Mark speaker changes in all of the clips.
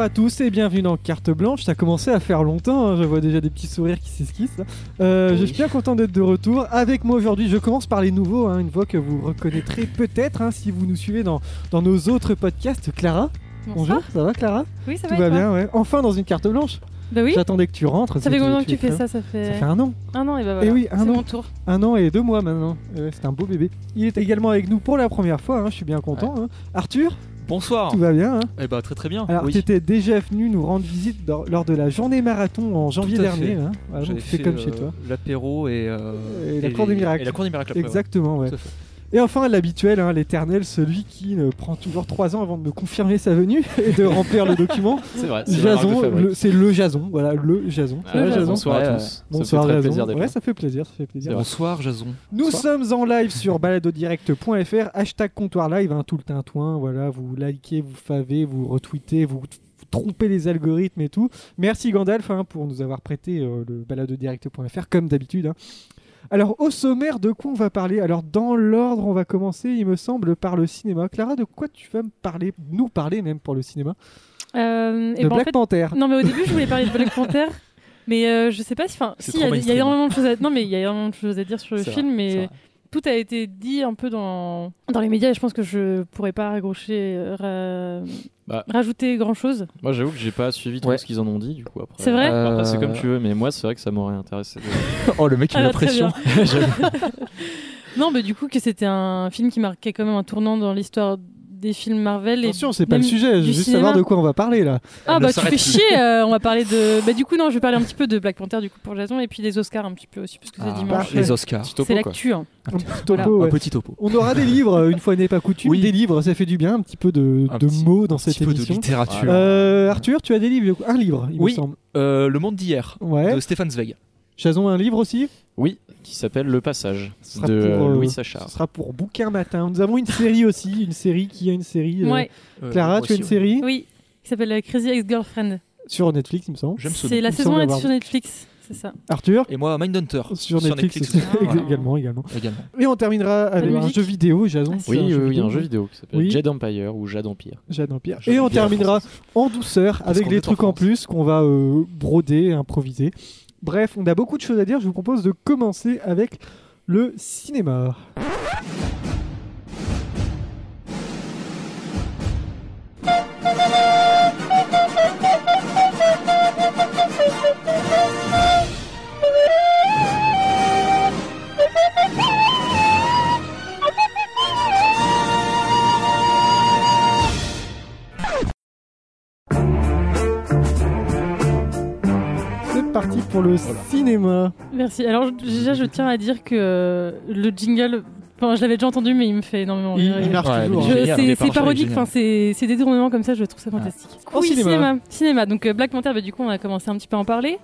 Speaker 1: à tous et bienvenue dans Carte Blanche. Ça a commencé à faire longtemps, hein, je vois déjà des petits sourires qui s'esquissent. là. Euh,
Speaker 2: Oui.
Speaker 1: Je suis bien content d'être de retour. Avec moi aujourd'hui, je commence par les nouveaux, hein, une voix que vous reconnaîtrez peut-être hein, si vous nous suivez dans, dans nos autres podcasts. Clara,
Speaker 3: Bonsoir.
Speaker 1: bonjour, ça va Clara
Speaker 3: Oui, ça
Speaker 1: Tout
Speaker 3: va,
Speaker 1: va
Speaker 3: et toi
Speaker 1: bien, ouais. Enfin dans une carte blanche.
Speaker 3: Bah oui.
Speaker 1: J'attendais que tu rentres.
Speaker 3: Ça fait combien de temps que tu fais
Speaker 1: es
Speaker 3: ça Ça fait,
Speaker 1: Ça fait un an.
Speaker 3: un an et bah voilà.
Speaker 1: oui, un
Speaker 3: C'est
Speaker 1: an.
Speaker 3: mon tour.
Speaker 1: Un an et deux mois maintenant. Euh, c'est un beau bébé. Il est également avec nous pour la première fois, hein, je suis bien content. hein. Arthur,
Speaker 2: Bonsoir.
Speaker 1: tout va bien hein
Speaker 2: Eh bah très très bien.
Speaker 1: Alors,
Speaker 2: oui.
Speaker 1: tu étais déjà venu nous rendre visite dans- lors de la journée marathon en janvier
Speaker 2: Tout à
Speaker 1: dernier.
Speaker 2: fait.
Speaker 1: hein. Voilà, donc
Speaker 2: J'avais
Speaker 1: c'est
Speaker 2: fait,
Speaker 1: comme
Speaker 2: euh,
Speaker 1: chez toi.
Speaker 2: L'apéro et, euh,
Speaker 1: Et la cour des miracles.
Speaker 2: Et la cour des miracles. après,
Speaker 1: Exactement,
Speaker 2: ouais.
Speaker 1: ouais.
Speaker 2: Tout à fait.
Speaker 1: Et enfin, l'habituel, hein, l'éternel, celui qui euh, prend toujours trois ans avant de me confirmer sa venue et de remplir le document.
Speaker 4: C'est vrai. c'est la marque de
Speaker 1: Jason,
Speaker 4: fabrique.
Speaker 1: le- c'est le Jason, voilà, le Jason.
Speaker 4: Ah
Speaker 3: Le
Speaker 4: ouais,
Speaker 3: Jason.
Speaker 4: Bonsoir
Speaker 2: Ouais,
Speaker 4: à
Speaker 2: ouais.
Speaker 4: tous.
Speaker 1: Bonsoir
Speaker 4: ça me fait très
Speaker 1: Jason.
Speaker 4: plaisir d'être
Speaker 1: ouais,
Speaker 4: là.
Speaker 1: ça fait plaisir, ça fait plaisir.
Speaker 2: Bonsoir Jason.
Speaker 1: Nous
Speaker 4: Bonsoir.
Speaker 1: sommes en live sur baladodirecte.fr, hashtag comptoir live, hein, tout le tintouin, voilà, vous likez, vous favez, vous retweetez, vous, vous trompez les algorithmes et tout. Merci Gandalf hein, pour nous avoir prêté euh, le baladodirecte.fr comme d'habitude. hein. Alors au sommaire, de quoi on va parler Alors dans l'ordre, on va commencer, il me semble, par le cinéma. Clara, de quoi tu vas me parler, nous parler même pour le cinéma
Speaker 3: Euh, et
Speaker 1: De
Speaker 3: bah, en
Speaker 1: Black
Speaker 3: fait-
Speaker 1: Panther.
Speaker 3: non mais au début je voulais parler de Black Panther, mais euh, je sais pas si, enfin,
Speaker 2: C'est
Speaker 3: si il y, a-
Speaker 2: trop
Speaker 3: il y a
Speaker 2: mainstream.
Speaker 3: énormément de choses à, non mais il y a énormément de choses à dire sur le
Speaker 4: C'est
Speaker 3: film,
Speaker 4: vrai, c'est
Speaker 3: mais
Speaker 4: vrai.
Speaker 3: tout a été dit un peu dans dans les médias et je pense que je pourrais pas raccrocher, euh, ra-
Speaker 4: Bah.
Speaker 3: rajouter grand chose.
Speaker 4: Moi, j'avoue que j'ai pas suivi trop
Speaker 2: Ouais.
Speaker 4: ce qu'ils en ont dit, du coup. Après,
Speaker 3: C'est vrai
Speaker 4: Après,
Speaker 2: Euh,
Speaker 4: c'est comme tu veux, mais moi, c'est vrai que ça m'aurait intéressé. de-
Speaker 2: Oh le mec
Speaker 3: Ah, bah, très Non mais du coup que c'était un film qui marquait quand même un tournant dans l'histoire des films Marvel et
Speaker 1: Attention, c'est pas le
Speaker 3: même
Speaker 1: sujet, je veux
Speaker 3: du
Speaker 1: juste
Speaker 3: cinéma.
Speaker 1: savoir de quoi on va parler là.
Speaker 3: Ah
Speaker 2: Elle
Speaker 3: bah tu
Speaker 2: ne
Speaker 3: fais
Speaker 2: s'arrête plus.
Speaker 3: chier, euh, on va parler de... Bah du coup non, je vais parler un petit peu de Black Panther du coup pour Jason et puis des Oscars un petit peu aussi parce que c'est dimanche.
Speaker 2: Ah, les Oscars.
Speaker 4: Petit topo,
Speaker 3: C'est
Speaker 4: quoi.
Speaker 3: l'actu. hein.
Speaker 1: Un petit
Speaker 3: Voilà.
Speaker 1: topo, Ah, ouais.
Speaker 2: Un petit topo.
Speaker 1: On aura des livres, une fois n'est pas coutume.
Speaker 2: Oui.
Speaker 1: Des livres, ça fait du bien, un petit peu de,
Speaker 2: Un
Speaker 1: de
Speaker 2: petit-
Speaker 1: mots dans
Speaker 2: Un petit
Speaker 1: cette
Speaker 2: peu de
Speaker 1: émission.
Speaker 2: littérature.
Speaker 4: Voilà.
Speaker 1: Euh, Arthur, tu as des livres, du coup. un livre, il
Speaker 2: Oui.
Speaker 1: me semble.
Speaker 2: Euh, le monde d'hier
Speaker 1: Ouais.
Speaker 2: de Stéphane Zweig.
Speaker 1: Jason, un livre aussi.
Speaker 4: Oui, qui s'appelle Le Passage
Speaker 1: Ce sera
Speaker 4: de euh,
Speaker 1: pour, euh,
Speaker 4: Louis
Speaker 1: Ce
Speaker 4: Sachard.
Speaker 1: sera pour bouquin matin. Nous avons une série aussi, une série qui a une série. euh,
Speaker 3: Ouais,
Speaker 1: Clara,
Speaker 2: moi
Speaker 1: tu as une
Speaker 2: aussi, ouais.
Speaker 1: série
Speaker 3: oui, qui s'appelle euh, Crazy Ex-Girlfriend.
Speaker 1: sur Netflix, il me semble.
Speaker 2: J'aime ce
Speaker 3: C'est
Speaker 2: nom.
Speaker 3: la
Speaker 1: Il me
Speaker 3: saison
Speaker 1: semble
Speaker 3: 1
Speaker 1: avoir
Speaker 3: sur Netflix, c'est ça.
Speaker 1: Arthur
Speaker 2: Et moi Mindhunter
Speaker 1: sur Netflix, aussi.
Speaker 3: aussi. Ah.
Speaker 1: également, également.
Speaker 2: aussi. Également.
Speaker 1: Et on terminera avec un
Speaker 3: musique.
Speaker 1: jeu vidéo, Jason.
Speaker 3: Ah,
Speaker 1: c'est
Speaker 4: Oui, oui, oui,
Speaker 1: vidéo.
Speaker 4: un jeu vidéo qui s'appelle
Speaker 1: Oui.
Speaker 4: Jade Empire ou Jade Empire.
Speaker 1: Jeanne Empire.
Speaker 2: Jeanne
Speaker 1: Et on
Speaker 2: Empire,
Speaker 1: terminera en douceur avec
Speaker 2: qu'on
Speaker 1: des
Speaker 2: est en
Speaker 1: trucs en,
Speaker 2: France.
Speaker 1: plus qu'on va euh, broder, improviser. Bref, on a beaucoup de choses à dire. Je vous propose de commencer avec le cinéma. C'est parti pour le cinéma.
Speaker 3: Merci. Alors je- déjà je tiens à dire que euh, le jingle, enfin je l'avais déjà entendu mais il me fait énormément
Speaker 1: Il,
Speaker 3: rire.
Speaker 1: il marche
Speaker 2: Ouais,
Speaker 1: toujours. hein.
Speaker 3: Je-
Speaker 2: mais génial, il
Speaker 3: c'est
Speaker 2: est
Speaker 3: c'est
Speaker 2: parfait,
Speaker 3: parodique,
Speaker 2: génial.
Speaker 3: enfin, c'est c'est des détournements comme ça, je trouve ça fantastique.
Speaker 1: En
Speaker 3: oui,
Speaker 1: cinéma.
Speaker 3: cinéma. cinéma. Donc euh, Black Panther, bah, du coup, on a commencé un petit peu à en parler.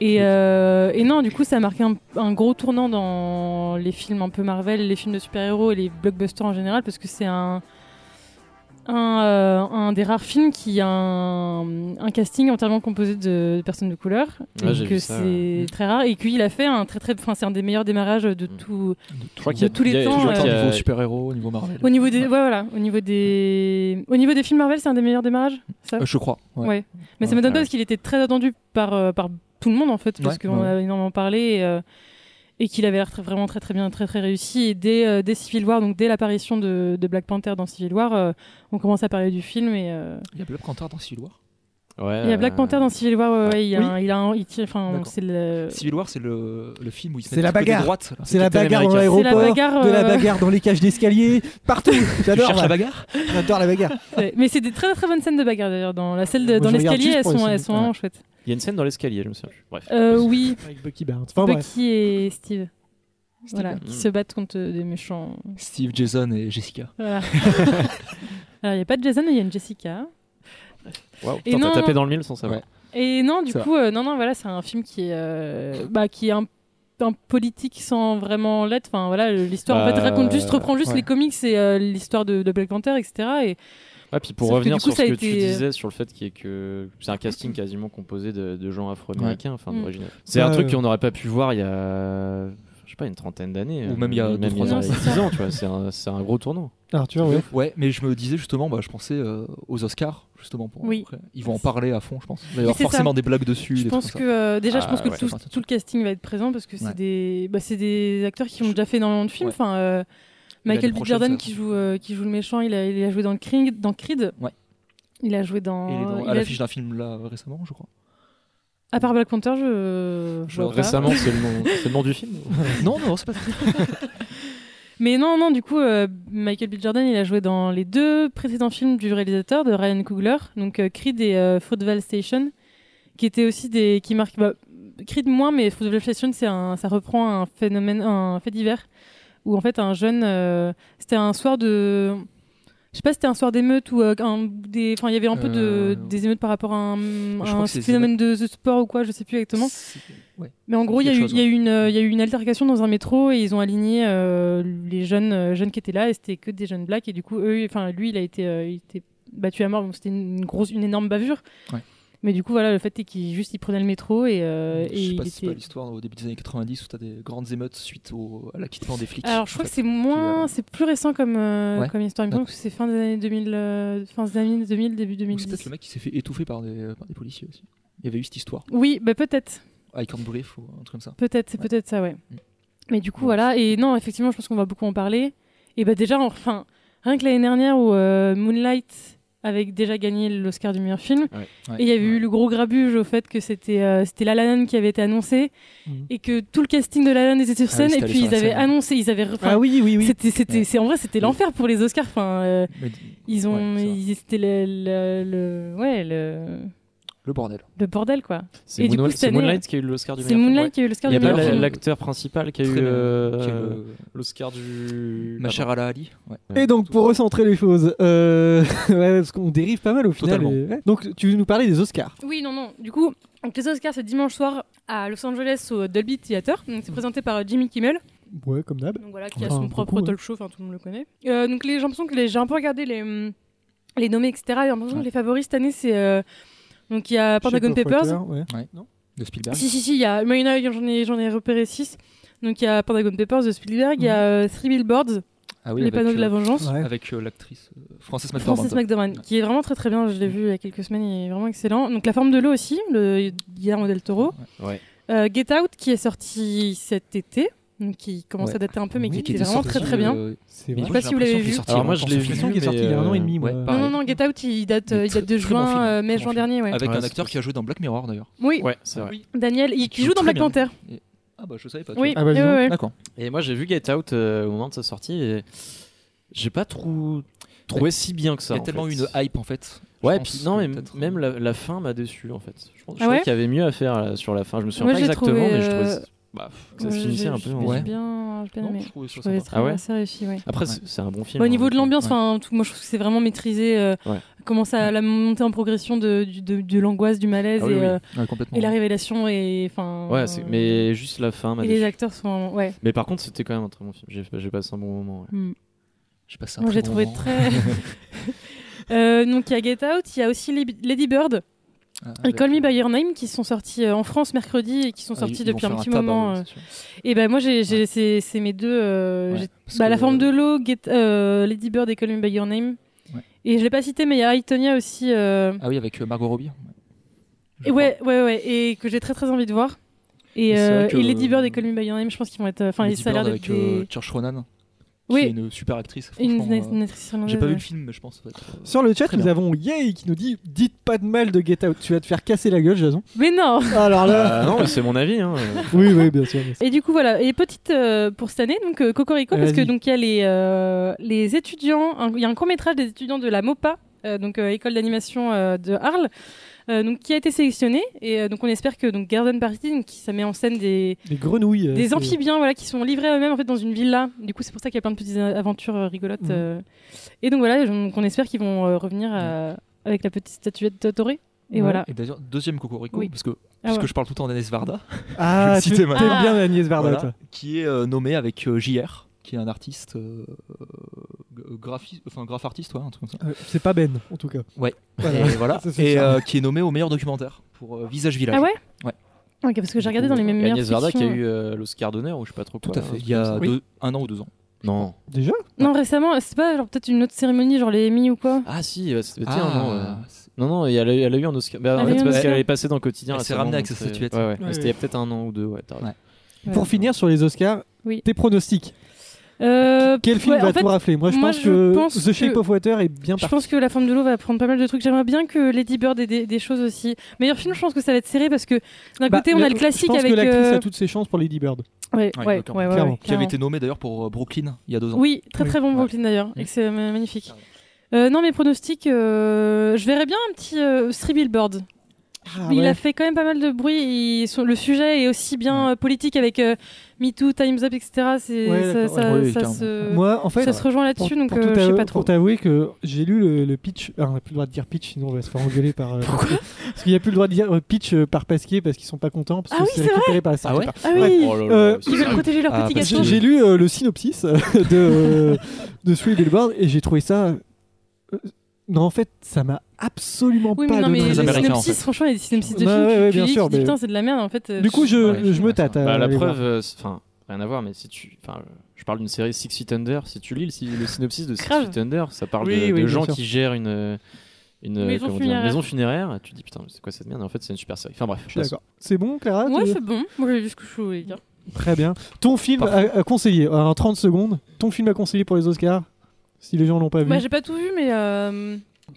Speaker 3: Et, euh, et non, du coup, ça a marqué un, un gros tournant dans les films un peu Marvel, les films de super-héros et les blockbusters en général, parce que c'est un, un, euh, un des rares films qui a un, un casting entièrement composé de, de personnes de couleur.
Speaker 4: Ouais, Ah, j'ai
Speaker 3: donc
Speaker 4: vu
Speaker 3: euh,
Speaker 4: ça,
Speaker 3: c'est
Speaker 4: ouais.
Speaker 3: très rare. Et qu'il a fait un très très, enfin, c'est un des meilleurs démarrages de
Speaker 4: Mm.
Speaker 3: tout.
Speaker 4: Je crois
Speaker 3: De
Speaker 4: qu'il y a
Speaker 3: tous les
Speaker 4: il y a- je
Speaker 3: temps,
Speaker 4: crois
Speaker 3: euh,
Speaker 2: Au
Speaker 4: qu'il y a-
Speaker 2: niveau super héros, au niveau Marvel.
Speaker 3: Au niveau des, ouais, voilà, au niveau des, au niveau des films Marvel, c'est un des meilleurs démarrages. Ça.
Speaker 2: Euh, je crois. ouais.
Speaker 3: Ouais. Mais ça m'étonne
Speaker 4: Ouais.
Speaker 3: pas parce qu'il était très attendu par, euh, par tout le monde en fait, parce
Speaker 2: Ouais,
Speaker 3: qu'on
Speaker 2: ouais.
Speaker 3: a énormément parlé et, euh, et qu'il avait l'air très- vraiment très très bien, très très réussi. Et dès, euh, dès Civil War, donc dès l'apparition de, de Black Panther dans Civil War, euh, on commence à parler du film et euh,
Speaker 2: Il y a Black Panther dans Civil War.
Speaker 4: Ouais,
Speaker 3: il y a Black
Speaker 4: euh,
Speaker 3: Panther dans Civil War, ouais, ouais, il, y a
Speaker 2: Oui.
Speaker 3: un- il a un- il tire, enfin
Speaker 2: D'accord.
Speaker 3: c'est le,
Speaker 2: Civil War, c'est le, le film où il se
Speaker 1: C'est
Speaker 2: met
Speaker 1: la
Speaker 2: un petit peu des
Speaker 1: bagarre.
Speaker 2: droites. là.
Speaker 1: C'est la
Speaker 4: Captain
Speaker 1: bagarre dans
Speaker 4: America.
Speaker 3: c'est la
Speaker 1: l'aéroport,
Speaker 3: bagarre.
Speaker 1: de la
Speaker 3: euh,
Speaker 1: bagarre dans les cages d'escalier, partout.
Speaker 2: Tu
Speaker 1: J'adore
Speaker 2: cherches
Speaker 1: la
Speaker 2: la bagarre
Speaker 1: J'adore la bagarre.
Speaker 3: c'est- mais c'est des très très bonnes scènes de bagarre d'ailleurs dans la salle de-
Speaker 1: Moi,
Speaker 3: dans
Speaker 1: je regarde
Speaker 3: l'escalier,
Speaker 1: juste
Speaker 3: elles
Speaker 1: pour les
Speaker 3: sont elles
Speaker 1: films,
Speaker 3: sont
Speaker 1: ouais.
Speaker 3: vraiment chouettes.
Speaker 4: Il y a une scène dans l'escalier, je me souviens. Bref.
Speaker 3: Euh, oui,
Speaker 1: Avec Bucky Barnes. Enfin Oh, bref.
Speaker 3: Bucky et Steve, voilà,
Speaker 4: bien.
Speaker 3: qui
Speaker 2: Mm.
Speaker 3: se battent contre des méchants.
Speaker 2: Steve, Jason et Jessica.
Speaker 3: Voilà. Alors, il n'y a pas de Jason, mais il y a une Jessica.
Speaker 4: Waouh,
Speaker 3: Et
Speaker 4: putain,
Speaker 3: non,
Speaker 4: T'as tapé
Speaker 3: non.
Speaker 4: dans le mille sans savoir.
Speaker 2: Ouais.
Speaker 3: Et non, du
Speaker 2: Ça
Speaker 3: coup, euh, non, non, voilà, c'est un film qui est, euh, bah, qui est un, un politique sans vraiment l'être. Enfin, voilà, le- l'histoire en
Speaker 4: Bah,
Speaker 3: fait, raconte juste, reprend juste
Speaker 2: ouais.
Speaker 3: les comics et euh, l'histoire de, de Black Panther, etc.
Speaker 4: Ouais, puis pour
Speaker 3: Sauf que
Speaker 4: revenir
Speaker 3: du coup,
Speaker 4: sur
Speaker 3: ça
Speaker 4: ce
Speaker 3: a
Speaker 4: que tu
Speaker 3: été, euh,
Speaker 4: disais sur le fait qu'il y ait que c'est un casting quasiment composé de, de gens afro-américains, enfin
Speaker 3: Mm.
Speaker 4: d'origine. C'est
Speaker 1: Ça,
Speaker 4: un truc
Speaker 1: euh,
Speaker 4: qu'on n'aurait pas pu voir il y a je sais pas une trentaine d'années
Speaker 2: Ou
Speaker 4: euh,
Speaker 2: même il y a deux,
Speaker 4: même il y
Speaker 3: trois ans.
Speaker 4: a
Speaker 3: Non, c'est
Speaker 4: 10 ans, tu vois, c'est un, c'est un gros tournant.
Speaker 1: Arthur, Ah, ouais.
Speaker 2: Ouais, mais je me disais justement, bah, je pensais euh, aux Oscars. justement. Pour
Speaker 3: Oui.
Speaker 2: après. Ils vont en parler à fond, je pense. Il va y avoir
Speaker 3: c'est ça.
Speaker 2: forcément des blagues dessus.
Speaker 3: Je
Speaker 2: des
Speaker 3: pense
Speaker 2: trucs
Speaker 3: que euh, déjà, je
Speaker 4: Ah,
Speaker 3: pense que
Speaker 4: ouais.
Speaker 3: tout,
Speaker 2: Enfin, tout-
Speaker 3: tout le casting va être présent parce que c'est
Speaker 2: Ouais.
Speaker 3: des, bah, c'est des acteurs qui ont
Speaker 2: Je-
Speaker 3: déjà fait dans le film.
Speaker 2: Ouais.
Speaker 3: Enfin, euh,
Speaker 2: Il a
Speaker 3: Michael
Speaker 2: des
Speaker 3: B.
Speaker 2: prochaines
Speaker 3: Jordan
Speaker 2: œuvres.
Speaker 3: qui joue, euh, qui joue le méchant, il a, il a joué dans Creed. Dans Creed.
Speaker 2: Ouais.
Speaker 3: Il a joué
Speaker 2: ça.
Speaker 3: dans.
Speaker 2: Et il est dans-
Speaker 3: euh, il
Speaker 2: à
Speaker 3: a-
Speaker 2: l'affiche d'un film là récemment, je crois.
Speaker 3: à part Black Panther, je.
Speaker 2: Je-
Speaker 3: je vois pas.
Speaker 4: Récemment, c'est le, nom... c'est le nom du film
Speaker 2: non, non, c'est pas ça.
Speaker 3: Mais non, non, du coup, euh, Michael B. Jordan, il a joué dans les deux précédents films du réalisateur de Ryan Coogler, donc euh, Creed et euh, Fruitvale Station, qui étaient aussi des. qui marquent. bah, Creed moins, mais Fruitvale Station, c'est un, ça reprend un phénomène, un fait divers, où en fait un jeune. euh, c'était un soir de. Je sais pas, c'était un soir d'émeute ou euh, un- des. Enfin, il y avait un peu
Speaker 2: Euh,
Speaker 3: de, des émeutes par rapport à un,
Speaker 2: crois
Speaker 3: un
Speaker 2: que c'est-
Speaker 3: phénomène de, de sport ou quoi, je sais plus exactement.
Speaker 2: C'est- ouais.
Speaker 3: Mais en gros, il y, a
Speaker 2: Quelque
Speaker 3: eu-
Speaker 2: chose,
Speaker 3: il y a eu une, euh, il y a eu une altercation dans un métro et ils ont aligné euh, les jeunes, euh, jeunes qui étaient là et c'était que des jeunes blacks et du coup, eux, enfin, lui, il a été, euh, il était battu à mort. Donc, c'était une grosse, une énorme bavure.
Speaker 2: Ouais.
Speaker 3: Mais du coup, voilà, le fait est qu'il juste il prenait le métro et, euh,
Speaker 2: je
Speaker 3: et
Speaker 2: sais
Speaker 3: il
Speaker 2: pas si c'est pas
Speaker 3: était-
Speaker 2: l'histoire au début des années 90 où t'as des grandes émeutes suite au, à l'acquittement des flics.
Speaker 3: Alors, je crois que c'est moins,
Speaker 2: avant.
Speaker 3: c'est plus récent comme, euh,
Speaker 2: Ouais.
Speaker 3: comme histoire. Il me semble que c'est fin des années 2000, euh, fin des années 2000, début
Speaker 2: Ou c'est peut-être
Speaker 3: 2010.
Speaker 2: le mec qui s'est fait étouffer par des, par des policiers aussi. Il y avait eu cette histoire.
Speaker 3: Oui, bah peut-être.
Speaker 2: I can't breathe ou un truc comme ça.
Speaker 3: Peut-être, c'est
Speaker 2: Ouais.
Speaker 3: peut-être ça, ouais.
Speaker 2: Mm.
Speaker 3: Mais du coup,
Speaker 2: Ouais.
Speaker 3: voilà. Et non, effectivement, je pense qu'on va beaucoup en parler. Et bah déjà, enfin, rien que l'année dernière où euh, Moonlight avait déjà gagné l'Oscar du meilleur film, et il y avait eu le gros grabuge au fait que c'était euh, c'était La La Land qui avait été annoncé
Speaker 1: Mhm.
Speaker 3: et que tout le casting de La La Land était sur
Speaker 2: Mm. Ah oui,
Speaker 3: scène
Speaker 2: c'était
Speaker 3: et
Speaker 2: allé
Speaker 3: puis
Speaker 2: sur
Speaker 3: ils
Speaker 2: la
Speaker 3: avaient
Speaker 2: scène.
Speaker 3: annoncé, ils avaient. enfin,
Speaker 1: Ah oui, oui, oui.
Speaker 3: C'était, c'était,
Speaker 2: Ouais.
Speaker 3: c'est en vrai, c'était l'enfer pour les Oscars. Enfin, euh,
Speaker 2: Mais-
Speaker 3: ils ont,
Speaker 2: Ouais, c'est vrai.
Speaker 3: ils- c'était le, le, le- ouais, le,
Speaker 2: le bordel.
Speaker 3: le bordel quoi.
Speaker 4: C'est
Speaker 3: Et du
Speaker 4: Moonlight-
Speaker 3: coup, cette
Speaker 4: c'est
Speaker 3: année-
Speaker 4: Moonlight qui a eu l'Oscar du
Speaker 3: C'est
Speaker 4: meilleur
Speaker 3: Moonlight qui a eu l'Oscar
Speaker 4: film. Il
Speaker 3: du
Speaker 4: n'y a
Speaker 3: meilleur
Speaker 4: pas la-
Speaker 3: film.
Speaker 4: l'acteur principal qui a
Speaker 2: Très
Speaker 4: eu
Speaker 2: bien.
Speaker 4: euh,
Speaker 2: Qui est le-
Speaker 4: l'Oscar du.
Speaker 2: Ma chère Ala Ali. Ouais.
Speaker 1: Et donc, pour recentrer les choses, euh, ouais, parce qu'on dérive pas mal au final.
Speaker 2: Totalement.
Speaker 1: et- ouais. Donc, tu veux nous parler des Oscars
Speaker 3: Oui, non, non. Du coup, donc les Oscars, c'est dimanche soir à Los Angeles au Dolby Theater. Donc, C'est présenté par euh, Jimmy Kimmel,
Speaker 1: Ouais, comme d'hab.
Speaker 3: donc, voilà, qui
Speaker 1: Enfin,
Speaker 3: a son
Speaker 1: Mmh. Ah, beaucoup,
Speaker 3: propre
Speaker 1: ouais.
Speaker 3: talk show, enfin, tout le monde le connaît. Euh, donc les- j'ai l'impression que les- j'ai un peu regardé les, hum, les nommés, etc. Et J'ai l'impression que
Speaker 2: Ouais.
Speaker 3: les favoris cette année, c'est... euh, donc il y a Pentagon
Speaker 1: Shape of
Speaker 3: Papers.
Speaker 1: Water, ouais.
Speaker 2: De Spielberg.
Speaker 3: Si, si, si, il y a... mais il y en a, j'en ai, j'en ai repéré 6. Donc il y a Pentagon Papers de Spielberg, il y a
Speaker 1: Mmh.
Speaker 3: euh, Three Billboards,
Speaker 2: Ah oui,
Speaker 3: Les
Speaker 2: avec,
Speaker 3: panneaux de la
Speaker 2: euh,
Speaker 3: vengeance.
Speaker 1: Ouais.
Speaker 2: Avec euh, l'actrice euh, Frances McDormand.
Speaker 3: Francis McDormand,
Speaker 2: Ouais.
Speaker 3: qui est vraiment très très bien, je l'ai vu il y a quelques semaines, il est vraiment excellent. Donc La forme de l'eau aussi, le Guillermo del Toro.
Speaker 4: Ouais.
Speaker 3: Euh, Get Out qui est sorti cet été, donc qui commence
Speaker 2: Ouais.
Speaker 3: à dater un peu, mais
Speaker 1: Oui,
Speaker 3: qui,
Speaker 1: qui
Speaker 3: était vraiment très très bien.
Speaker 2: Euh,
Speaker 1: C'est
Speaker 2: mais
Speaker 1: vrai.
Speaker 3: sais
Speaker 2: moi,
Speaker 3: pas
Speaker 2: j'ai
Speaker 3: si vous l'avez
Speaker 2: l'impression qu'il est
Speaker 3: vu.
Speaker 2: sorti
Speaker 4: Alors
Speaker 2: en
Speaker 4: moi, je l'ai
Speaker 2: France,
Speaker 4: vu,
Speaker 2: en
Speaker 1: Je
Speaker 2: fait.
Speaker 1: pense qu'il est
Speaker 4: mais,
Speaker 1: sorti il y a un an et
Speaker 4: euh,
Speaker 1: demi, moi.
Speaker 2: ouais,
Speaker 3: Non,
Speaker 2: pareil.
Speaker 3: non, non, Get Out il date, euh,
Speaker 2: Mais
Speaker 3: il date de
Speaker 2: très bon
Speaker 3: juin,
Speaker 2: film, Ah,
Speaker 3: euh, mai,
Speaker 2: très
Speaker 3: juin
Speaker 2: bon
Speaker 3: dernier, ouais.
Speaker 2: Avec
Speaker 4: Ouais,
Speaker 2: un
Speaker 4: c'est
Speaker 2: acteur qui a joué dans Black Mirror d'ailleurs.
Speaker 3: Oui,
Speaker 4: Ouais, c'est vrai.
Speaker 3: Daniel, il, qui
Speaker 2: joue
Speaker 3: joue dans
Speaker 2: très
Speaker 3: Black
Speaker 2: bien.
Speaker 3: Panther.
Speaker 2: Ah bah je savais pas. tu
Speaker 3: Oui,
Speaker 1: Ah bah,
Speaker 3: ouais,
Speaker 1: dis donc.
Speaker 3: ouais, ouais.
Speaker 2: vois. D'accord.
Speaker 4: Et moi, j'ai vu Get Out euh, au moment de sa sortie et j'ai pas trop trouvé si bien que ça.
Speaker 2: Il y a
Speaker 4: en
Speaker 2: tellement
Speaker 4: fait.
Speaker 2: une hype en fait. je
Speaker 4: Ouais,
Speaker 2: pense
Speaker 4: puis non,
Speaker 2: que
Speaker 4: mais
Speaker 2: peut-être,
Speaker 4: même
Speaker 2: euh,
Speaker 4: la, la fin m'a déçu en fait. Je, pense- je
Speaker 3: Ah
Speaker 4: trouvais
Speaker 3: ouais
Speaker 4: qu'il y avait mieux à faire là, sur la fin. Je me souviens
Speaker 3: Moi,
Speaker 4: pas
Speaker 3: j'ai
Speaker 4: exactement,
Speaker 3: trouvé,
Speaker 4: mais je trouvais
Speaker 3: euh,
Speaker 4: ça- bah, pff, que ça se
Speaker 3: Ouais,
Speaker 4: finissait
Speaker 3: j'ai-
Speaker 4: un peu.
Speaker 3: j'ai-
Speaker 4: en-
Speaker 3: j'ai
Speaker 2: Ouais.
Speaker 3: bien, j'ai bien
Speaker 2: Non,
Speaker 3: aimé.
Speaker 2: je trouvais ça
Speaker 3: Je trouvais
Speaker 2: sympa.
Speaker 3: très,
Speaker 4: Ah ouais
Speaker 3: assez réussi, ouais.
Speaker 4: Après,
Speaker 2: Ouais.
Speaker 4: c'est- c'est un bon film.
Speaker 3: Bon, au niveau
Speaker 4: hein,
Speaker 3: de l'ambiance,
Speaker 2: Ouais.
Speaker 3: enfin, tout- moi je trouve que c'est vraiment maîtrisé. euh,
Speaker 4: Ouais.
Speaker 3: Comment ça, la montée en progression de, du- de, de l'angoisse, du malaise
Speaker 4: Ah oui,
Speaker 3: et,
Speaker 4: oui.
Speaker 3: euh,
Speaker 2: Ouais, complètement.
Speaker 3: et la révélation et enfin.
Speaker 4: Ouais, c'est-
Speaker 3: euh,
Speaker 4: mais juste la fin m'a
Speaker 3: Et les
Speaker 4: déçu.
Speaker 3: acteurs sont, ouais.
Speaker 4: Mais par contre, c'était quand même un très bon film. J'ai- J'ai passé un bon moment. ouais.
Speaker 3: Hmm.
Speaker 2: J'ai passé un
Speaker 3: Moi,
Speaker 2: très
Speaker 3: j'ai
Speaker 2: bon
Speaker 3: trouvé
Speaker 2: moment.
Speaker 3: très. Euh, donc, il y a Get Out, il y a aussi Lib- Lady Bird
Speaker 2: Ah,
Speaker 3: et
Speaker 2: avec,
Speaker 3: Call Me
Speaker 2: euh,
Speaker 3: By Your Name qui sont sortis euh, en France mercredi et qui sont
Speaker 2: ah,
Speaker 3: sortis
Speaker 2: ils- ils
Speaker 3: depuis
Speaker 2: vont
Speaker 3: un
Speaker 2: faire
Speaker 3: petit
Speaker 2: tabac,
Speaker 3: moment.
Speaker 2: ouais,
Speaker 3: euh.
Speaker 2: c'est sûr.
Speaker 3: Et ben moi, j'ai, j'ai- c'est, c'est mes deux. euh,
Speaker 2: Ouais,
Speaker 3: j'ai-
Speaker 2: parce
Speaker 3: bah, La
Speaker 2: que-
Speaker 3: forme de l'eau, Get- euh, Lady Bird et Call Me By Your Name.
Speaker 2: Ouais.
Speaker 3: Et je l'ai pas cité, mais il y a Aitonia aussi. euh,
Speaker 2: Ah oui, avec euh, Margot Robbie.
Speaker 3: et ouais, ouais, ouais, et que j'ai très très envie de voir. Et,
Speaker 2: Et c'est
Speaker 3: euh,
Speaker 2: vrai que-
Speaker 3: et Lady Bird et Call Me By Your Name, je pense qu'ils vont être. euh, Enfin, ça a l'air d'être.
Speaker 2: avec euh,
Speaker 3: des-
Speaker 2: Church Ronan.
Speaker 3: Oui.
Speaker 2: Qui est une super actrice.
Speaker 3: Une,
Speaker 2: franchement, euh,
Speaker 3: une actrice
Speaker 2: J'ai pas vu le
Speaker 3: irlandaise,
Speaker 2: film, mais je pense. ça va être, euh,
Speaker 1: Sur le chat,
Speaker 2: Très
Speaker 1: nous
Speaker 2: bien.
Speaker 1: avons Yay qui nous dit Dites pas de mal de Get Out, tu vas te faire casser la gueule, Jason.
Speaker 3: ouais. Mais non
Speaker 1: Alors là.
Speaker 4: Ah, non, mais c'est mon avis. Hein.
Speaker 1: oui, oui, bien sûr. bien sûr.
Speaker 3: Et du coup voilà, et petite euh, pour cette année donc euh, cocorico parce que
Speaker 1: Vas-y.
Speaker 3: donc il y a les euh, les étudiants, un- il y a un court métrage des étudiants de la Mopa, euh, donc euh, école d'animation euh, de Arles, euh, donc qui a été sélectionné et euh, donc on espère que donc Garden Party donc, qui ça met en scène des
Speaker 1: Des grenouilles. euh,
Speaker 3: des
Speaker 1: c'est-
Speaker 3: amphibiens voilà qui sont livrés à eux-mêmes en fait dans une villa. Du coup c'est pour ça qu'il y a plein de petites euh, aventures euh, rigolotes
Speaker 1: Mhm.
Speaker 3: euh. et donc voilà donc on espère qu'ils vont euh, revenir euh, avec la petite statuette de Toré. Et
Speaker 1: Ouais.
Speaker 3: voilà.
Speaker 2: Et d'ailleurs, deuxième Cocorico,
Speaker 3: Oui.
Speaker 2: parce que,
Speaker 3: Ah
Speaker 2: puisque
Speaker 3: ouais.
Speaker 2: je parle tout le temps d'Agnès Varda, Je vais
Speaker 1: Ah,
Speaker 2: le
Speaker 1: tu
Speaker 2: citer
Speaker 1: t'aimes
Speaker 2: maintenant.
Speaker 1: bien Agnès Varda,
Speaker 2: voilà,
Speaker 1: toi.
Speaker 2: qui est euh, nommée avec euh, JR, qui est un artiste, euh, euh, graphiste, enfin graph artiste, ouais, un truc comme ça.
Speaker 1: Euh, C'est pas Ben, en tout cas.
Speaker 2: Ouais.
Speaker 1: Voilà.
Speaker 2: Et, voilà,
Speaker 1: Ça, c'est
Speaker 2: et
Speaker 1: ça.
Speaker 2: euh, qui est nommée au meilleur documentaire pour euh, Visage Village.
Speaker 3: Ah ouais.
Speaker 2: Ouais.
Speaker 3: Ok parce que j'ai regardé dans les mêmes
Speaker 4: Agnès
Speaker 3: meilleures
Speaker 4: Varda qui a
Speaker 3: fictions. hein.
Speaker 4: eu euh, l'Oscar d'honneur ou je sais pas trop
Speaker 2: Tout
Speaker 4: quoi.
Speaker 2: à fait. Il y a
Speaker 1: Oui.
Speaker 2: deux- un an ou deux ans.
Speaker 4: Non.
Speaker 1: Déjà
Speaker 3: Non, récemment, c'est pas genre peut-être une autre cérémonie, genre les Emmy ou quoi
Speaker 1: Bah,
Speaker 4: Ah si, euh, c'est- tiens,
Speaker 2: Ah,
Speaker 4: non, euh,
Speaker 2: c'est-
Speaker 4: Non, non, elle a, elle a eu un Oscar. Bah,
Speaker 3: Elle
Speaker 4: en
Speaker 3: a eu
Speaker 4: fait,
Speaker 3: un
Speaker 4: c'est parce qu'elle
Speaker 3: Oscar.
Speaker 4: est passée dans le quotidien.
Speaker 2: Elle s'est
Speaker 4: récemment,
Speaker 2: ramenée avec
Speaker 4: donc
Speaker 2: sa
Speaker 4: c'est-
Speaker 2: statuette.
Speaker 4: Ouais, ouais.
Speaker 1: Ouais,
Speaker 4: C'était il y a peut-être un an ou deux. Ouais, t'as raison.
Speaker 2: Ouais.
Speaker 1: Pour finir sur les Oscars,
Speaker 3: Oui.
Speaker 1: tes pronostics.
Speaker 3: Euh,
Speaker 1: Quel film
Speaker 3: ouais, en
Speaker 1: va
Speaker 3: fait,
Speaker 1: tout rafler Moi, je
Speaker 3: moi,
Speaker 1: pense
Speaker 3: je
Speaker 1: que
Speaker 3: pense
Speaker 1: The Shape
Speaker 3: que-
Speaker 1: of Water est bien
Speaker 3: Je
Speaker 1: parti.
Speaker 3: pense que La Forme de l'eau va prendre pas mal de trucs. J'aimerais bien que Lady Bird ait des, des choses aussi. Meilleur film, je pense que ça va être serré parce que d'un
Speaker 1: Bah,
Speaker 3: côté, on
Speaker 1: le-
Speaker 3: a le classique
Speaker 1: Je pense
Speaker 3: avec.
Speaker 1: que l'actrice
Speaker 3: euh,
Speaker 1: a toutes ses chances pour Lady Bird.
Speaker 3: Ouais,
Speaker 2: Ouais,
Speaker 3: ouais, ouais,
Speaker 2: d'accord.
Speaker 3: ouais, ouais,
Speaker 1: Clairement.
Speaker 2: Qui avait
Speaker 3: clairement.
Speaker 2: été nommé d'ailleurs pour euh, Brooklyn il y a deux ans.
Speaker 3: Ah. Oui, très
Speaker 1: Oui.
Speaker 3: très bon
Speaker 2: Ouais.
Speaker 3: Brooklyn d'ailleurs.
Speaker 2: Mm.
Speaker 3: Et c'est ma- magnifique. Euh, non, mes pronostics, euh, je verrais bien un petit euh, Three Billboards.
Speaker 1: Ah
Speaker 3: Il a fait quand même pas mal de bruit. il- son- le sujet est aussi bien euh, politique avec euh, Me Too, Time's Up, etc. C'est-
Speaker 1: Ouais,
Speaker 3: ça,
Speaker 1: d'accord,
Speaker 3: ça-
Speaker 2: ouais. Oui,
Speaker 3: ça
Speaker 2: carrément.
Speaker 3: se,
Speaker 1: Moi, en fait,
Speaker 3: euh, ça se rejoint
Speaker 1: pour,
Speaker 3: là-dessus, donc
Speaker 1: pour tout
Speaker 3: euh, je sais
Speaker 1: avou-
Speaker 3: pas
Speaker 1: pour
Speaker 3: trop.
Speaker 1: t'avouer que j'ai lu le, le pitch. Alors, on n'a plus le droit de dire pitch, sinon on va se faire engueuler par. euh,
Speaker 4: Pourquoi
Speaker 1: Parce qu'il n'y a plus le droit de dire euh, pitch euh, par Pasquier parce qu'ils sont pas contents parce que
Speaker 3: Ah oui,
Speaker 1: c'est
Speaker 3: c'est
Speaker 1: récupéré par la Sarah
Speaker 2: Ah ouais
Speaker 1: Connor.
Speaker 3: Ah oui,
Speaker 4: Oh là là,
Speaker 1: Euh,
Speaker 4: c'est
Speaker 3: ils veulent
Speaker 4: sérieux.
Speaker 3: protéger leurs
Speaker 2: Ah,
Speaker 3: petits
Speaker 2: parce
Speaker 3: gâteaux.
Speaker 2: que
Speaker 1: J'ai lu euh, le synopsis euh, de de Three Billboards et j'ai trouvé ça. euh, Non, en fait, ça m'a absolument
Speaker 3: Oui, mais
Speaker 1: pas
Speaker 3: non, mais
Speaker 1: donné.
Speaker 3: les
Speaker 2: Très américain, en
Speaker 3: synopsis,
Speaker 2: fait.
Speaker 3: franchement, il y a des synopsis de
Speaker 1: Ouais,
Speaker 3: films.
Speaker 1: ouais,
Speaker 3: tu-
Speaker 1: ouais,
Speaker 3: tu
Speaker 1: bien
Speaker 3: lis,
Speaker 1: sûr,
Speaker 3: tu dis,
Speaker 1: mais-
Speaker 3: putain, c'est de la merde en fait. euh,
Speaker 1: Du coup, je,
Speaker 2: Ouais, je
Speaker 1: je me
Speaker 2: vois ça.
Speaker 1: tâte. à
Speaker 4: Bah, la
Speaker 1: aller voir.
Speaker 4: preuve, euh, c'est- enfin, rien à voir, mais si tu. Enfin, je parle d'une série Six Feet Under. Si tu lis le, si- le synopsis de Six
Speaker 3: Grave.
Speaker 4: Feet Under, ça parle
Speaker 1: Oui,
Speaker 4: de,
Speaker 1: oui,
Speaker 4: de
Speaker 1: bien
Speaker 4: gens
Speaker 1: sûr.
Speaker 4: qui gèrent une. euh, Une
Speaker 3: Maison
Speaker 4: comment dire,
Speaker 3: funéraire.
Speaker 4: maison funéraire, et tu te dis putain, mais c'est quoi cette merde? Et en fait, c'est une super série. Enfin bref,
Speaker 1: Je suis
Speaker 4: passons.
Speaker 1: d'accord. C'est bon, Clara
Speaker 3: Ouais,
Speaker 1: tu-
Speaker 3: c'est bon. Moi, j'ai vu ce que je voulais dire.
Speaker 1: Très bien. Ton film à, à conseiller, euh, en 30 secondes, ton film à conseiller pour les Oscars, si les gens l'ont pas vu,
Speaker 3: Bah, j'ai pas tout vu, mais. euh,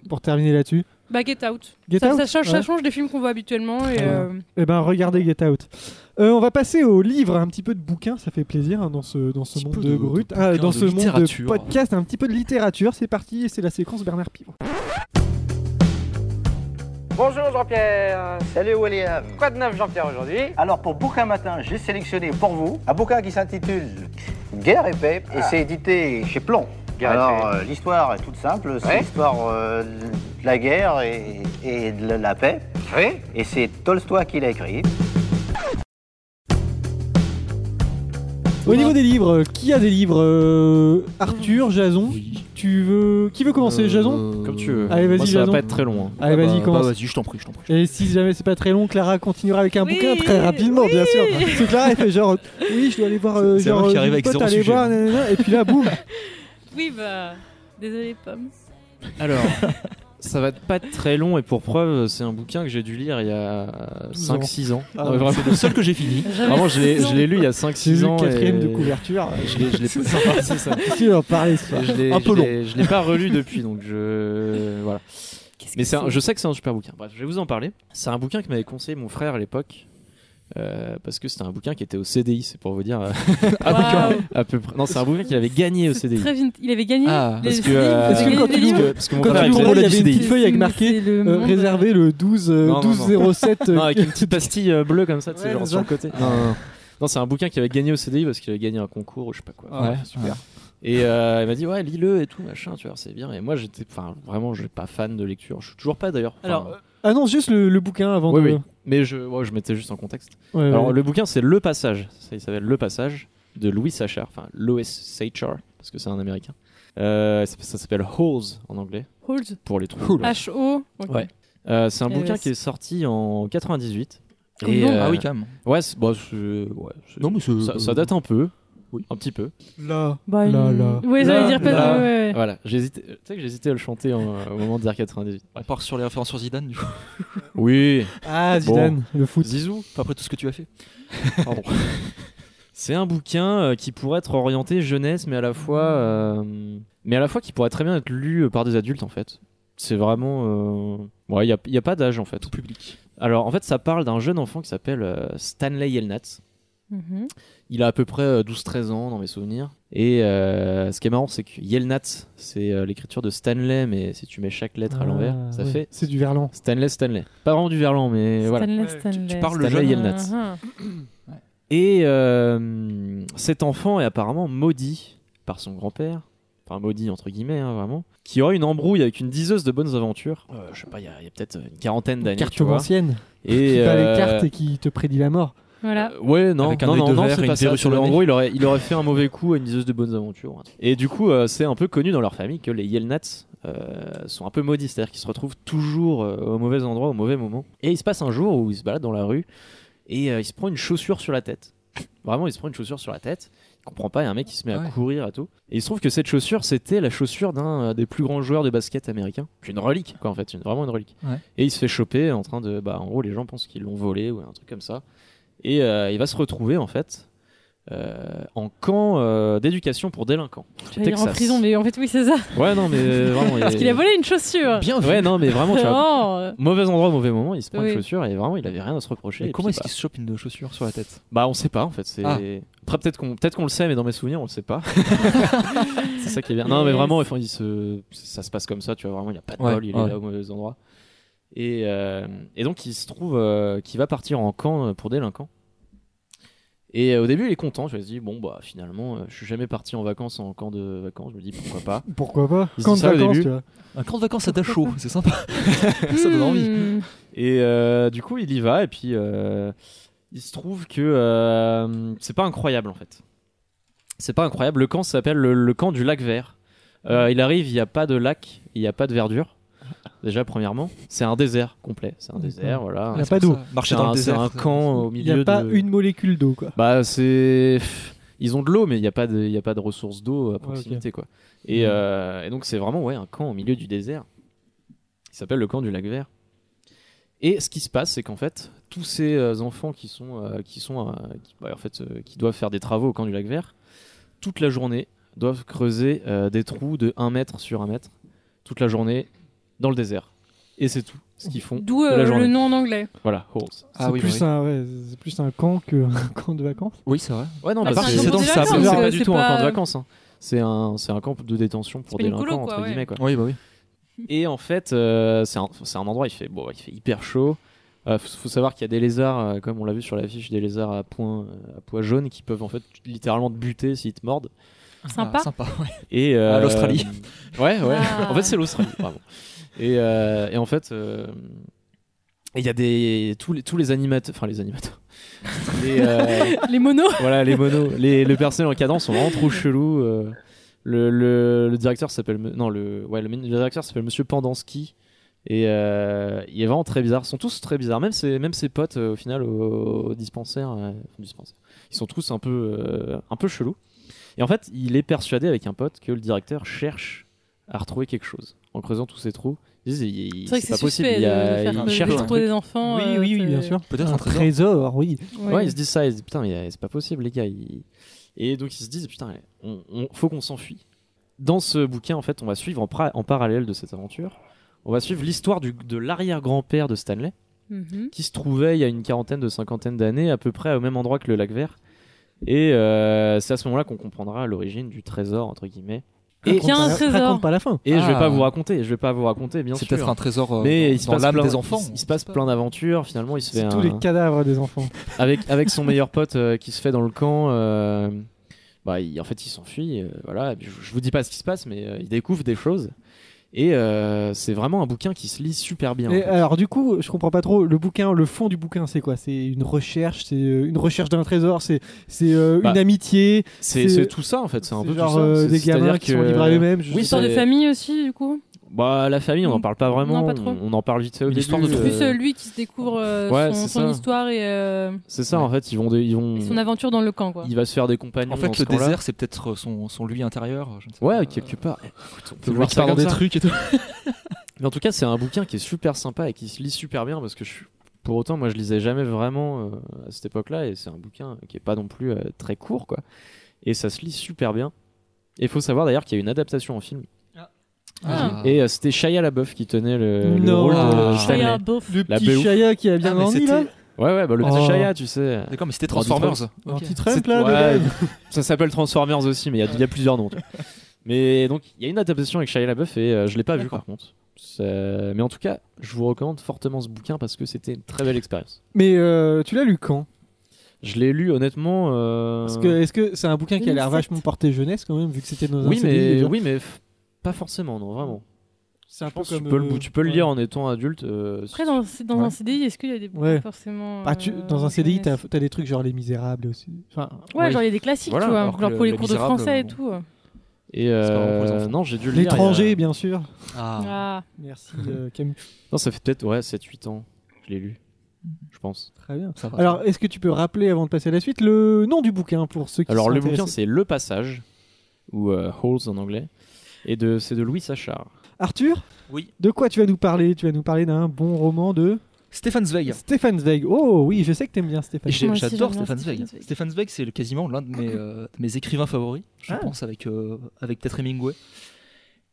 Speaker 1: pour terminer là-dessus.
Speaker 3: Bah, Get Out.
Speaker 1: Get
Speaker 3: ça,
Speaker 1: Out
Speaker 3: ça change, ça
Speaker 1: Ouais.
Speaker 3: change des films qu'on voit habituellement. Et,
Speaker 1: Très bien.
Speaker 3: euh,
Speaker 1: Eh ben, regardez Get Out. Euh, on va passer au livre, un petit peu de bouquin, ça fait plaisir hein, dans ce, dans ce
Speaker 2: Un petit
Speaker 1: monde
Speaker 2: peu
Speaker 1: de,
Speaker 2: de- de
Speaker 1: brut,
Speaker 2: bouquin,
Speaker 1: Ah, dans
Speaker 2: de
Speaker 1: ce monde de
Speaker 2: littérature.
Speaker 1: podcast, un petit peu de littérature. C'est parti, c'est la séquence Bernard Pivot.
Speaker 5: Bonjour Jean-Pierre.
Speaker 6: Salut William.
Speaker 5: Quoi de neuf Jean-Pierre aujourd'hui
Speaker 6: Alors pour Bouquin Matin, j'ai sélectionné pour vous un bouquin qui s'intitule Guerre et paix et c'est édité chez Plomb.
Speaker 5: Ah. Guerre et
Speaker 6: Alors
Speaker 5: paix.
Speaker 6: euh, l'histoire est toute simple, c'est
Speaker 5: Ouais.
Speaker 6: l'histoire euh, de la guerre et, et de la paix
Speaker 5: Oui.
Speaker 6: et c'est Tolstoï qui l'a écrit.
Speaker 1: Au niveau des livres, euh, qui a des livres Euh, Arthur, Jason,
Speaker 2: Oui. Euh.
Speaker 1: tu veux. Qui veut commencer Jason
Speaker 4: Comme tu veux.
Speaker 1: Allez, vas-y,
Speaker 4: Moi, ça
Speaker 1: Jason.
Speaker 4: va pas être très long. hein.
Speaker 1: Allez,
Speaker 2: Bah,
Speaker 1: vas-y,
Speaker 2: bah,
Speaker 1: commence.
Speaker 2: vas-y, je t'en prie, je t'en prie.
Speaker 1: Et si jamais c'est pas très long, Clara continuera avec un
Speaker 3: Oui,
Speaker 1: bouquin très rapidement, bien sûr.
Speaker 3: oui.
Speaker 1: Parce que Clara, elle fait genre, oui, je dois aller voir. euh,
Speaker 2: C'est- c'est
Speaker 1: genre,
Speaker 2: moi qui
Speaker 1: euh,
Speaker 2: arrive
Speaker 1: mon
Speaker 2: avec
Speaker 1: pote,
Speaker 2: zéro
Speaker 1: allez
Speaker 2: sujet.
Speaker 1: voir, nanana, et puis là, boum.
Speaker 3: Oui, bah. Désolé, Pomme.
Speaker 4: Alors, ça va pas être très long et pour preuve, c'est un bouquin que j'ai dû lire il y a 5-6 ans.
Speaker 1: Ah,
Speaker 4: Non, mais vraiment,
Speaker 2: Le seul que j'ai fini.
Speaker 4: vraiment, je l'ai je l'ai lu il y a
Speaker 1: C'est
Speaker 4: 5-6
Speaker 1: le
Speaker 4: ans.
Speaker 1: quatrième
Speaker 4: et
Speaker 1: de couverture.
Speaker 4: Je l'ai- je l'ai pas- c'est ça.
Speaker 1: Si, on en parlait, c'est pas-
Speaker 4: Je l'ai-
Speaker 1: Un peu
Speaker 4: je
Speaker 1: long.
Speaker 4: l'ai- je l'ai pas relu depuis, donc je. Voilà. Mais c'est un- je sais que c'est un super bouquin. Bref, je vais vous en parler. C'est un bouquin que m'avait conseillé mon frère à l'époque. euh, parce que c'était un bouquin qui était au CDI, c'est pour vous dire euh, à peu près. Non, c'est un bouquin qu'il avait gagné au CDI.
Speaker 3: Très vite. Il avait gagné.
Speaker 4: Ah,
Speaker 3: les
Speaker 4: parce que,
Speaker 3: livres, il avait
Speaker 1: parce que
Speaker 3: gagné
Speaker 1: quand
Speaker 3: des
Speaker 1: tu
Speaker 3: livres.
Speaker 1: ouvres-
Speaker 4: Parce que mon
Speaker 1: Quand
Speaker 4: frère
Speaker 1: tu
Speaker 4: était
Speaker 1: ouvrais,
Speaker 4: trop
Speaker 1: il y
Speaker 4: du
Speaker 1: avait une
Speaker 4: CDI.
Speaker 1: petite feuille avec
Speaker 3: C'est-
Speaker 1: marqué
Speaker 3: c'est le
Speaker 1: euh,
Speaker 3: monde.
Speaker 1: réservé le 12, euh,
Speaker 4: Non, non, non.
Speaker 1: 12-07. euh,
Speaker 4: Non, avec une petite pastille euh, bleue comme ça, tu sais,
Speaker 1: Ouais,
Speaker 4: genre
Speaker 1: c'est
Speaker 4: sur
Speaker 1: ça.
Speaker 4: le côté. Non, non, non. Non, c'est un bouquin qu'il avait gagné au CDI parce qu'il avait gagné un concours ou je sais pas quoi.
Speaker 2: Ouais, super.
Speaker 4: Et euh, il m'a dit, ouais, lis-le et tout, machin, tu vois, c'est bien. Et moi, j'étais, enfin, vraiment, j'étais pas fan de lecture. Je suis toujours pas d'ailleurs. Enfin,
Speaker 2: Alors, euh,
Speaker 1: Ah non, juste le, le bouquin avant
Speaker 4: oui,
Speaker 1: de.
Speaker 4: oui. Mais je, ouais, je mettais juste en contexte.
Speaker 1: Ouais, ouais.
Speaker 4: Alors, le bouquin, c'est Le Passage. Ça, il s'appelle Le Passage de Louis Sachar, enfin, Louis Sachar, parce que c'est un américain. Euh, ça ça s'appelle Holes en anglais,
Speaker 3: Holds.
Speaker 4: pour les trous.
Speaker 3: H-O. ok.
Speaker 4: Ouais. Euh, c'est un
Speaker 3: Eh
Speaker 4: bouquin
Speaker 3: ouais,
Speaker 4: qui est sorti en 98.
Speaker 3: Comme nom.
Speaker 4: euh,
Speaker 2: Ah oui, quand même.
Speaker 4: Ouais, c'est- bah, c'est- ouais, c'est-
Speaker 2: Non, mais c'est-
Speaker 4: ça, ça date un peu.
Speaker 2: Oui.
Speaker 4: Un petit peu.
Speaker 1: Là.
Speaker 3: Bah,
Speaker 1: Là,
Speaker 3: une-
Speaker 1: là.
Speaker 3: Ouais,
Speaker 4: Là,
Speaker 3: j'allais dire pas
Speaker 4: là.
Speaker 3: de. ouais, ouais.
Speaker 4: Voilà, j'hésitais. Tu sais que j'hésitais à le chanter en- au moment de dire 98.
Speaker 2: On part sur les références sur Zidane, du coup.
Speaker 4: Oui.
Speaker 1: Ah, Zidane, le foot.
Speaker 4: Zizou,
Speaker 2: Après tout ce que tu as fait.
Speaker 4: pardon. c'est un bouquin euh, qui pourrait être orienté jeunesse, mais à la fois, euh, mais à la fois qui pourrait très bien être lu euh, par des adultes en fait. C'est vraiment, euh, ouais, il n'y a, pas d'âge en fait.
Speaker 2: Tout public.
Speaker 4: Alors en fait, ça parle d'un jeune enfant qui s'appelle euh, Stanley Elnats.
Speaker 3: Mhm.
Speaker 4: Il a à peu près euh, 12-13 ans dans mes souvenirs. Et euh, ce qui est marrant, c'est que Yelnats, c'est euh, l'écriture de Stanley, mais si tu mets chaque lettre à l'envers,
Speaker 1: Ah,
Speaker 4: ça
Speaker 1: ouais.
Speaker 4: fait
Speaker 1: C'est du verlan.
Speaker 4: Stanley Stanley. Pas vraiment du verlan, mais voilà.
Speaker 3: Stanley,
Speaker 1: Tu- tu
Speaker 3: Stanley.
Speaker 2: Tu parles le
Speaker 4: Stanley
Speaker 2: jeune.
Speaker 4: Yelnats.
Speaker 3: Ah, ah.
Speaker 4: Et euh, cet enfant est apparemment maudit par son grand-père, enfin maudit entre guillemets, hein, vraiment, qui aurait une embrouille avec une diseuse de bonnes aventures. Euh, je sais pas, il y a, il y a peut-être une quarantaine d'années.
Speaker 1: Carte
Speaker 4: tu vois.
Speaker 1: ancienne.
Speaker 4: Et
Speaker 1: Qui bat les
Speaker 4: euh,
Speaker 1: cartes et qui te prédit la mort.
Speaker 3: Voilà.
Speaker 4: euh, ouais, non,
Speaker 2: Avec un
Speaker 4: non,
Speaker 2: œil
Speaker 4: non,
Speaker 2: de
Speaker 4: non,
Speaker 2: verre
Speaker 4: c'est
Speaker 2: et
Speaker 4: pas
Speaker 2: une perruque
Speaker 4: ça.
Speaker 2: sur le
Speaker 4: En
Speaker 2: nez.
Speaker 4: gros, il aurait, il aurait fait un mauvais coup à une diseuse de bonnes aventures. Et du coup, euh, c'est un peu connu dans leur famille que les Yelnats euh, sont un peu maudits, c'est-à-dire qu'ils se retrouvent toujours euh, au mauvais endroit, au mauvais moment. Et il se passe un jour où il se balade dans la rue et euh, il se prend une chaussure sur la tête. Vraiment, il se prend une chaussure sur la tête. comprend pas. Il y a un mec qui se met à
Speaker 2: Ouais.
Speaker 4: courir et tout. Et il se trouve que cette chaussure, c'était la chaussure d'un euh, des plus grands joueurs de basket américain. C'est une relique, quoi, en fait. Une, vraiment une relique.
Speaker 2: Ouais.
Speaker 4: Et il se fait choper en train de. Bah, en gros, les gens pensent qu'ils l'ont volé ou un truc comme ça. Et euh, il va se retrouver, en fait, euh, en camp euh, d'éducation pour délinquants.
Speaker 3: J'allais dire en
Speaker 4: Texas.
Speaker 3: prison, mais en fait, oui, c'est ça.
Speaker 4: Ouais, non, mais euh, vraiment.
Speaker 3: Parce qu'il a volé une chaussure.
Speaker 4: Bien Ouais, non, mais vraiment, tu vois.
Speaker 3: Oh, euh,
Speaker 4: Mauvais endroit, mauvais moment, il se prend
Speaker 3: Oui.
Speaker 4: une chaussure et vraiment il avait rien à se reprocher.
Speaker 2: Mais
Speaker 4: Et
Speaker 2: comment
Speaker 4: puis,
Speaker 2: est-ce
Speaker 4: bah,
Speaker 2: qu'il se chope une chaussure sur la tête
Speaker 4: Bah on sait pas en fait. C'est...
Speaker 2: Ah.
Speaker 4: Après peut-être qu'on, peut-être qu'on le sait mais dans mes souvenirs on le sait pas. c'est ça qui est bien. Non mais
Speaker 3: Yes.
Speaker 4: vraiment enfin, il se... ça se passe comme ça, tu vois vraiment il a pas de
Speaker 2: Ouais,
Speaker 4: bol, il
Speaker 2: ouais.
Speaker 4: est là au mauvais endroit. Et, euh, et donc il se trouve euh, qu'il va partir en camp euh, pour délinquants. Et euh, au début il est content, je me dis bon bah finalement euh, je suis jamais parti en vacances en camp de vacances, je me dis pourquoi pas.
Speaker 1: Pourquoi pas
Speaker 4: Ils
Speaker 1: Camp
Speaker 4: ont
Speaker 1: de
Speaker 4: ça au
Speaker 1: vacances,
Speaker 4: début.
Speaker 1: tu vois.
Speaker 2: Un camp de vacances à Dachau, c'est sympa. ça donne envie.
Speaker 3: hmm,
Speaker 4: Et euh, du coup, il y va, et puis euh, il se trouve que euh, c'est pas incroyable en fait. C'est pas incroyable. Le camp s'appelle le, le camp du lac vert. Euh, il arrive, il n'y a pas de lac, il n'y a pas de verdure. Déjà, premièrement, c'est un désert complet. C'est un
Speaker 1: D'accord.
Speaker 4: désert, voilà.
Speaker 1: Il n'y a pas d'eau.
Speaker 4: C'est
Speaker 2: Marcher dans
Speaker 4: un,
Speaker 2: le
Speaker 4: c'est
Speaker 2: désert.
Speaker 4: un
Speaker 2: ça-
Speaker 4: camp au
Speaker 1: Il
Speaker 4: milieu
Speaker 1: n'y a pas
Speaker 4: de-
Speaker 1: une molécule d'eau, quoi.
Speaker 4: Bah, c'est. pff, Ils ont de l'eau, mais il n'y a pas de, il y a pas de ressources d'eau à proximité, quoi. Et, euh, et donc, c'est vraiment ouais, un camp au milieu du désert. Il s'appelle le camp du lac vert. Et ce qui se passe, c'est qu'en fait, tous ces euh, enfants qui sont, euh, qui sont, euh, qui, bah, en fait, euh, qui doivent faire des travaux au camp du lac vert, toute la journée, doivent creuser euh, des trous de 1 mètre sur 1 mètre, toute la journée, dans le désert. Et c'est tout ce qu'ils font.
Speaker 3: D'où
Speaker 4: de
Speaker 3: euh,
Speaker 4: la
Speaker 3: le
Speaker 4: journée.
Speaker 3: nom en anglais.
Speaker 4: Voilà, holes.
Speaker 2: Ah
Speaker 1: c'est
Speaker 2: oui,
Speaker 1: plus,
Speaker 2: oui.
Speaker 1: un- ouais, c'est plus un camp qu'un camp de vacances.
Speaker 2: Oui, c'est vrai.
Speaker 4: Ouais, non,
Speaker 3: Ah,
Speaker 4: parce
Speaker 3: c'est
Speaker 4: que
Speaker 3: un
Speaker 4: c'est
Speaker 3: camp
Speaker 4: dans
Speaker 3: de
Speaker 4: le
Speaker 3: vacances,
Speaker 4: sable, c'est
Speaker 3: euh,
Speaker 4: pas du
Speaker 3: c'est
Speaker 4: tout un
Speaker 3: pas-
Speaker 4: camp de vacances. hein. C'est un, c'est un camp de détention pour
Speaker 3: pas une
Speaker 4: délinquants,
Speaker 3: colo, quoi,
Speaker 4: entre
Speaker 3: ouais.
Speaker 4: guillemets. Quoi.
Speaker 2: Oui, bah oui.
Speaker 4: Et en fait, euh, c'est un, c'est un endroit, il fait, bon, il fait hyper chaud. Euh, faut, faut savoir qu'il y a des lézards, euh, comme on l'a vu sur l'affiche, des lézards à points, euh, à poids jaune qui peuvent en fait littéralement te buter s'ils te mordent.
Speaker 3: Sympa.
Speaker 2: Ah, sympa, ouais.
Speaker 4: Et euh,
Speaker 2: À l'Australie.
Speaker 4: Ouais, ouais.
Speaker 3: Ah.
Speaker 4: En fait, c'est l'Australie. bravo. Et, euh, et en fait, euh, et il y a des tous les tous les animateurs, enfin les animateurs. Les, euh,
Speaker 3: Les monos.
Speaker 4: voilà, les monos, les, le personnel en cadence sont vraiment trop chelous. euh, le, le, le directeur s'appelle me- non le ouais le, min- le directeur s'appelle Monsieur Pandansky et euh, il est vraiment très bizarre. Ils sont tous très bizarres. Même ses même ses potes euh, au final au, au dispensaire, euh, au dispensaire, ils sont tous un peu euh, un peu chelous. Et en fait, il est persuadé avec un pote que le directeur cherche à retrouver quelque chose en creusant tous ces trous. Ils disent, il- il-
Speaker 3: C'est vrai que c'est
Speaker 4: c'est pas possible.
Speaker 3: suspect
Speaker 4: Il, y a-
Speaker 3: de
Speaker 4: il
Speaker 3: faire
Speaker 4: cherche
Speaker 3: des
Speaker 4: un
Speaker 3: trous
Speaker 4: truc.
Speaker 3: des enfants.
Speaker 1: oui,
Speaker 3: euh,
Speaker 1: oui, oui,
Speaker 3: c'est-
Speaker 1: bien sûr.
Speaker 2: Peut-être
Speaker 1: Un
Speaker 2: un trésor.
Speaker 1: trésor, oui.
Speaker 3: Ouais.
Speaker 4: Ouais, ils se disent ça, ils se disent putain, mais euh, c'est pas possible, les gars. Ils- Et donc ils se disent putain, on, on- faut qu'on s'enfuit. Dans ce bouquin, en fait, on va suivre en, pra- en parallèle de cette aventure, on va suivre l'histoire du- de l'arrière-grand-père de Stanley,
Speaker 3: Mhm.
Speaker 4: qui se trouvait il y a une quarantaine de cinquantaine d'années, à peu près au même endroit que le lac vert. Et euh, c'est à ce moment-là qu'on comprendra l'origine du trésor, entre guillemets. Et,
Speaker 3: Raconte- Tiens, un
Speaker 1: Raconte pas la-
Speaker 3: trésor.
Speaker 1: Raconte pas la fin.
Speaker 4: et je vais
Speaker 2: Ah.
Speaker 4: pas vous raconter, je vais pas vous raconter, bien
Speaker 2: C'est
Speaker 4: sûr.
Speaker 2: peut-être un trésor euh,
Speaker 4: mais
Speaker 2: dans-
Speaker 4: il se
Speaker 2: dans
Speaker 4: passe
Speaker 2: l'âme
Speaker 4: plein,
Speaker 2: des enfants.
Speaker 4: il, se- il se passe plein d'aventures. Finalement, il se fait
Speaker 1: C'est tous
Speaker 4: un-
Speaker 1: les cadavres des enfants.
Speaker 4: avec, avec son meilleur pote euh, qui se fait dans le camp. euh, bah, il- en fait, il s'enfuit. euh, voilà. Et puis, Je, je vous dis pas ce qui se passe, mais euh, il découvre des choses. Et euh, c'est vraiment un bouquin qui se lit super bien. en
Speaker 1: Et euh,
Speaker 4: fait.
Speaker 1: alors du coup, je comprends pas trop le bouquin, le fond du bouquin, c'est quoi C'est une recherche, c'est euh, une recherche d'un trésor, c'est c'est euh,
Speaker 4: Bah,
Speaker 1: une amitié, c'est-
Speaker 4: c'est c'est tout ça en fait. C'est un
Speaker 1: c'est
Speaker 4: peu
Speaker 1: genre
Speaker 4: tout ça.
Speaker 1: euh,
Speaker 4: C'est-
Speaker 1: des
Speaker 4: c'est-à-dire
Speaker 1: gamins qui
Speaker 4: que-
Speaker 1: sont livrés à E eux-mêmes. je
Speaker 4: Oui,
Speaker 1: sais
Speaker 3: Histoire de
Speaker 4: c'est-
Speaker 3: famille aussi, du coup.
Speaker 4: Bah, la famille, on en parle pas vraiment.
Speaker 3: Non, pas trop.
Speaker 4: On, on en parle vite fait au
Speaker 2: Une
Speaker 4: début.
Speaker 2: histoire de
Speaker 4: euh,
Speaker 3: Plus euh, lui qui se découvre euh, son,
Speaker 4: ouais, c'est
Speaker 3: son
Speaker 4: ça.
Speaker 3: histoire et, euh,
Speaker 4: C'est ça en fait. Ils vont, des- ils vont.
Speaker 2: Mm.
Speaker 3: et son aventure dans le camp, quoi.
Speaker 4: Il va se faire des compagnons.
Speaker 2: En
Speaker 4: dans
Speaker 2: fait,
Speaker 4: ce
Speaker 2: le
Speaker 4: camp-là.
Speaker 2: désert, c'est peut-être euh, son, son lui intérieur. Je ne sais pas.
Speaker 4: Ouais, quelque part. Écoute, on peut
Speaker 2: le
Speaker 4: voir
Speaker 2: mec
Speaker 4: ça
Speaker 2: parle
Speaker 4: comme
Speaker 2: des
Speaker 4: ça.
Speaker 2: trucs et tout.
Speaker 4: Mais en tout cas, c'est un bouquin qui est super sympa et qui se lit super bien parce que je suis- pour autant, moi, je lisais jamais vraiment euh, à cette époque-là et c'est un bouquin qui est pas non plus euh, très court, quoi. Et ça se lit super bien. Et il faut savoir d'ailleurs qu'il y a une adaptation en film.
Speaker 3: Ah.
Speaker 4: Et euh, c'était Shia LaBeouf qui tenait le, le
Speaker 1: Non.
Speaker 4: rôle de
Speaker 2: Ah.
Speaker 4: Stanley.
Speaker 3: Shia Buff.
Speaker 1: euh, Le
Speaker 4: La
Speaker 1: petit
Speaker 4: Béouf.
Speaker 1: Chaya qui a bien
Speaker 2: Ah, mais
Speaker 1: grandi là,
Speaker 2: c'était-
Speaker 4: Ouais, ouais, bah, le
Speaker 1: Oh. Ah,
Speaker 4: petit Shaya, tu sais.
Speaker 2: D'accord, mais c'était
Speaker 4: Oh, dis-toi.
Speaker 2: Transformers. Ok.
Speaker 1: anti-Trump
Speaker 4: C'est-
Speaker 1: là.
Speaker 4: ouais,
Speaker 1: dedans.
Speaker 4: ça s'appelle Transformers aussi, mais il y a- il y, a plusieurs noms. tu vois. Mais donc, il y a une adaptation avec Shia LaBeouf et euh, je l'ai pas vu
Speaker 2: D'accord.
Speaker 4: par contre. C'est- Mais en tout cas, je vous recommande fortement ce bouquin parce que c'était une très belle expérience.
Speaker 1: Mais euh, tu l'as lu quand
Speaker 4: Je l'ai lu honnêtement. euh,
Speaker 1: Parce que est-ce que c'est un bouquin qui a l'air
Speaker 3: 2007.
Speaker 1: vachement porté jeunesse quand même, vu que c'était dans un
Speaker 4: oui,
Speaker 1: CDI,
Speaker 4: mais
Speaker 1: déjà.
Speaker 4: oui, mais f- pas forcément, non, vraiment.
Speaker 1: c'est un
Speaker 4: Je pense que
Speaker 1: peu
Speaker 4: tu
Speaker 1: comme,
Speaker 4: peux, le,
Speaker 1: euh,
Speaker 4: bou- tu peux le
Speaker 1: ouais.
Speaker 4: lire en étant adulte. euh,
Speaker 3: Après,
Speaker 4: si-
Speaker 3: dans, dans un
Speaker 4: Ouais.
Speaker 3: CDI, est-ce qu'il y a des bouquins
Speaker 1: Ouais.
Speaker 3: forcément
Speaker 2: Bah,
Speaker 1: Ah, tu-
Speaker 3: euh,
Speaker 1: dans un CDI, t'as
Speaker 3: jeunesse
Speaker 1: as des trucs genre Les Misérables aussi. Enfin,
Speaker 3: Ouais,
Speaker 4: Oui.
Speaker 3: genre il y a des classiques,
Speaker 4: Voilà,
Speaker 3: tu vois,
Speaker 2: alors que
Speaker 3: genre pour
Speaker 2: le- euh,
Speaker 3: les
Speaker 2: Les
Speaker 3: cours de
Speaker 2: Misérables,
Speaker 3: français et
Speaker 2: bon.
Speaker 3: tout. euh.
Speaker 4: Et
Speaker 2: pas vraiment pour les
Speaker 4: euh,
Speaker 2: enfants.
Speaker 4: non, j'ai dû le lire. il y a-
Speaker 1: L'étranger, bien sûr.
Speaker 2: Ah.
Speaker 3: Ah.
Speaker 1: Merci euh, Camus.
Speaker 4: Non, ça fait peut-être ouais, 7-8 ans. que Je l'ai lu. je pense.
Speaker 1: Très bien.
Speaker 2: Ça va.
Speaker 1: Alors, est-ce que tu peux rappeler avant de passer à la suite le nom du bouquin pour ceux qui
Speaker 4: Alors,
Speaker 1: sont
Speaker 4: le bouquin,
Speaker 1: intéressés
Speaker 4: c'est Le Passage, ou euh, Holes en anglais, et de, c'est de Louis Sachard.
Speaker 1: Arthur
Speaker 2: Oui.
Speaker 1: De quoi tu vas nous parler Tu vas nous parler d'un bon roman de
Speaker 2: Stéphane Zweig.
Speaker 1: Stéphane Zweig. Oh oui, je sais que t'aimes bien Stéphane.
Speaker 2: J'ai-
Speaker 3: Moi aussi,
Speaker 2: J'adore
Speaker 3: j'aime bien
Speaker 2: Stéphane
Speaker 3: Stephen
Speaker 2: Zweig.
Speaker 3: Zweig.
Speaker 2: Stéphane Zweig, c'est le- quasiment l'un de mes, euh, de mes écrivains favoris, je
Speaker 1: Ah.
Speaker 2: pense, avec, euh, avec peut-être Hemingway.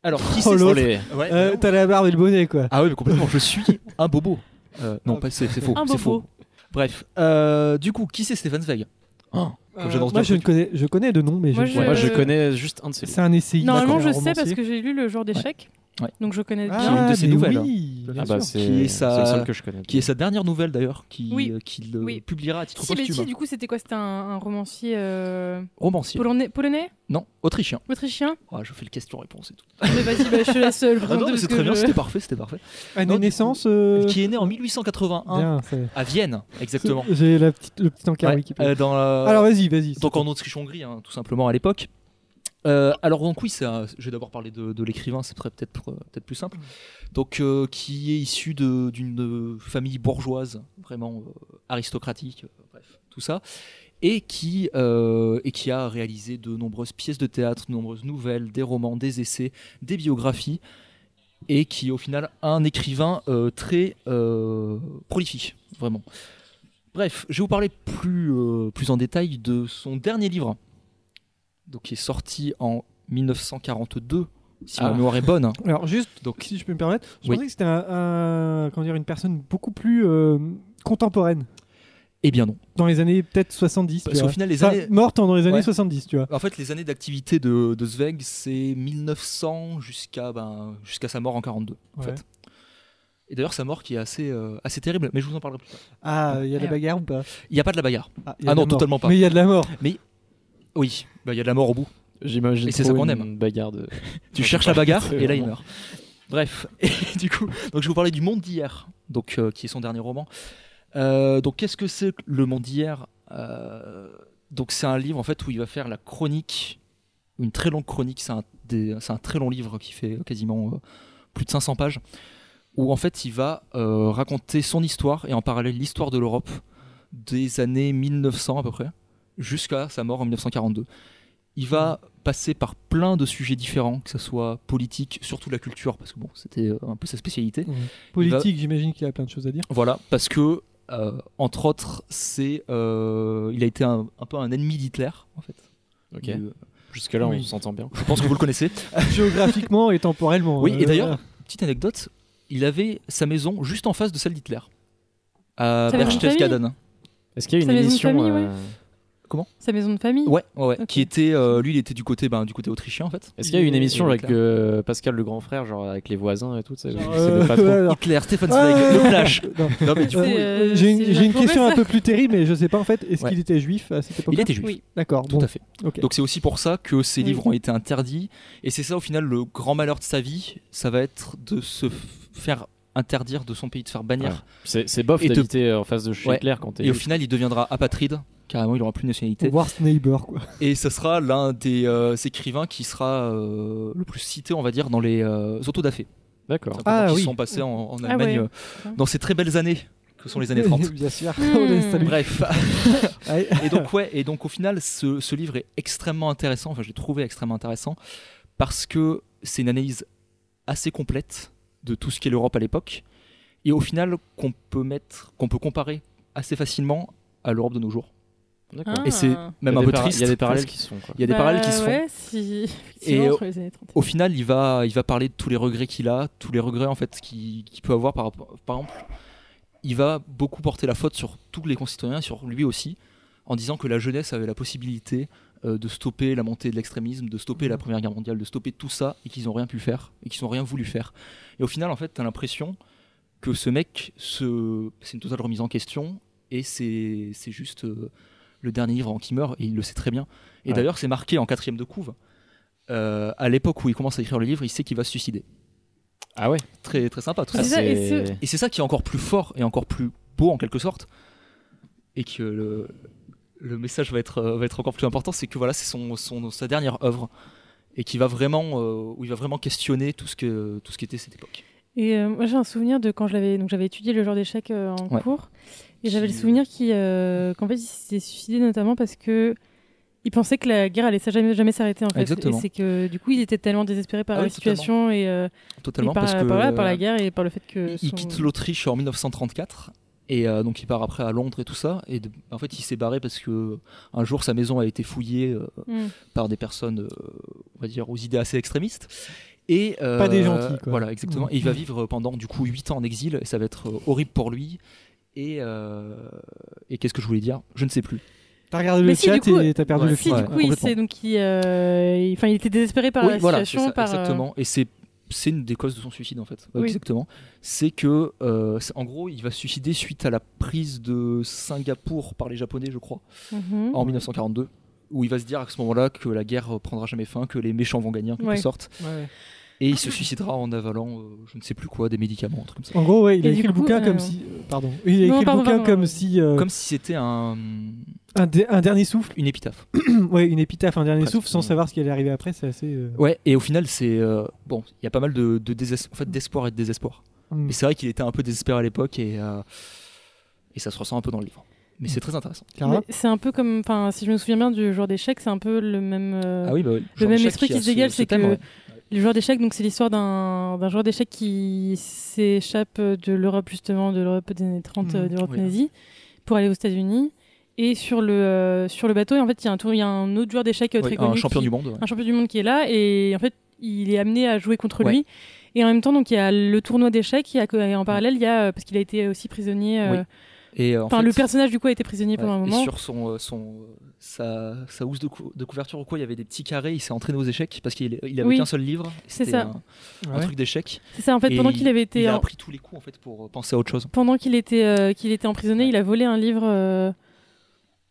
Speaker 2: Alors, qui
Speaker 1: Oh,
Speaker 2: c'est
Speaker 1: l'autre.
Speaker 4: Allez.
Speaker 2: Ouais,
Speaker 1: Euh,
Speaker 2: non.
Speaker 1: T'as la barbe et le bonnet, quoi.
Speaker 2: Ah oui, mais complètement, je suis un bobo. Euh, non, pas- c'est c'est faux.
Speaker 3: Un
Speaker 2: c'est
Speaker 3: bobo.
Speaker 2: faux. Bref, euh, du coup, qui c'est Stéphane Zweig Comme
Speaker 1: Euh,
Speaker 2: j'annonce
Speaker 1: moi,
Speaker 2: bien
Speaker 1: je,
Speaker 2: le
Speaker 1: ne connais, je connais de nom, mais
Speaker 3: Moi,
Speaker 1: je...
Speaker 3: Ouais.
Speaker 4: Moi, je
Speaker 3: Euh,
Speaker 4: connais juste un de ses livres.
Speaker 1: C'est un essayiste.
Speaker 3: Normalement,
Speaker 1: un
Speaker 3: je sais parce
Speaker 1: romancier.
Speaker 3: que j'ai lu Le Jour d'échecs.
Speaker 2: Ouais.
Speaker 3: Donc je connais
Speaker 1: Ah,
Speaker 3: bien.
Speaker 2: une de ses
Speaker 1: mais
Speaker 2: nouvelles, hein.
Speaker 1: Oui, bien
Speaker 4: Ah bah,
Speaker 1: sûr.
Speaker 4: c'est
Speaker 2: Qui est
Speaker 4: c'est
Speaker 2: sa-
Speaker 4: le seul que je connais.
Speaker 2: Qui est sa dernière nouvelle d'ailleurs, qui,
Speaker 3: Oui.
Speaker 2: euh, qui le
Speaker 3: Oui.
Speaker 2: publiera à titre
Speaker 3: Si, mais
Speaker 2: posthume.
Speaker 3: si, du coup, c'était quoi C'était un, un romancier euh,
Speaker 2: Romancier.
Speaker 3: polonais, polonais
Speaker 2: Non, autrichien.
Speaker 3: Autrichien
Speaker 2: Ah, je fais le question-réponse et tout.
Speaker 3: Mais vas-y, bah, je te laisse euh, le
Speaker 2: Ah
Speaker 3: présenter.
Speaker 2: non, mais
Speaker 3: parce
Speaker 2: c'est
Speaker 3: que
Speaker 2: très bien,
Speaker 3: je-
Speaker 2: c'était parfait, c'était parfait.
Speaker 1: Année
Speaker 2: Non,
Speaker 1: de
Speaker 2: du-
Speaker 1: naissance. euh,
Speaker 2: Qui est né en 1881
Speaker 1: Bien, c'est-
Speaker 2: à Vienne, exactement.
Speaker 1: J'ai la petite, le petit encart
Speaker 2: Ouais,
Speaker 1: Wikipédia.
Speaker 2: euh, dans la-
Speaker 1: Alors, vas-y, vas-y.
Speaker 2: donc en Autriche-Hongrie, hein, tout simplement à l'époque. Euh, alors donc oui, c'est un- je vais d'abord parler de, de l'écrivain, c'est peut-être peut-être euh, peut-être plus simple. Donc euh, qui est issu de- d'une euh, famille bourgeoise, vraiment euh, aristocratique, euh, bref, tout ça, et qui euh, et qui a réalisé de nombreuses pièces de théâtre, de nombreuses nouvelles, des romans, des essais, des biographies, et qui est au final un écrivain euh, très euh, prolifique, vraiment. Bref, je vais vous parler plus, euh, plus en détail de son dernier livre, donc qui est sorti en 1942, si
Speaker 4: Ah.
Speaker 2: ma mémoire est bonne.
Speaker 1: Alors juste,
Speaker 2: Donc-
Speaker 1: si je peux me permettre, je
Speaker 2: Oui.
Speaker 1: pensais que c'était un, un- comment dire, une personne beaucoup plus euh, contemporaine,
Speaker 2: Eh bien non.
Speaker 1: dans les années peut-être 70. tu
Speaker 2: Parce qu'au
Speaker 1: vois.
Speaker 2: final, Bah, les
Speaker 1: Enfin,
Speaker 2: années...
Speaker 1: Morte dans les années
Speaker 2: Ouais.
Speaker 1: 70, tu vois.
Speaker 2: En fait, les années d'activité de, de Zweig, c'est 1900 jusqu'à ben, jusqu'à sa mort en 42. en
Speaker 1: Ouais.
Speaker 2: fait. Et d'ailleurs, sa mort qui est assez, euh, assez terrible, mais je vous en parlerai plus tard.
Speaker 1: Ah, il y a de la
Speaker 3: Ouais.
Speaker 1: bagarre ou pas
Speaker 2: Il n'y a pas de la bagarre.
Speaker 1: il y a
Speaker 2: Ah
Speaker 1: de la
Speaker 2: non,
Speaker 1: mort.
Speaker 2: totalement pas.
Speaker 1: Mais il y a de la mort.
Speaker 2: Oui, bah, il y a de la mort au bout.
Speaker 4: euh, J'imagine.
Speaker 2: Et c'est ça
Speaker 4: trop
Speaker 2: qu'on
Speaker 4: une
Speaker 2: aime.
Speaker 4: Bagarre de.
Speaker 2: Tu cherches la bagarre
Speaker 4: C'est
Speaker 2: et là il
Speaker 4: vraiment-
Speaker 2: meurt. Bref, et du coup, donc je vais vous parlais du Monde d'hier, donc euh, qui est son dernier roman. Euh, donc qu'est-ce que c'est que le Monde d'hier Euh, Donc c'est un livre en fait où il va faire la chronique, une très longue chronique. C'est un, des- c'est un très long livre qui fait quasiment euh, plus de 500 pages, où en fait il va euh, raconter son histoire et en parallèle l'histoire de l'Europe des années 1900 à peu près jusqu'à sa mort en 1942. Il va passer par plein de sujets différents, que ce soit politique, surtout la culture, parce que bon, c'était euh, un peu sa spécialité.
Speaker 1: Politique, j'imagine qu'il y a plein de choses à dire.
Speaker 2: Voilà, parce que euh, entre autres, c'est euh, il a été un, un peu un ennemi d'Hitler en fait. Euh,
Speaker 4: Ok.
Speaker 2: Du-
Speaker 4: Jusque-là, on
Speaker 2: Oui.
Speaker 4: s'entend bien.
Speaker 2: je pense que vous le connaissez.
Speaker 1: Géographiquement et temporellement.
Speaker 2: Oui,
Speaker 1: euh,
Speaker 2: et d'ailleurs,
Speaker 1: voilà.
Speaker 2: petite anecdote, il avait sa maison juste en face de celle d'Hitler, à
Speaker 3: Sa maison de
Speaker 2: Berchtesgaden.
Speaker 4: Est-ce qu'il y a une
Speaker 3: Ça les une
Speaker 4: émission
Speaker 3: famille, ouais.
Speaker 4: euh,
Speaker 3: Sa maison de famille
Speaker 2: Ouais, ouais, ouais,
Speaker 3: Ok.
Speaker 2: qui était, euh, lui, il était du côté, ben, du côté autrichien en fait.
Speaker 4: Est-ce qu'il y a une
Speaker 2: Et-
Speaker 4: émission
Speaker 2: et
Speaker 4: avec
Speaker 2: Hitler.
Speaker 4: euh, Pascal le grand frère, genre avec les voisins et tout c'est-
Speaker 1: Genre,
Speaker 4: je sais
Speaker 1: euh,
Speaker 4: pas trop.
Speaker 1: ouais, alors-
Speaker 2: Hitler, Stefan Zweig, le clash.
Speaker 1: Non.
Speaker 2: Non, mais du coup,
Speaker 3: C'est,
Speaker 1: Euh, J'ai
Speaker 3: euh, c'est
Speaker 1: une, j'ai
Speaker 3: Jacques
Speaker 1: une question
Speaker 3: Robert.
Speaker 1: un peu plus terrible, mais je sais pas en fait, est-ce
Speaker 2: Ouais.
Speaker 1: qu'il était juif à cette époque
Speaker 2: il était juif.
Speaker 3: Oui.
Speaker 1: D'accord,
Speaker 2: Tout
Speaker 1: bon,
Speaker 2: à fait.
Speaker 1: ok.
Speaker 2: Donc c'est aussi pour ça que ces
Speaker 1: Oui.
Speaker 2: livres ont été interdits. Et c'est ça au final le grand malheur de sa vie, ça va être de se f- faire interdire de son pays, de se faire bannir.
Speaker 1: Ah,
Speaker 4: C'est c'est bof
Speaker 2: Et te-
Speaker 4: d'habiter en face de chez
Speaker 2: Ouais.
Speaker 4: Hitler quand t'es.
Speaker 2: Et au final, il deviendra apatride. Carrément, il aura plus de nationalité.
Speaker 1: Worst neighbor, quoi.
Speaker 2: Et ce sera l'un des euh, écrivains qui sera euh, le plus cité, on va dire, dans les euh, autodafés.
Speaker 4: D'accord.
Speaker 1: Ah,
Speaker 2: qui
Speaker 1: oui.
Speaker 2: sont passés en, en
Speaker 3: Ah
Speaker 2: Allemagne
Speaker 3: ouais.
Speaker 2: euh, dans ces très belles années que sont les années 30.
Speaker 1: Bien sûr.
Speaker 3: Hmm.
Speaker 1: Allez, salut.
Speaker 2: Bref,
Speaker 1: Allez.
Speaker 2: et donc ouais, et donc au final, ce, ce livre est extrêmement intéressant. Enfin, je l'ai trouvé extrêmement intéressant parce que c'est une analyse assez complète de tout ce qu'est l'Europe à l'époque, et au final qu'on peut mettre, qu'on peut comparer assez facilement à l'Europe de nos jours.
Speaker 4: D'accord.
Speaker 3: Ah. Bah
Speaker 2: Et c'est
Speaker 4: Il y
Speaker 2: même
Speaker 4: a
Speaker 2: un
Speaker 4: Hein des
Speaker 2: peu
Speaker 4: par-
Speaker 2: triste.
Speaker 4: Il y a des parallèles
Speaker 2: presque.
Speaker 4: qui sont. quoi.
Speaker 2: Il y a des parallèles qui se font.
Speaker 3: Ouais, si. effectivement,
Speaker 2: Et-
Speaker 3: entre les années 30.
Speaker 2: Au final, il va, il va parler de tous les regrets qu'il a, tous les regrets en fait qu'il qu'il peut avoir par rapport, par exemple, il va beaucoup porter la faute sur tous les concitoyens, sur lui aussi, en disant que la jeunesse avait la possibilité euh, de stopper la montée de l'extrémisme, de stopper la Première Guerre mondiale, de stopper tout ça, et qu'ils n'ont rien pu faire, et qu'ils n'ont rien voulu faire. Et au final, en fait, t'as l'impression que ce mec, se- c'est une totale remise en question, et c'est c'est juste euh, le dernier livre avant qu'il meurt, et il le sait très bien. Et
Speaker 4: Ouais.
Speaker 2: d'ailleurs, c'est marqué en quatrième de couve. Euh, à l'époque où il commence à écrire le livre, il sait qu'il va se suicider.
Speaker 4: Ah ouais.
Speaker 2: Très, très sympa tout
Speaker 3: Ah,
Speaker 2: ça.
Speaker 3: C'est ça, et ce-
Speaker 2: Et c'est ça qui est encore plus fort et encore plus beau en quelque sorte, et que le, le message va être, euh, va être encore plus important, c'est que voilà, c'est son, son- sa dernière œuvre et qui va vraiment, euh, où il va vraiment questionner tout ce que tout ce qu'était cette époque.
Speaker 3: Et euh, moi, j'ai un souvenir de quand je l'avais. Donc, j'avais étudié le genre d'échecs euh, en
Speaker 2: Ouais.
Speaker 3: cours. Et j'avais le
Speaker 2: Qui-
Speaker 3: souvenir qu'il, euh, qu'en fait, il s'est suicidé notamment parce que. Il pensait que la guerre allait jamais, jamais s'arrêter en fait.
Speaker 2: Exactement.
Speaker 3: Et c'est que du coup, il était tellement désespéré par
Speaker 2: Ah
Speaker 3: la
Speaker 2: oui, totalement.
Speaker 3: situation et, euh, et
Speaker 2: Totalement,
Speaker 3: par,
Speaker 2: parce que euh,
Speaker 3: par, voilà, par la guerre et par le fait que.
Speaker 2: il
Speaker 3: son-
Speaker 2: quitte l'Autriche en 1934 et euh, donc il part après à Londres et tout ça. Et de- en fait, il s'est barré parce que un jour sa maison a été fouillée euh,
Speaker 3: Mm.
Speaker 2: par des personnes, euh, on va dire, aux idées assez extrémistes. Et, euh,
Speaker 1: Pas des gentils, quoi.
Speaker 2: Voilà, exactement.
Speaker 1: Mm.
Speaker 2: Et il va vivre pendant du coup 8 ans en exil et ça va être euh, horrible pour lui. Et, euh, et qu'est-ce que je voulais dire Je ne sais plus.
Speaker 1: T'as regardé
Speaker 3: Mais
Speaker 1: le
Speaker 3: si,
Speaker 1: chat
Speaker 3: du coup,
Speaker 1: et t'as perdu
Speaker 2: ouais,
Speaker 1: le
Speaker 3: Si,
Speaker 1: fil.
Speaker 3: du coup, il,
Speaker 2: complètement.
Speaker 3: s'est- donc, il, euh, il- enfin, il était désespéré par
Speaker 2: oui,
Speaker 3: la
Speaker 2: voilà, c'est
Speaker 3: situation.
Speaker 2: ça,
Speaker 3: par, euh,
Speaker 2: exactement. Et c'est c'est une des causes de son suicide en fait. Euh,
Speaker 3: Oui.
Speaker 2: Exactement. C'est que euh, c'est- en gros, il va se suicider suite à la prise de Singapour par les Japonais, je crois.
Speaker 3: Mhm.
Speaker 2: en 1942 où il va se dire à ce moment-là que la guerre euh, prendra jamais fin, que les méchants vont gagner en quelque
Speaker 3: Ouais.
Speaker 2: sorte,
Speaker 1: Ouais.
Speaker 2: et il se suicidera en avalant euh, je ne sais plus quoi, des médicaments, un truc comme ça.
Speaker 1: En gros, ouais, il a
Speaker 3: Et du
Speaker 1: écrit le
Speaker 3: coup,
Speaker 1: bouquin
Speaker 3: euh,
Speaker 1: comme si. euh, Pardon. Il a
Speaker 3: Non,
Speaker 1: écrit le
Speaker 3: pardon,
Speaker 1: bouquin
Speaker 3: pardon,
Speaker 1: comme
Speaker 3: pardon.
Speaker 1: si. euh,
Speaker 2: Comme si c'était un,
Speaker 1: un, dé- un dernier souffle.
Speaker 2: une épitaphe.
Speaker 1: ouais, une épitaphe, un dernier
Speaker 2: Presque.
Speaker 1: souffle, sans savoir ce qui allait arriver après, c'est assez. euh,
Speaker 2: Ouais, et au final, c'est euh, bon, il y a pas mal de, de désespoir, en fait, d'espoir et de désespoir.
Speaker 1: hmm.
Speaker 2: Mais c'est vrai qu'il était un peu désespéré à l'époque et euh, et ça se ressent un peu dans le livre. Mais
Speaker 3: Mm.
Speaker 2: c'est très intéressant.
Speaker 1: Clara
Speaker 3: Mais C'est un peu comme, enfin, si je me souviens bien du joueur d'échecs, c'est un peu le même. euh,
Speaker 2: ah oui, bah, oui,
Speaker 3: le
Speaker 2: Jean
Speaker 3: même
Speaker 2: Michel
Speaker 3: esprit qui
Speaker 2: a
Speaker 3: se
Speaker 2: ce-
Speaker 3: dégage,
Speaker 2: ce
Speaker 3: c'est
Speaker 2: thème,
Speaker 3: que-
Speaker 2: ouais.
Speaker 3: Le joueur d'échecs, donc c'est l'histoire d'un d'un joueur d'échecs qui s'échappe de l'Europe justement, de l'Europe des années 30,
Speaker 1: Mhm,
Speaker 3: euh, de l'Europe
Speaker 2: Mmh, oui.
Speaker 3: nazie, pour aller aux États-Unis. Et sur le euh, sur le bateau, et en fait, il y a un tour, il y a un autre joueur d'échecs euh, très
Speaker 2: Ouais,
Speaker 3: connu,
Speaker 2: un champion
Speaker 3: qui-
Speaker 2: du monde. ouais.
Speaker 3: un champion du monde qui est là, et en fait, il est amené à jouer contre
Speaker 2: Ouais.
Speaker 3: lui. Et en même temps, donc il y a le tournoi d'échecs, et à co- et en parallèle, il y a euh, parce qu'il a été aussi prisonnier. euh,
Speaker 2: Oui. Et euh, en
Speaker 3: Enfin,
Speaker 2: fait,
Speaker 3: le personnage du coup a été prisonnier pendant un
Speaker 2: Ouais,
Speaker 3: moment.
Speaker 2: Et sur son, euh, son, euh, sa, sa housse de, cou- de couverture ou quoi, il y avait des petits carrés, il s'est entraîné aux échecs parce qu'il il avait
Speaker 3: Oui.
Speaker 2: qu'un seul livre.
Speaker 3: C'est
Speaker 2: c'était
Speaker 3: ça.
Speaker 2: Un, un
Speaker 1: Ouais.
Speaker 2: truc d'échecs.
Speaker 3: C'est ça, en fait,
Speaker 2: Et
Speaker 3: pendant qu'il avait été
Speaker 2: Il a
Speaker 3: en-
Speaker 2: appris tous les coups en fait pour euh, penser à autre chose.
Speaker 3: pendant qu'il était euh, qu'il était emprisonné,
Speaker 2: Ouais.
Speaker 3: il a volé un livre. euh,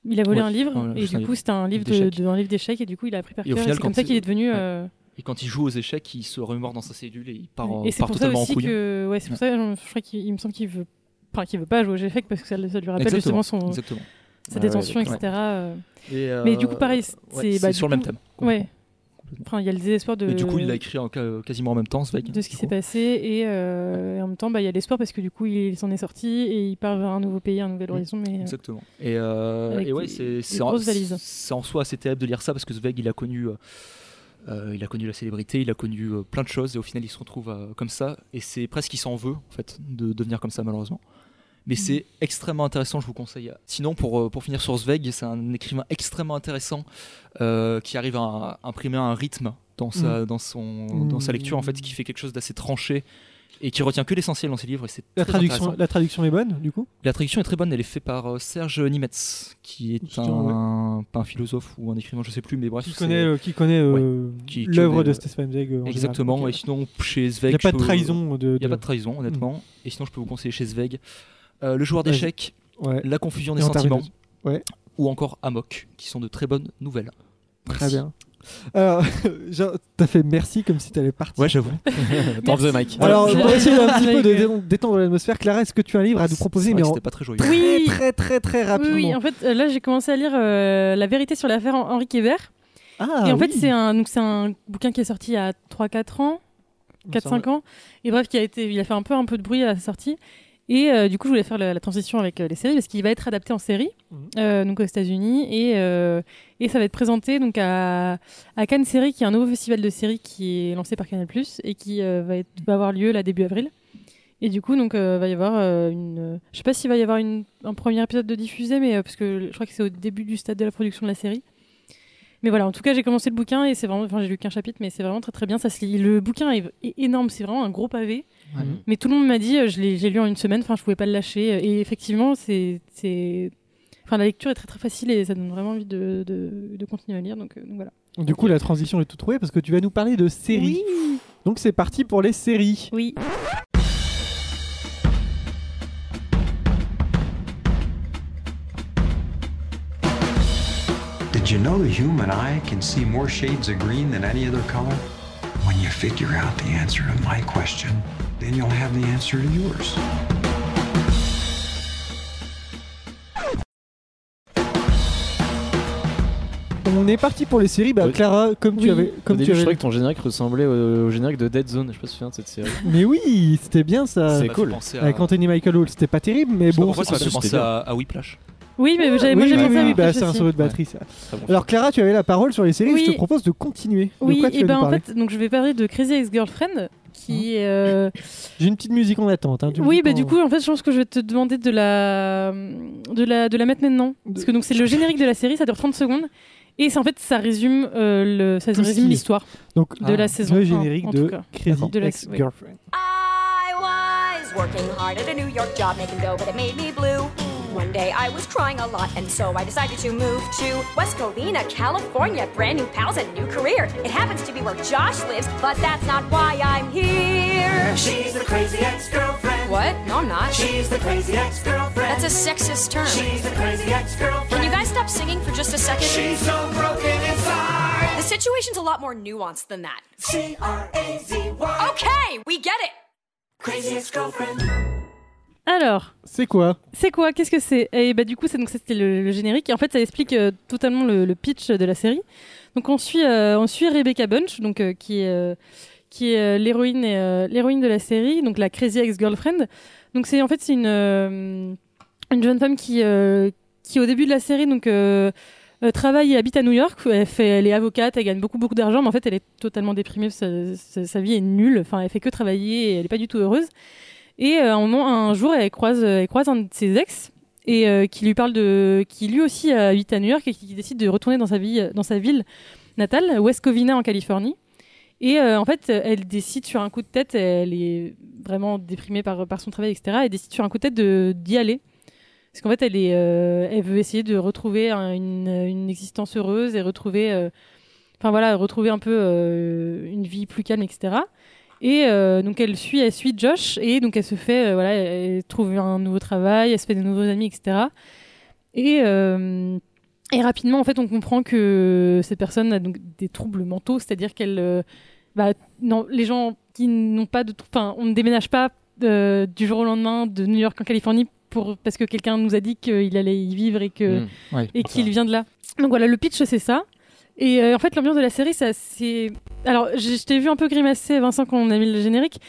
Speaker 3: Il a volé
Speaker 2: Ouais,
Speaker 3: un livre
Speaker 2: ouais,
Speaker 3: et
Speaker 2: juste un
Speaker 3: du coup
Speaker 2: livre.
Speaker 3: c'était un livre de,
Speaker 2: D'échecs.
Speaker 3: de- un livre d'échecs et du coup il a appris par
Speaker 2: Et au
Speaker 3: cœur. et
Speaker 2: final,
Speaker 3: C'est comme
Speaker 2: quand
Speaker 3: ça
Speaker 2: il-
Speaker 3: qu'il est devenu.
Speaker 2: Ouais.
Speaker 3: euh,
Speaker 2: Et quand il joue aux échecs, il se remémore dans sa cellule et il part, euh,
Speaker 3: et c'est
Speaker 2: part
Speaker 3: pour ça
Speaker 2: totalement en
Speaker 3: aussi
Speaker 2: couille.
Speaker 3: que ouais c'est pour ça je, je crois qu'il il me semble qu'il veut enfin qu'il veut pas jouer aux échecs parce que ça, ça lui rappelle justement
Speaker 2: Exactement.
Speaker 3: son
Speaker 2: Exactement.
Speaker 3: sa
Speaker 4: Ouais, ouais,
Speaker 3: détention
Speaker 2: d'accord.
Speaker 3: etc. euh,
Speaker 2: Et, euh,
Speaker 3: Mais du coup, pareil, c'est-
Speaker 2: ouais,
Speaker 3: bah, du
Speaker 2: sur le même
Speaker 3: coup,
Speaker 2: thème.
Speaker 3: ouais.
Speaker 2: complètement.
Speaker 3: Enfin il y a le désespoir de.
Speaker 2: Et du coup, il l'a écrit en ca- quasiment en même temps, Zweig.
Speaker 3: de ce qui
Speaker 2: du
Speaker 3: s'est
Speaker 2: coup.
Speaker 3: passé et, euh, et en même temps bah, il y a l'espoir parce que du coup il s'en est sorti et il part vers un nouveau pays un nouvel
Speaker 2: Mm.
Speaker 3: horizon mais euh,
Speaker 2: Exactement. Et, euh,
Speaker 3: Avec
Speaker 2: et ouais,
Speaker 3: des-
Speaker 2: c'est-
Speaker 3: des
Speaker 2: c'est en,
Speaker 3: grosses valises.
Speaker 2: c'est en soi assez terrible de lire ça parce que Zweig, il a connu, euh, euh, il a connu la célébrité, il a connu euh, plein de choses et au final, il se retrouve euh, comme ça. Et c'est presque qu'il s'en veut en fait de devenir comme ça malheureusement. Mais
Speaker 3: Mm.
Speaker 2: c'est extrêmement intéressant, je vous conseille. Sinon, pour, euh, pour finir sur Zweig, c'est un écrivain extrêmement intéressant euh, qui arrive à, imprimer un rythme dans
Speaker 3: Mm.
Speaker 2: sa, dans son, dans sa lecture, en fait, qui fait quelque chose d'assez tranché et qui retient que l'essentiel dans ses livres. Et c'est
Speaker 1: La
Speaker 2: très Ah,
Speaker 1: traduction,
Speaker 2: intéressant.
Speaker 1: la traduction est bonne, du coup
Speaker 2: La traduction est très bonne, elle est faite par euh, Serge Nimetz, qui est
Speaker 1: Qui-
Speaker 2: un, pas un philosophe ou un écrivain, je sais plus, mais bref.
Speaker 1: Qui
Speaker 2: c'est-
Speaker 1: connaît, euh, qui connaît euh,
Speaker 2: Qui- qui
Speaker 1: l'œuvre
Speaker 2: connaît,
Speaker 1: de
Speaker 2: euh,
Speaker 1: Stéphane Zweig euh, en
Speaker 2: Exactement,
Speaker 1: général.
Speaker 2: et sinon chez
Speaker 1: Il
Speaker 2: Zweig.
Speaker 1: n'y a pas
Speaker 2: je
Speaker 1: de
Speaker 2: peux-
Speaker 1: trahison. de-
Speaker 2: Il n'y a
Speaker 1: de-
Speaker 2: pas de trahison, honnêtement. Et sinon, je peux vous conseiller chez Zweig euh, Le joueur
Speaker 1: Vas-y.
Speaker 2: d'échecs,
Speaker 1: Ouais.
Speaker 2: La confusion des
Speaker 1: Et on termine
Speaker 2: sentiments,
Speaker 1: là-dessus. Ouais.
Speaker 2: ou encore Amok, qui sont de très bonnes nouvelles.
Speaker 1: Très
Speaker 2: Merci.
Speaker 1: bien. Alors, genre, t'as fait merci comme si t'allais partir.
Speaker 2: Ouais, j'avoue.
Speaker 4: Drop the mic.
Speaker 1: Alors,
Speaker 3: Merci.
Speaker 1: pour essayer un petit peu de
Speaker 3: Avec,
Speaker 1: dé- détendre l'atmosphère, Clara, est-ce que tu as un livre à nous proposer
Speaker 2: Ah,
Speaker 1: mais
Speaker 2: C'est vrai que
Speaker 1: en
Speaker 2: C'était pas très joyeux.
Speaker 1: très,
Speaker 3: Oui.
Speaker 1: très, très, très
Speaker 3: Oui,
Speaker 1: rapidement
Speaker 3: oui, en fait, euh, là j'ai commencé à lire euh, La vérité sur l'affaire Hen- Henri Kébert.
Speaker 1: Ah,
Speaker 3: et en fait,
Speaker 1: oui.
Speaker 3: c'est un, donc, c'est un bouquin qui est sorti il y a 3-4 ans, 4-5 ans. Et bref, qui a été, il a fait un peu, un peu de bruit à sa sortie. Et euh, du coup, je voulais faire la, la transition avec euh, les séries parce qu'il va être adapté en série,
Speaker 1: Mhm.
Speaker 3: euh, donc aux États-Unis. Et, euh, et ça va être présenté donc à, à Cannes Série, qui est un nouveau festival de séries qui est lancé par Canal et qui euh, va, être- va avoir lieu là début avril. Et du coup, donc, euh, va y avoir euh, une. Je sais pas s'il va y avoir une, un premier épisode de diffusé, mais euh, parce que je crois que c'est au début du stade de la production de la série. Mais voilà, en tout cas, j'ai commencé le bouquin et c'est vraiment. Enfin, j'ai lu qu'un chapitre, mais c'est vraiment très très bien. Ça se lit. Le bouquin est, est énorme, c'est vraiment un gros pavé.
Speaker 2: Ouais.
Speaker 1: Mm.
Speaker 3: Mais tout le monde m'a dit, euh, je l'ai j'ai lu en une semaine, enfin, je pouvais pas le lâcher. Et effectivement, c'est. c'est- Enfin, la lecture est très très facile et ça donne vraiment envie de, de, de continuer à lire. Donc, euh, donc voilà.
Speaker 1: Du coup, la transition est toute trouvée parce que tu vas nous parler de séries. Donc, c'est parti pour les séries.
Speaker 3: Oui.
Speaker 7: Did you know the human eye can see more shades of green than any other color? When you figure out the answer to my question, then you'll have the answer to yours.
Speaker 1: On est parti pour les séries. Bah,
Speaker 4: Oui.
Speaker 1: Clara, comme tu
Speaker 3: Oui.
Speaker 1: avais.
Speaker 4: Au
Speaker 1: Comme tu
Speaker 4: début, je
Speaker 1: avais-
Speaker 4: trouvais que ton générique ressemblait au, au générique de Dead Zone. Je sais pas si tu te souviens de cette série.
Speaker 1: Mais oui, c'était bien ça.
Speaker 4: C'est
Speaker 2: m'a fait
Speaker 4: cool.
Speaker 2: penser à-
Speaker 1: Avec Anthony Michael Hall, c'était pas terrible, mais
Speaker 2: je sais pas
Speaker 1: bon.
Speaker 2: pourquoi ça m'a
Speaker 4: c'est-
Speaker 2: fait
Speaker 4: c'est-
Speaker 2: penser
Speaker 4: c'était
Speaker 2: à, à Whiplash.
Speaker 3: Oui, mais j'avais- moi
Speaker 1: oui,
Speaker 3: j'aimais
Speaker 1: oui,
Speaker 3: ça.
Speaker 1: oui,
Speaker 3: oui,
Speaker 1: bah,
Speaker 3: Flash
Speaker 1: c'est un
Speaker 3: aussi.
Speaker 1: saut de batterie. Ça.
Speaker 4: Très bon
Speaker 1: Alors Clara, tu avais la parole sur les séries.
Speaker 3: Oui.
Speaker 1: Je te propose de continuer. de
Speaker 3: Oui,
Speaker 1: quoi tu
Speaker 3: et
Speaker 1: veux
Speaker 3: ben
Speaker 1: nous
Speaker 3: en
Speaker 1: parler Hein
Speaker 3: fait, donc je vais parler de Crazy Ex-Girlfriend qui euh,
Speaker 1: J'ai une petite musique en attente. hein, tu me
Speaker 3: oui
Speaker 1: dis
Speaker 3: bah
Speaker 1: quand-
Speaker 3: du coup en fait je pense que je vais te demander de la de la de la mettre maintenant parce que donc c'est le générique de la série ça dure 30 secondes et ça en fait ça résume euh, le ça
Speaker 1: Tout ce
Speaker 3: résume
Speaker 1: qui-
Speaker 3: l'histoire
Speaker 1: donc ah,
Speaker 3: de la saison
Speaker 1: le
Speaker 3: 1,
Speaker 1: générique
Speaker 3: en
Speaker 1: de
Speaker 3: tout cas.
Speaker 1: Crazy
Speaker 3: De la-
Speaker 1: Ex-Girlfriend.
Speaker 8: I was working hard at a New York job, making dough, but it made me blue. One day I was crying a lot, and so I decided to move to West Covina, California. Brand new pals and new career. It happens to be where Josh lives, but that's not why I'm here.
Speaker 9: She's the crazy ex-girlfriend.
Speaker 8: What? No, I'm not.
Speaker 9: She's the crazy ex-girlfriend.
Speaker 8: That's a sexist term.
Speaker 9: She's the crazy ex-girlfriend.
Speaker 8: Can you guys stop singing for just a second?
Speaker 9: She's so broken inside.
Speaker 8: The situation's a lot more nuanced than that.
Speaker 9: C R A Z Y.
Speaker 8: Okay, we get it.
Speaker 9: Crazy ex-girlfriend.
Speaker 3: alors
Speaker 1: C'est quoi
Speaker 3: c'est quoi qu'est-ce que c'est et bah du coup c'est donc ça, c'était le, le générique et en fait ça explique euh, totalement le, le pitch de la série donc on suit euh, on suit Rebecca Bunch donc euh, qui est euh, qui est euh, l'héroïne et, euh, l'héroïne de la série, donc la crazy ex-girlfriend. Donc c'est en fait c'est une euh, une jeune femme qui euh, qui au début de la série donc euh, euh, travaille et habite à New York. Elle fait elle est avocate, elle gagne beaucoup beaucoup d'argent, mais en fait elle est totalement déprimée. Sa, sa, sa vie est nulle. Enfin elle fait que travailler et elle est pas du tout heureuse. Et euh, à un moment un jour elle croise euh, elle croise un de ses ex et euh, qui lui parle de qui lui aussi euh, habite à New York et qui décide de retourner dans sa vie euh, dans sa ville natale, West Covina en Californie. Et euh, en fait, euh, elle décide sur un coup de tête, elle est vraiment déprimée par, par son travail, etc. Elle décide sur un coup de tête de- d'y aller. Parce qu'en fait, elle, est, euh, elle veut essayer de retrouver un- une, une existence heureuse et retrouver, euh, enfin voilà, retrouver un peu euh, une vie plus calme, etc. Et euh, donc elle suit, elle suit Josh et donc elle se fait, euh, voilà, elle elle trouve un nouveau travail, elle se fait de nouveaux amis, etc. Et euh, et rapidement, en fait, on comprend que cette personne a donc des troubles mentaux, c'est-à-dire qu'elle, euh, bah, non, les gens qui n'ont pas de, trou- enfin, on ne déménage pas euh, du jour au lendemain de New York en Californie pour parce que quelqu'un nous a dit qu'il allait y vivre et que
Speaker 4: Mm.
Speaker 3: et qu'il vient de là. Donc voilà, le pitch c'est ça. Et euh, en fait, l'ambiance de la série, ça c'est. Alors, je je t'ai vu un peu grimacer, Vincent, quand on a mis le générique.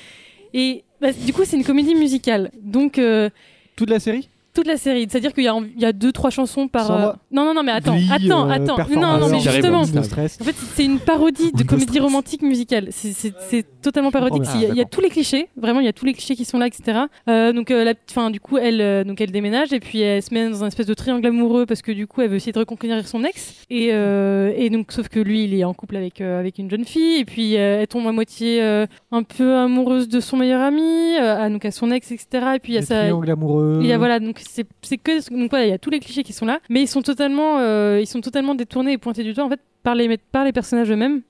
Speaker 3: Et bah, du coup, c'est une comédie musicale, donc euh,
Speaker 1: Toute la série
Speaker 3: toute la série. C'est-à-dire qu'il y a en- il y a deux trois chansons par.
Speaker 1: Sans
Speaker 3: euh,
Speaker 1: moi.
Speaker 3: Non non non, mais attends,
Speaker 1: Glee,
Speaker 3: attends,
Speaker 1: euh,
Speaker 3: attends. Non
Speaker 1: performance,
Speaker 3: non, mais
Speaker 4: J'arrive,
Speaker 3: justement.
Speaker 1: Windows 13.
Speaker 3: En fait, c'est une parodie de
Speaker 1: Windows
Speaker 3: comédie
Speaker 1: 13.
Speaker 3: romantique musicale. C'est- C'est c'est totalement parodique.
Speaker 1: Ah,
Speaker 3: Il y a- il y, a tous les clichés, vraiment, il y a tous les clichés qui sont là, etc. Euh, donc, euh, la, petite- enfin, du coup, elle, euh, donc, elle déménage et puis elle se met dans un espèce de triangle amoureux parce que du coup, elle veut essayer de reconquérir son ex. Et, euh, et donc, sauf que lui, il est en couple avec euh, avec une jeune fille et puis euh, elle tombe à moitié euh, un peu amoureuse de son meilleur ami, euh, à, donc à son ex, etc. Et puis il y a
Speaker 1: Le
Speaker 3: ça,
Speaker 1: triangle amoureux.
Speaker 3: il y a voilà donc c'est c'est que donc voilà il y a tous les clichés qui sont là mais ils sont totalement euh, ils sont totalement détournés et pointés du doigt en fait par les par les personnages eux-mêmes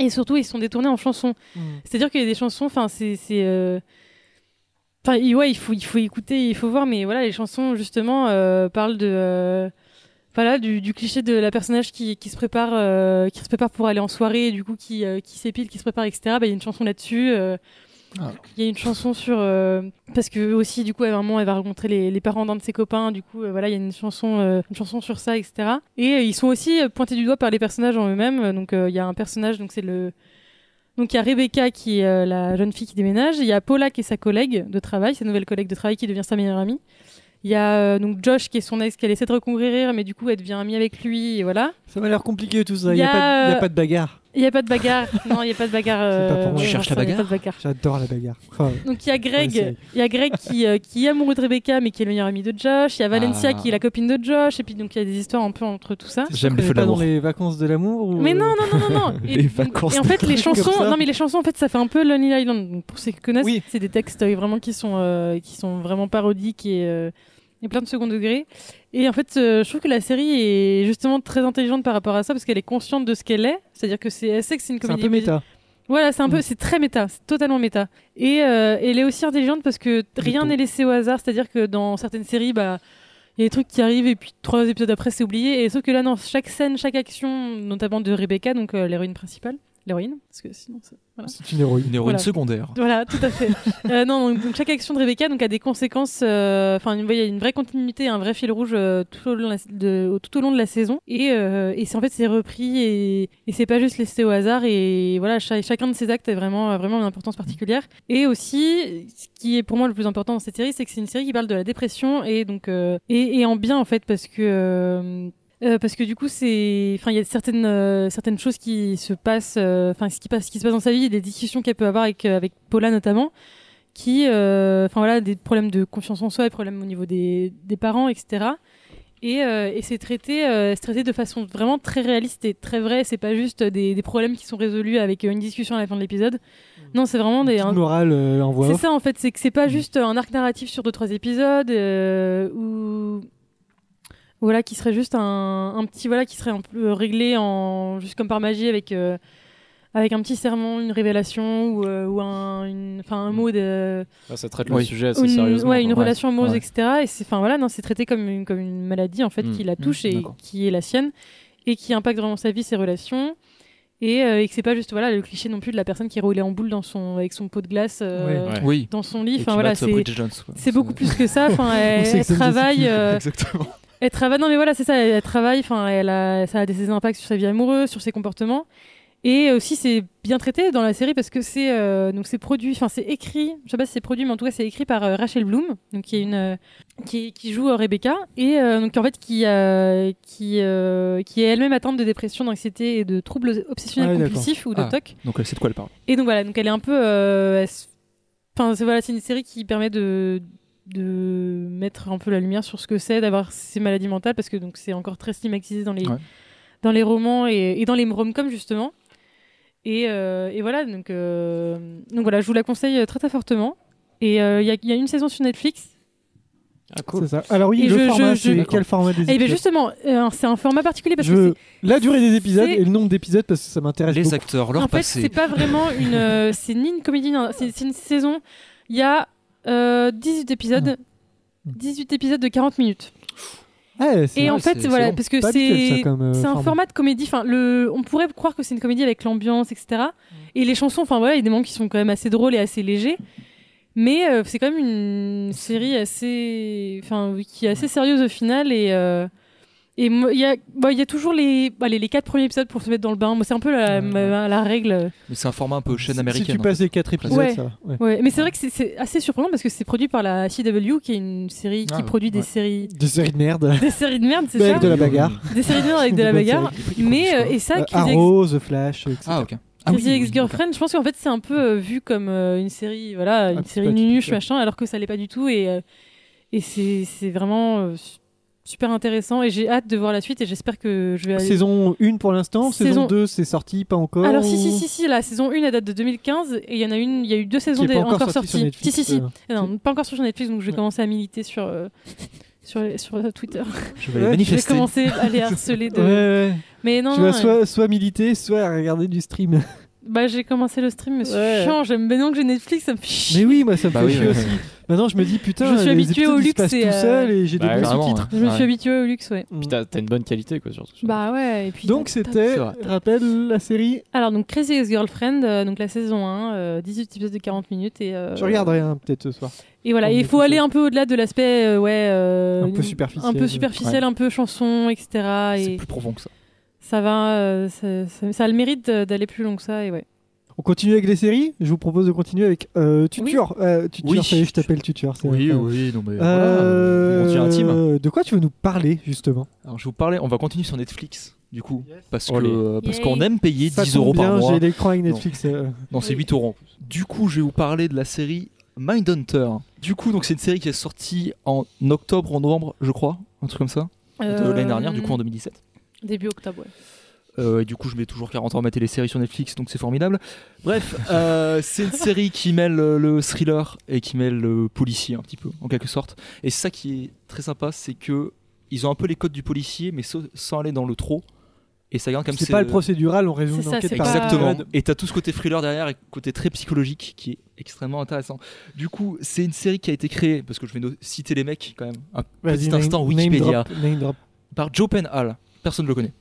Speaker 3: et surtout ils sont détournés en chansons
Speaker 1: Mm.
Speaker 3: c'est-à-dire qu'il y a des chansons enfin c'est c'est euh, enfin il- ouais il faut il faut écouter il faut voir mais voilà les chansons justement euh, parlent de euh, voilà du, du cliché de la personnage qui, qui se prépare euh, qui se prépare pour aller en soirée et du coup qui euh, qui s'épile qui se prépare etc Bah, il y a une chanson là-dessus euh, il y a une chanson sur euh, parce que aussi du coup elle, maman elle va rencontrer les, les parents d'un de ses copains du coup euh, voilà il y a une chanson euh, une chanson sur ça etc et euh, ils sont aussi euh, pointés du doigt par les personnages en eux-mêmes donc euh, il y a un personnage donc c'est le donc il y a Rebecca qui est euh, la jeune fille qui déménage il y a Paula qui est sa collègue de travail sa nouvelle collègue de travail qui devient sa meilleure amie il y a euh, donc Josh qui est son ex qu'elle essaie de reconquérir mais du coup elle devient amie avec lui et voilà
Speaker 1: Ça m'a l'air compliqué tout ça. Il
Speaker 3: Il
Speaker 1: n'y
Speaker 3: y
Speaker 1: a,
Speaker 3: a,
Speaker 1: pas de- il y a
Speaker 3: euh,
Speaker 1: pas de bagarre.
Speaker 3: il y a pas de bagarre non il y a pas de bagarre
Speaker 1: C'est pas
Speaker 3: euh,
Speaker 1: pour moi.
Speaker 3: ouais,
Speaker 2: Tu cherches la
Speaker 3: non, ça, il y a
Speaker 2: bagarre
Speaker 3: pas de bagarre
Speaker 1: J'adore la bagarre. Enfin,
Speaker 3: donc il y a
Speaker 1: Ouais,
Speaker 3: Greg,
Speaker 1: c'est-
Speaker 3: il y a Greg qui, euh, qui est amoureux de Rebecca mais qui est le meilleur ami de Josh. Il y a Valencia
Speaker 2: Ah.
Speaker 3: qui est la copine de Josh. Et puis donc il y a des histoires un peu entre tout ça.
Speaker 2: J'aime
Speaker 1: on
Speaker 2: le
Speaker 1: est
Speaker 2: feu de
Speaker 1: Ah, pas dans
Speaker 2: l'amour.
Speaker 1: les vacances de l'amour ou- euh,
Speaker 3: Mais non, non, non, non, non. Et,
Speaker 2: Les
Speaker 3: donc-
Speaker 2: vacances
Speaker 3: et en fait, les chansons,
Speaker 1: Comme ça.
Speaker 3: non, mais les chansons, en fait, ça fait un peu Lonely Island. Donc, pour ceux qui connaissent,
Speaker 1: Oui.
Speaker 3: c'est des textes euh, vraiment qui sont, euh, qui sont vraiment parodiques et, euh, et plein de second degré. Et en fait, euh, je trouve que la série est justement très intelligente par rapport à ça parce qu'elle est consciente de ce qu'elle est. C'est-à-dire que c'est, elle sait que c'est une
Speaker 1: C'est un
Speaker 3: comédie.
Speaker 1: peu méta.
Speaker 3: Voilà, c'est un peu,
Speaker 1: Mm.
Speaker 3: c'est très méta, c'est totalement méta. Et euh, elle est aussi intelligente parce que rien
Speaker 1: Plutôt.
Speaker 3: n'est laissé au hasard, c'est-à-dire que dans certaines séries, bah, il y a des trucs qui arrivent et puis trois épisodes après, c'est oublié. Et sauf que là, non, chaque scène, chaque action, notamment de Rebecca, donc euh, l'héroïne principale, l'héroïne, parce que sinon, ça- voilà.
Speaker 1: C'est une héroïne.
Speaker 2: Une héroïne
Speaker 3: Voilà.
Speaker 2: secondaire.
Speaker 3: Voilà, tout à fait. Euh, non, donc, donc chaque action de Rebecca donc, a des conséquences. euh, Enfin, une- il y a une vraie continuité, un vrai fil rouge euh, tout, au long de la- de, tout au long de la saison. Et, euh, et c'est en fait c'est repris et, et c'est pas juste laissé au hasard. Et voilà, cha- chacun de ces actes a vraiment, a vraiment une importance particulière. Et aussi, ce qui est pour moi le plus important dans cette série, c'est que c'est une série qui parle de la dépression et donc euh, et, et en bien en fait parce que. euh, euh, parce que du coup, c'est, enfin, il y a certaines euh, certaines choses qui se passent, euh, enfin, ce qui passe, ce qui se passe dans sa vie, et des discussions qu'elle peut avoir avec euh, avec Paula notamment, qui, euh, enfin voilà, des problèmes de confiance en soi, des problèmes au niveau des des parents, etc. Et, euh, et c'est traité, euh, c'est traité de façon vraiment très réaliste et très vraie. C'est pas juste des, des problèmes qui sont résolus avec euh, une discussion à la fin de l'épisode. Non, c'est vraiment des,
Speaker 1: Une
Speaker 3: un-
Speaker 1: morale euh, en voix
Speaker 3: c'est
Speaker 1: off.
Speaker 3: ça en fait, c'est que c'est pas
Speaker 4: Mm.
Speaker 3: juste un arc narratif sur deux trois épisodes euh, ou voilà qui serait juste un, un petit voilà qui serait un peu réglé en juste comme par magie avec euh, avec un petit sermon, une révélation ou, euh, ou un une- enfin un mot de
Speaker 4: Ah, Mm. ça traite le
Speaker 2: Oui.
Speaker 4: sujet assez
Speaker 3: ou une,
Speaker 4: sérieusement.
Speaker 3: ouais, une
Speaker 4: quoi.
Speaker 3: relation amoureuse
Speaker 2: ouais.
Speaker 3: etc et c'est enfin voilà non c'est traité comme une, comme une maladie en fait
Speaker 4: Mm.
Speaker 3: qui la touche
Speaker 2: Mm,
Speaker 3: et
Speaker 2: d'accord.
Speaker 3: qui est la sienne et qui impacte vraiment sa vie ses relations et, euh, et que c'est pas juste voilà le cliché non plus de la personne qui est roulée en boule dans son avec son pot de glace euh,
Speaker 4: Ouais.
Speaker 2: Oui.
Speaker 3: dans son
Speaker 2: Et
Speaker 3: lit
Speaker 2: qui
Speaker 3: enfin voilà
Speaker 2: mate, euh,
Speaker 3: c'est
Speaker 2: Bridget Jones, euh. quoi.
Speaker 3: c'est beaucoup plus que ça. Enfin, elle,
Speaker 1: Ou Sex
Speaker 3: elle
Speaker 1: and the City.
Speaker 3: travaille. euh,
Speaker 1: Exactement.
Speaker 3: elle travaille. Non, mais voilà, c'est ça. Elle, elle travaille. Enfin, elle a, ça a des impacts sur sa vie amoureuse, sur ses comportements. Et aussi, c'est bien traité dans la série parce que c'est euh, donc c'est produit. Enfin, c'est écrit. Je sais pas si c'est produit, mais en tout cas, c'est écrit par euh, Rachel Bloom, donc qui est une euh, qui, qui joue euh, Rebecca et euh, donc en fait qui euh, qui euh, qui est elle-même atteinte de dépression, d'anxiété et de troubles
Speaker 1: Ah
Speaker 3: obsessionnels
Speaker 1: oui, d'accord.
Speaker 3: compulsifs ou de
Speaker 2: Ah.
Speaker 3: TOC.
Speaker 2: Donc
Speaker 1: euh,
Speaker 2: elle sait de quoi elle parle.
Speaker 3: Et donc voilà, donc elle est un peu. euh, elle s- Enfin, c'est voilà, c'est une série qui permet de de mettre un peu la lumière sur ce que c'est d'avoir ces maladies mentales parce que donc c'est encore très stigmatisé dans les
Speaker 2: Ouais.
Speaker 3: dans les romans et, et dans les rom-coms justement. Et, euh, et voilà, donc euh, donc voilà, je vous la conseille très très fortement. Et euh, il y, a- il y a une saison sur Netflix.
Speaker 4: Ah, cool.
Speaker 1: C'est ça. Alors oui,
Speaker 3: Et
Speaker 1: le
Speaker 3: je-
Speaker 1: format,
Speaker 3: je- Eh
Speaker 1: c'est
Speaker 3: je-
Speaker 1: quel format des
Speaker 3: Et bien
Speaker 1: épisodes
Speaker 3: justement, euh, c'est un format particulier parce que
Speaker 1: Je-
Speaker 3: c'est-
Speaker 1: La durée des épisodes
Speaker 3: c'est-
Speaker 1: et le nombre d'épisodes parce que ça m'intéresse
Speaker 2: Les
Speaker 1: beaucoup.
Speaker 2: acteurs, leur
Speaker 3: en fait,
Speaker 2: passé.
Speaker 3: c'est pas vraiment une. euh, c'est ni une comédie, ni un- c'est c'est une saison. Il y a euh, 18 épisodes. 18 épisodes de 40 minutes.
Speaker 1: Ouais, Mmh. c'est
Speaker 3: Et en
Speaker 2: ouais,
Speaker 3: fait,
Speaker 2: c'est- c'est
Speaker 3: voilà,
Speaker 2: long.
Speaker 3: parce que
Speaker 1: pas habituel, ça,
Speaker 3: c'est.
Speaker 1: comme, euh,
Speaker 3: C'est un format de comédie. Enfin, le, on pourrait croire que c'est une comédie avec l'ambiance, etc.
Speaker 1: Mmh.
Speaker 3: Et les chansons, enfin voilà, il y a des moments qui sont quand même assez drôles et assez légers. Mais euh, c'est quand même une série assez, enfin, oui, qui est assez sérieuse au final. Et euh, et moi, il y a, bah, il y a toujours les, allez, les quatre premiers épisodes pour se mettre dans le bain. Moi, c'est un peu la,
Speaker 1: Ouais.
Speaker 3: ma- la règle.
Speaker 2: Mais c'est un format un peu chaîne
Speaker 1: Si
Speaker 2: américaine. hein.
Speaker 1: tu passes les 4 épisodes,
Speaker 3: Ouais.
Speaker 1: ça va. Ouais.
Speaker 3: Ouais, mais c'est vrai que c'est- c'est assez surprenant parce que c'est produit par la CW, qui est une série qui
Speaker 2: Ah,
Speaker 3: produit des
Speaker 2: ouais.
Speaker 3: séries,
Speaker 1: Des séries de merde.
Speaker 3: des séries de merde, c'est
Speaker 1: Mais
Speaker 2: Ah
Speaker 3: ça,
Speaker 1: avec Bah, de la bagarre.
Speaker 3: des séries de merde avec de la
Speaker 1: Des bonnes séries.
Speaker 3: bagarre. Mais euh, et ça,
Speaker 1: Euh,
Speaker 3: Crazy Ex-
Speaker 1: Arrow, The Flash, etc.
Speaker 2: Ah ok. Ah,
Speaker 3: Crazy
Speaker 2: oui, oui,
Speaker 3: Ex-Girlfriend, je pense qu'en fait c'est un peu euh, vu comme euh, une série, voilà, une
Speaker 1: petit
Speaker 3: série
Speaker 1: peu
Speaker 3: nunuche
Speaker 1: Ah, atypique, ouais.
Speaker 3: machin, alors que ça l'est pas du tout et euh, et c'est c'est vraiment euh, su- super intéressant et j'ai hâte de voir la suite et j'espère que je vais aller.
Speaker 1: Saison 1 pour l'instant,
Speaker 3: Saison-
Speaker 1: saison 2 c'est sorti, pas encore.
Speaker 3: Alors si si
Speaker 1: ou-
Speaker 3: si si la saison 1 elle date de 2015 et il y en a une il y a eu deux saisons
Speaker 1: qui est
Speaker 3: des-
Speaker 1: pas encore, sorti
Speaker 3: sorties.
Speaker 1: sur Netflix.
Speaker 3: si si si.
Speaker 1: euh,
Speaker 3: Ah Non, pas encore sur Netflix donc je vais
Speaker 1: Ouais.
Speaker 3: commencer à militer sur euh, sur les- sur euh, Twitter.
Speaker 2: Je
Speaker 1: Ouais,
Speaker 3: je
Speaker 2: vais les
Speaker 3: vais
Speaker 2: manifester.
Speaker 3: commencer à les harceler de
Speaker 1: Ouais, ouais.
Speaker 3: Mais non
Speaker 1: tu
Speaker 3: non,
Speaker 1: vas
Speaker 3: euh,
Speaker 1: soit, soit militer, soit regarder du stream.
Speaker 3: bah j'ai commencé le stream mais c'est
Speaker 1: Ouais.
Speaker 3: chiant, j'aime bien que j'ai Netflix ça me fait chier.
Speaker 1: Mais oui, moi ça me
Speaker 2: Bah
Speaker 1: fait
Speaker 2: oui,
Speaker 1: chier
Speaker 2: ouais.
Speaker 1: aussi. Maintenant je me dis putain,
Speaker 3: Je suis
Speaker 1: les
Speaker 3: habituée
Speaker 1: épisodes,
Speaker 3: au
Speaker 1: ils se
Speaker 3: luxe
Speaker 1: passent
Speaker 3: et,
Speaker 1: tout
Speaker 3: euh,
Speaker 1: seul et j'ai des
Speaker 4: Bah,
Speaker 1: bons
Speaker 2: carrément,
Speaker 1: sous-titres.
Speaker 3: Je me suis
Speaker 2: Ouais.
Speaker 3: habituée au luxe, ouais.
Speaker 1: Mm.
Speaker 4: Puis t'as t'as une bonne qualité, quoi, surtout.
Speaker 3: Bah ouais, et puis.
Speaker 1: Donc
Speaker 3: t'as- t'as-
Speaker 1: c'était,
Speaker 4: C'est vrai.
Speaker 1: rappelle la série.
Speaker 3: Alors, donc Crazy Ex-Girlfriend, euh, donc la saison 1, euh, 18 épisodes de 40 minutes. Et, euh,
Speaker 1: Je regarderai hein, peut-être ce soir.
Speaker 3: Et voilà,
Speaker 1: On
Speaker 3: et il
Speaker 1: est
Speaker 3: faut
Speaker 1: tous
Speaker 3: aller
Speaker 1: seuls.
Speaker 3: un peu au-delà de l'aspect, euh, ouais. euh,
Speaker 1: Un peu superficiel.
Speaker 3: Un peu superficiel, un peu chanson, etc.
Speaker 2: C'est
Speaker 3: Et
Speaker 2: plus profond que ça.
Speaker 3: ça va, euh, ça, ça- ça a le mérite de- d'aller plus long que ça, et ouais.
Speaker 1: On continue avec les séries. Je vous propose de continuer avec euh, Tutur. Euh, tutur,
Speaker 2: Oui.
Speaker 1: ça y est, je t'appelle Tutur. c'est vrai.
Speaker 2: oui, non mais
Speaker 1: Euh,
Speaker 2: on tient intime.
Speaker 1: De quoi tu veux nous parler justement
Speaker 2: Alors je vous parlais, on va continuer sur Netflix du coup parce que
Speaker 4: Olé.
Speaker 2: euh, parce
Speaker 3: Yay.
Speaker 2: qu'on aime payer
Speaker 1: Ça
Speaker 2: 10
Speaker 1: tombe
Speaker 2: euros par
Speaker 1: bien,
Speaker 2: mois.
Speaker 1: J'ai l'écran avec Netflix. euh,
Speaker 2: Non, c'est
Speaker 3: Oui.
Speaker 2: 8 euros. en plus. Du coup, je vais vous parler de la série Mindhunter. Du coup, donc c'est une série qui est sortie en octobre, en novembre, je crois, un truc comme ça,
Speaker 3: Euh,
Speaker 2: de l'année dernière, du coup en 2017.
Speaker 3: Début octobre, ouais.
Speaker 2: Euh, et du coup, je mets toujours 40 ans à mater les séries sur Netflix, donc c'est formidable. Bref, euh, c'est une série qui mêle euh, le thriller et qui mêle le policier un petit peu, en quelque sorte. Et ça qui est très sympa, c'est que ils ont un peu les codes du policier, mais sa- sans aller dans le trop. Et ça garde comme
Speaker 1: C'est pas le procédural, on résout
Speaker 3: C'est
Speaker 1: une
Speaker 3: ça,
Speaker 1: enquête
Speaker 3: c'est
Speaker 1: par
Speaker 3: pas-
Speaker 2: Exactement.
Speaker 1: épisode.
Speaker 2: Et t'as tout ce côté thriller derrière et côté très psychologique qui est extrêmement intéressant. Du coup, c'est une série qui a été créée, parce que je vais no- citer les mecs quand même, un
Speaker 1: Vas-y,
Speaker 2: petit
Speaker 1: name-
Speaker 2: instant
Speaker 1: name
Speaker 2: Wikipédia,
Speaker 1: drop, name drop.
Speaker 2: par Joe Penhall. Personne ne le connaît.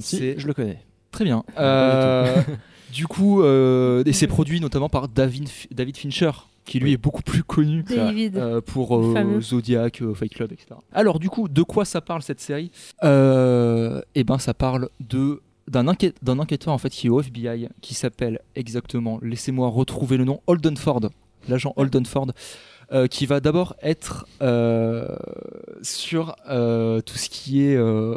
Speaker 4: si,
Speaker 2: C'est-
Speaker 4: je le connais.
Speaker 2: Très très bien. Euh, du coup, euh, et c'est produit notamment par David, Fi- David Fincher, qui lui est beaucoup plus connu
Speaker 3: David.
Speaker 2: euh, pour euh,
Speaker 3: Le fameux.
Speaker 2: Zodiac, euh, Fight Club, etc. Alors du coup, de quoi ça parle cette série Euh, Eh ben, ça parle de d'un enquête- d'un enquêteur en fait qui est au FBI, qui s'appelle exactement, laissez-moi retrouver le nom, Holden Ford, l'agent Holden Ford, euh, qui va d'abord être euh, sur euh, tout ce qui est euh,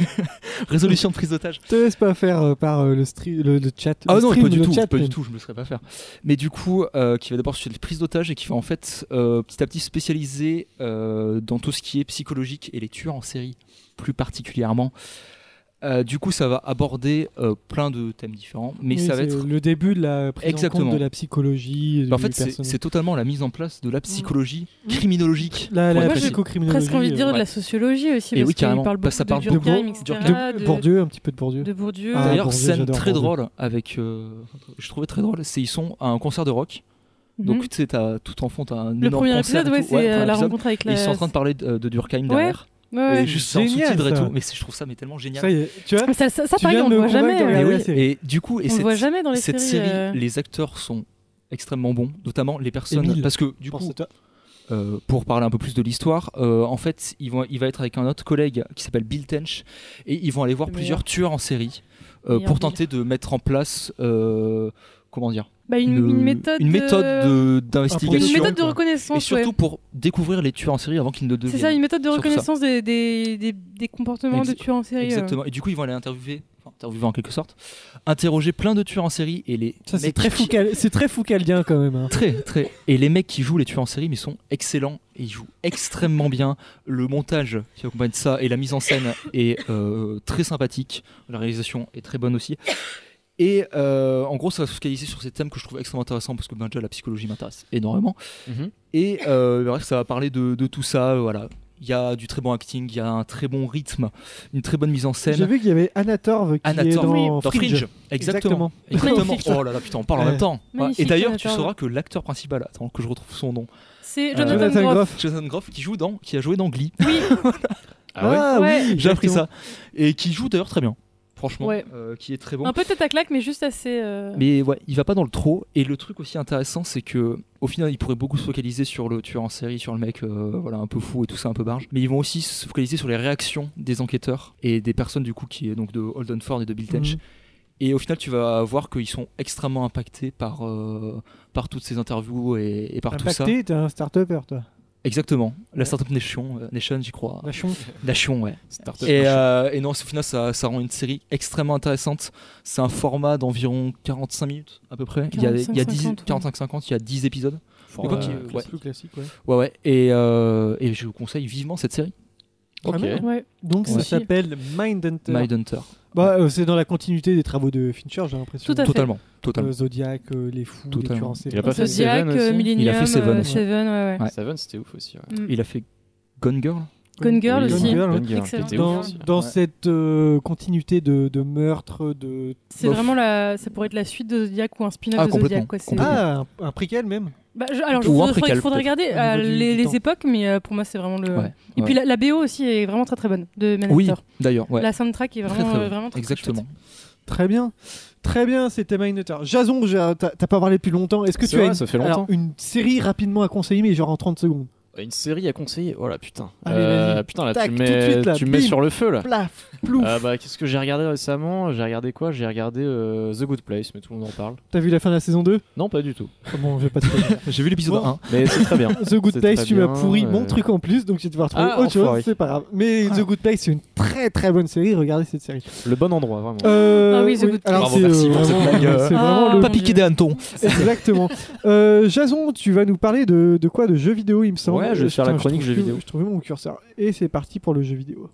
Speaker 2: résolution de prise d'otage.
Speaker 1: Je te laisse pas faire euh, par euh, le, stri- le, le chat.
Speaker 2: Ah
Speaker 1: le
Speaker 2: non,
Speaker 1: stream,
Speaker 2: pas du
Speaker 1: le
Speaker 2: tout,
Speaker 1: chat,
Speaker 2: pas
Speaker 1: mais-
Speaker 2: du tout, je me le serais pas faire. Mais du coup, euh, qui va d'abord sur les prises d'otages et qui va en fait euh, petit à petit spécialiser euh, dans tout ce qui est psychologique et les tueurs en série plus particulièrement. Euh, du coup, ça va aborder euh, plein de thèmes différents, mais
Speaker 1: Oui,
Speaker 2: ça va
Speaker 1: c'est
Speaker 2: être
Speaker 1: le début de la prise en
Speaker 2: Exactement. Bah,
Speaker 1: compte de la psychologie. euh,
Speaker 2: en
Speaker 1: du
Speaker 2: fait, c'est-
Speaker 1: personnage.
Speaker 2: c'est totalement la mise en place
Speaker 3: Mm.
Speaker 2: de la psychologie
Speaker 1: la,
Speaker 2: criminologique. pour
Speaker 1: la
Speaker 2: être
Speaker 3: Moi, j'ai
Speaker 2: précis.
Speaker 1: psychocriminologie.
Speaker 3: Presque envie de dire de
Speaker 2: ouais.
Speaker 3: la sociologie aussi,
Speaker 2: Et
Speaker 3: parce qu'il
Speaker 2: oui, carrément.
Speaker 3: parle
Speaker 2: Bah, ça
Speaker 3: beaucoup
Speaker 2: parle
Speaker 3: de
Speaker 1: beaucoup
Speaker 3: Durkheim,
Speaker 1: de
Speaker 3: etc.,
Speaker 2: Durkheim.
Speaker 1: euh,
Speaker 3: de-
Speaker 1: de Bourdieu, un petit peu de Bourdieu.
Speaker 3: de Bourdieu.
Speaker 1: Ah,
Speaker 2: D'ailleurs,
Speaker 1: Bourdieu,
Speaker 2: scène
Speaker 1: j'adore
Speaker 2: très
Speaker 1: Bourdieu.
Speaker 2: drôle avec. euh, je trouvais très drôle, c'est ils sont à un concert de rock.
Speaker 3: Mhm.
Speaker 2: Donc, tu sais, t'as- tout en fond, t'as un
Speaker 3: le
Speaker 2: énorme
Speaker 3: premier
Speaker 2: concert.
Speaker 3: épisode,
Speaker 2: et
Speaker 3: ouais,
Speaker 2: tout.
Speaker 3: c'est
Speaker 2: Ouais,
Speaker 3: euh,
Speaker 2: premier
Speaker 3: la
Speaker 2: épisode.
Speaker 3: rencontre avec
Speaker 2: Et
Speaker 3: la.
Speaker 2: ils sont en train de parler de, de Durkheim
Speaker 3: Ouais,
Speaker 2: derrière.
Speaker 3: Ouais, ouais.
Speaker 2: et juste c'est en
Speaker 1: Génial,
Speaker 2: sous-titre et
Speaker 1: ça.
Speaker 2: tout. Mais c'est- je trouve ça mais tellement génial.
Speaker 1: Ça y est, tu vois,
Speaker 3: Mais ça, ça, ça,
Speaker 1: Tu
Speaker 3: pareil,
Speaker 1: viens de
Speaker 3: on le
Speaker 1: me
Speaker 3: voit
Speaker 1: convaincre
Speaker 3: jamais.
Speaker 1: de
Speaker 3: euh,
Speaker 1: regarder
Speaker 2: Et,
Speaker 1: la
Speaker 2: oui,
Speaker 1: série.
Speaker 2: et du coup, et
Speaker 3: on le
Speaker 2: cette,
Speaker 3: voit jamais dans les
Speaker 2: cette
Speaker 3: séries.
Speaker 2: série,
Speaker 3: euh,
Speaker 2: les acteurs sont extrêmement bons, notamment les personnes.
Speaker 1: Émile,
Speaker 2: parce que du coup,
Speaker 1: Pense-toi.
Speaker 2: euh, pour parler un peu plus de l'histoire, euh, en fait, ils vont, il va être avec un autre collègue qui s'appelle Bill Tench, et ils vont aller voir
Speaker 3: Le
Speaker 2: plusieurs
Speaker 3: meilleur.
Speaker 2: tueurs en série euh,
Speaker 3: Meilleur
Speaker 2: pour
Speaker 3: Bill.
Speaker 2: tenter de mettre en place, euh, comment dire,
Speaker 3: bah, une, une méthode.
Speaker 2: une méthode
Speaker 3: euh,
Speaker 2: de-
Speaker 3: Une
Speaker 2: d'investigation,
Speaker 3: méthode de
Speaker 1: quoi.
Speaker 2: et
Speaker 3: reconnaissance, ouais.
Speaker 2: surtout pour découvrir les tueurs en série avant qu'ils ne deviennent.
Speaker 3: C'est ça, une méthode de
Speaker 2: sur ça.
Speaker 3: reconnaissance des, des, des, des comportements de
Speaker 2: Exa-
Speaker 3: tueurs en série. euh.
Speaker 2: Exactement. Et du coup, ils vont aller interviewer, enfin, interviewer en quelque sorte, interroger plein de tueurs en série et les
Speaker 1: Ça, c'est
Speaker 2: mecs
Speaker 1: très,
Speaker 2: qui-
Speaker 1: foucal- c'est très foucaldien quand même. hein.
Speaker 2: Très, très. Et les mecs qui jouent les tueurs en série, mais ils sont excellents et ils jouent extrêmement bien. Le montage qui accompagne ça et la mise en scène est euh, très sympathique. La réalisation est très bonne aussi. Et euh, en gros, ça va se focaliser sur ces thèmes que je trouve extrêmement intéressants parce que ben, déjà la psychologie m'intéresse énormément.
Speaker 4: Mhm.
Speaker 2: Et euh, bref, ça va parler de, de tout ça. euh, Voilà. Il y a du très bon acting, il y a un très bon rythme, une très bonne mise en scène.
Speaker 1: J'ai vu qu'il y avait Anatorv qui est
Speaker 2: Anatole
Speaker 1: dans,
Speaker 2: dans Fringe. Exactement.
Speaker 1: Exactement.
Speaker 2: Exactement.
Speaker 3: Magnifique.
Speaker 2: Oh là là, putain, on parle en
Speaker 1: Ouais.
Speaker 2: même temps.
Speaker 3: Magnifique,
Speaker 2: Et d'ailleurs, tu
Speaker 3: Anatole.
Speaker 2: sauras que l'acteur principal, attends que je retrouve son nom,
Speaker 3: C'est
Speaker 2: Euh,
Speaker 3: Jonathan,
Speaker 1: Jonathan
Speaker 3: Groff.
Speaker 1: Groff.
Speaker 2: Jonathan Groff, qui joue dans, qui a joué dans Glee.
Speaker 4: Ah ouais
Speaker 1: Ah
Speaker 3: Ouais.
Speaker 1: oui,
Speaker 2: J'ai appris
Speaker 1: exactement.
Speaker 2: ça. Et qui joue d'ailleurs très bien, franchement,
Speaker 3: Ouais.
Speaker 2: euh, qui est très bon.
Speaker 3: Un peu tête à claque, mais juste assez. euh,
Speaker 2: Mais ouais, il va pas dans le trop. Et le truc aussi intéressant, c'est que au final, ils pourraient beaucoup se focaliser sur le tueur en série, sur le mec, euh, voilà, un peu fou et tout ça, un peu barge. Mais ils vont aussi se focaliser sur les réactions des enquêteurs et des personnes du coup qui est donc de Holden Ford et de Bill Tench.
Speaker 1: Mhm.
Speaker 2: Et au final, tu vas voir qu'ils sont extrêmement impactés par euh, par toutes ces interviews et, et par tout ça. Ah,
Speaker 1: Impacté, t'es un start-upper, toi.
Speaker 2: Exactement. La startup nation, euh, nation, j'y crois.
Speaker 1: La chonque.
Speaker 2: Nation, ouais.
Speaker 4: Startup
Speaker 2: Et,
Speaker 4: Nation.
Speaker 2: euh, et non, au final, ça, ça rend une série extrêmement intéressante. C'est un format d'environ 45 minutes à peu près. Il y a, il y a 10
Speaker 3: 45-50, ouais.
Speaker 2: 45-50, il y a 10 épisodes.
Speaker 4: Format
Speaker 2: qui-
Speaker 4: classique.
Speaker 2: euh, ouais.
Speaker 1: euh, Plus classique, ouais.
Speaker 2: Ouais, ouais. Et, euh, et je vous conseille vivement cette série,
Speaker 4: Ok.
Speaker 1: Vraiment.
Speaker 3: Ouais.
Speaker 1: Donc ça
Speaker 2: Ouais.
Speaker 1: s'appelle Mindhunter.
Speaker 2: Mindhunter.
Speaker 1: Bah, euh, c'est dans la continuité des travaux de Fincher, j'ai l'impression.
Speaker 3: Tout à fait.
Speaker 2: Totalement. Totalement.
Speaker 1: Euh, Zodiac, euh, les fous,
Speaker 2: Totalement.
Speaker 1: les tueurs en série.
Speaker 4: Il a pas fait
Speaker 3: Zodiac,
Speaker 4: Seven aussi
Speaker 3: euh, Millennium,
Speaker 2: Il a fait Seven
Speaker 3: euh,
Speaker 2: aussi.
Speaker 3: Seven, ouais, ouais.
Speaker 2: Ouais.
Speaker 4: Seven, c'était ouf aussi. ouais.
Speaker 3: Mm.
Speaker 2: Il a fait Gone Girl.
Speaker 3: Gone Girl
Speaker 1: Oui,
Speaker 3: aussi.
Speaker 1: Gone Girl.
Speaker 4: Gone Girl, hein.
Speaker 3: Excellent.
Speaker 4: c'était ouf
Speaker 1: Dans,
Speaker 4: aussi.
Speaker 1: dans
Speaker 2: Ouais.
Speaker 1: cette euh, continuité de, de meurtres, de...
Speaker 3: C'est
Speaker 2: Bof.
Speaker 3: vraiment la. Ça pourrait être la suite de Zodiac ou un spin-off
Speaker 2: Ah,
Speaker 3: de
Speaker 2: complètement,
Speaker 3: Zodiac. Quoi. c'est-
Speaker 2: complètement.
Speaker 1: Ah, un, un préquel même
Speaker 3: Bah, je- alors, je
Speaker 2: Ou un
Speaker 3: faudrait,
Speaker 2: préquel,
Speaker 3: faudrait
Speaker 2: peut-être.
Speaker 3: regarder
Speaker 1: Au niveau
Speaker 3: euh,
Speaker 1: du-
Speaker 3: les,
Speaker 1: du
Speaker 3: les
Speaker 1: temps.
Speaker 3: époques, mais euh, pour moi, c'est vraiment le.
Speaker 2: Ouais,
Speaker 3: Et
Speaker 2: ouais.
Speaker 3: puis la, la BO aussi est vraiment très très bonne de Manhunter.
Speaker 2: Oui, d'ailleurs. Ouais.
Speaker 3: La soundtrack est
Speaker 2: Très,
Speaker 3: vraiment
Speaker 2: très
Speaker 3: euh,
Speaker 2: bon.
Speaker 3: vraiment très, très
Speaker 2: Exactement.
Speaker 3: chouette.
Speaker 1: Très bien. Très bien, c'était Mindhunter. Jason, j'ai- t'as t'as pas parlé depuis longtemps. Est-ce que
Speaker 4: C'est
Speaker 1: tu as
Speaker 4: vrai,
Speaker 1: une,
Speaker 4: ça fait
Speaker 1: alors,
Speaker 4: longtemps.
Speaker 1: une série rapidement à conseiller, mais genre en 30 secondes
Speaker 4: Une série à conseiller Oh là putain.
Speaker 1: Allez,
Speaker 4: Euh,
Speaker 1: Ah, vas-y.
Speaker 4: putain là
Speaker 1: Tac,
Speaker 4: tu me
Speaker 1: tout de
Speaker 4: mets,
Speaker 1: suite, là,
Speaker 4: tu me mets
Speaker 1: bim.
Speaker 4: sur le feu là.
Speaker 1: Plaf, plouf.
Speaker 4: Euh, bah, Qu'est-ce que j'ai regardé récemment J'ai regardé quoi J'ai regardé euh, The Good Place, mais tout le monde en parle.
Speaker 1: T'as vu la fin de la saison 2
Speaker 4: Non, pas du tout.
Speaker 1: Oh, Bon, je vais pas te spoiler.
Speaker 2: J'ai vu l'épisode
Speaker 1: Bon.
Speaker 2: 1.
Speaker 4: Mais c'est très bien.
Speaker 1: The Good
Speaker 4: C'est
Speaker 1: Place,
Speaker 4: très
Speaker 1: tu m'as
Speaker 4: bien,
Speaker 1: pourri mon
Speaker 4: euh.
Speaker 1: truc en plus, donc tu vas devoir trouver
Speaker 4: Ah,
Speaker 1: autre chose,
Speaker 4: enfoiré.
Speaker 1: c'est pas grave. Mais
Speaker 3: Ah.
Speaker 1: The Good Place, c'est une très très bonne série, regardez cette série.
Speaker 4: Le bon endroit, vraiment.
Speaker 1: Euh,
Speaker 3: Ah oui, The Good Place.
Speaker 1: alors
Speaker 2: Bravo,
Speaker 1: c'est,
Speaker 2: merci pour
Speaker 1: vraiment,
Speaker 2: cette blague, euh.
Speaker 1: c'est vraiment
Speaker 3: Ah.
Speaker 1: le...
Speaker 2: Pas
Speaker 3: Mon
Speaker 2: piqué
Speaker 3: Dieu.
Speaker 2: des hannetons.
Speaker 1: Exactement. Euh, Jason, tu vas nous parler de, de quoi De jeux vidéo, il me semble.
Speaker 4: Ouais, je vais faire la
Speaker 1: Putain,
Speaker 4: chronique
Speaker 1: trouve
Speaker 4: jeux
Speaker 1: plus-
Speaker 4: vidéo.
Speaker 1: Je trouvais mon curseur. Et c'est parti pour le jeu vidéo.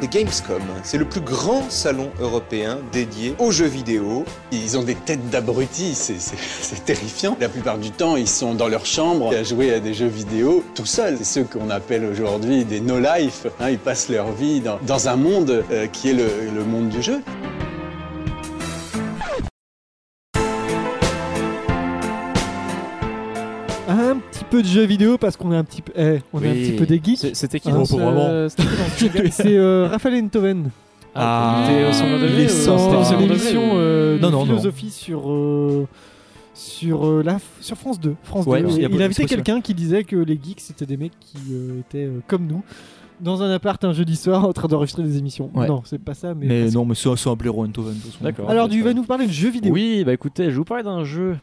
Speaker 10: C'est Gamescom, c'est le plus grand salon européen dédié aux jeux vidéo. Ils ont des têtes d'abrutis, c'est- c'est c'est terrifiant. La plupart du temps, ils sont dans leur chambre à jouer à des jeux vidéo tout seuls. C'est ceux qu'on appelle aujourd'hui des no-life. hein, ils passent leur vie dans, dans un monde euh, qui est le, le monde du jeu.
Speaker 1: Un petit peu de jeux vidéo parce qu'on est un petit peu, eh, on est un
Speaker 4: Oui.
Speaker 1: petit peu des geeks.
Speaker 2: euh,
Speaker 4: C'est- Euh, C'était qui
Speaker 1: Hein,
Speaker 4: dans
Speaker 1: c'est-
Speaker 4: ce-
Speaker 1: c'est euh, Raphaël Entoven. Ah,
Speaker 4: T'es au second degré
Speaker 1: les
Speaker 4: ou-
Speaker 1: cent-
Speaker 4: c'était au second degré
Speaker 1: l'émission
Speaker 4: ou-
Speaker 1: euh,
Speaker 2: Non,
Speaker 1: de
Speaker 2: non, non.
Speaker 1: philosophie sur euh, sur euh, la sur France 2. France
Speaker 2: Ouais,
Speaker 1: 2.
Speaker 2: il y a
Speaker 1: Et
Speaker 2: beaucoup
Speaker 1: Il
Speaker 2: de
Speaker 1: invitait
Speaker 2: possibles.
Speaker 1: quelqu'un qui disait que les geeks c'était des mecs qui euh, étaient euh, comme nous dans un appart un jeudi soir en train d'enregistrer des émissions.
Speaker 2: Ouais.
Speaker 1: Non, c'est pas ça, mais.
Speaker 2: Mais
Speaker 1: presque.
Speaker 2: non, mais c'est c'est un blaireau Eindhoven, de toute façon.
Speaker 4: D'accord.
Speaker 1: Alors, tu vas nous parler de jeux vidéo.
Speaker 4: Oui, bah écoutez, je vous parlais d'un jeu.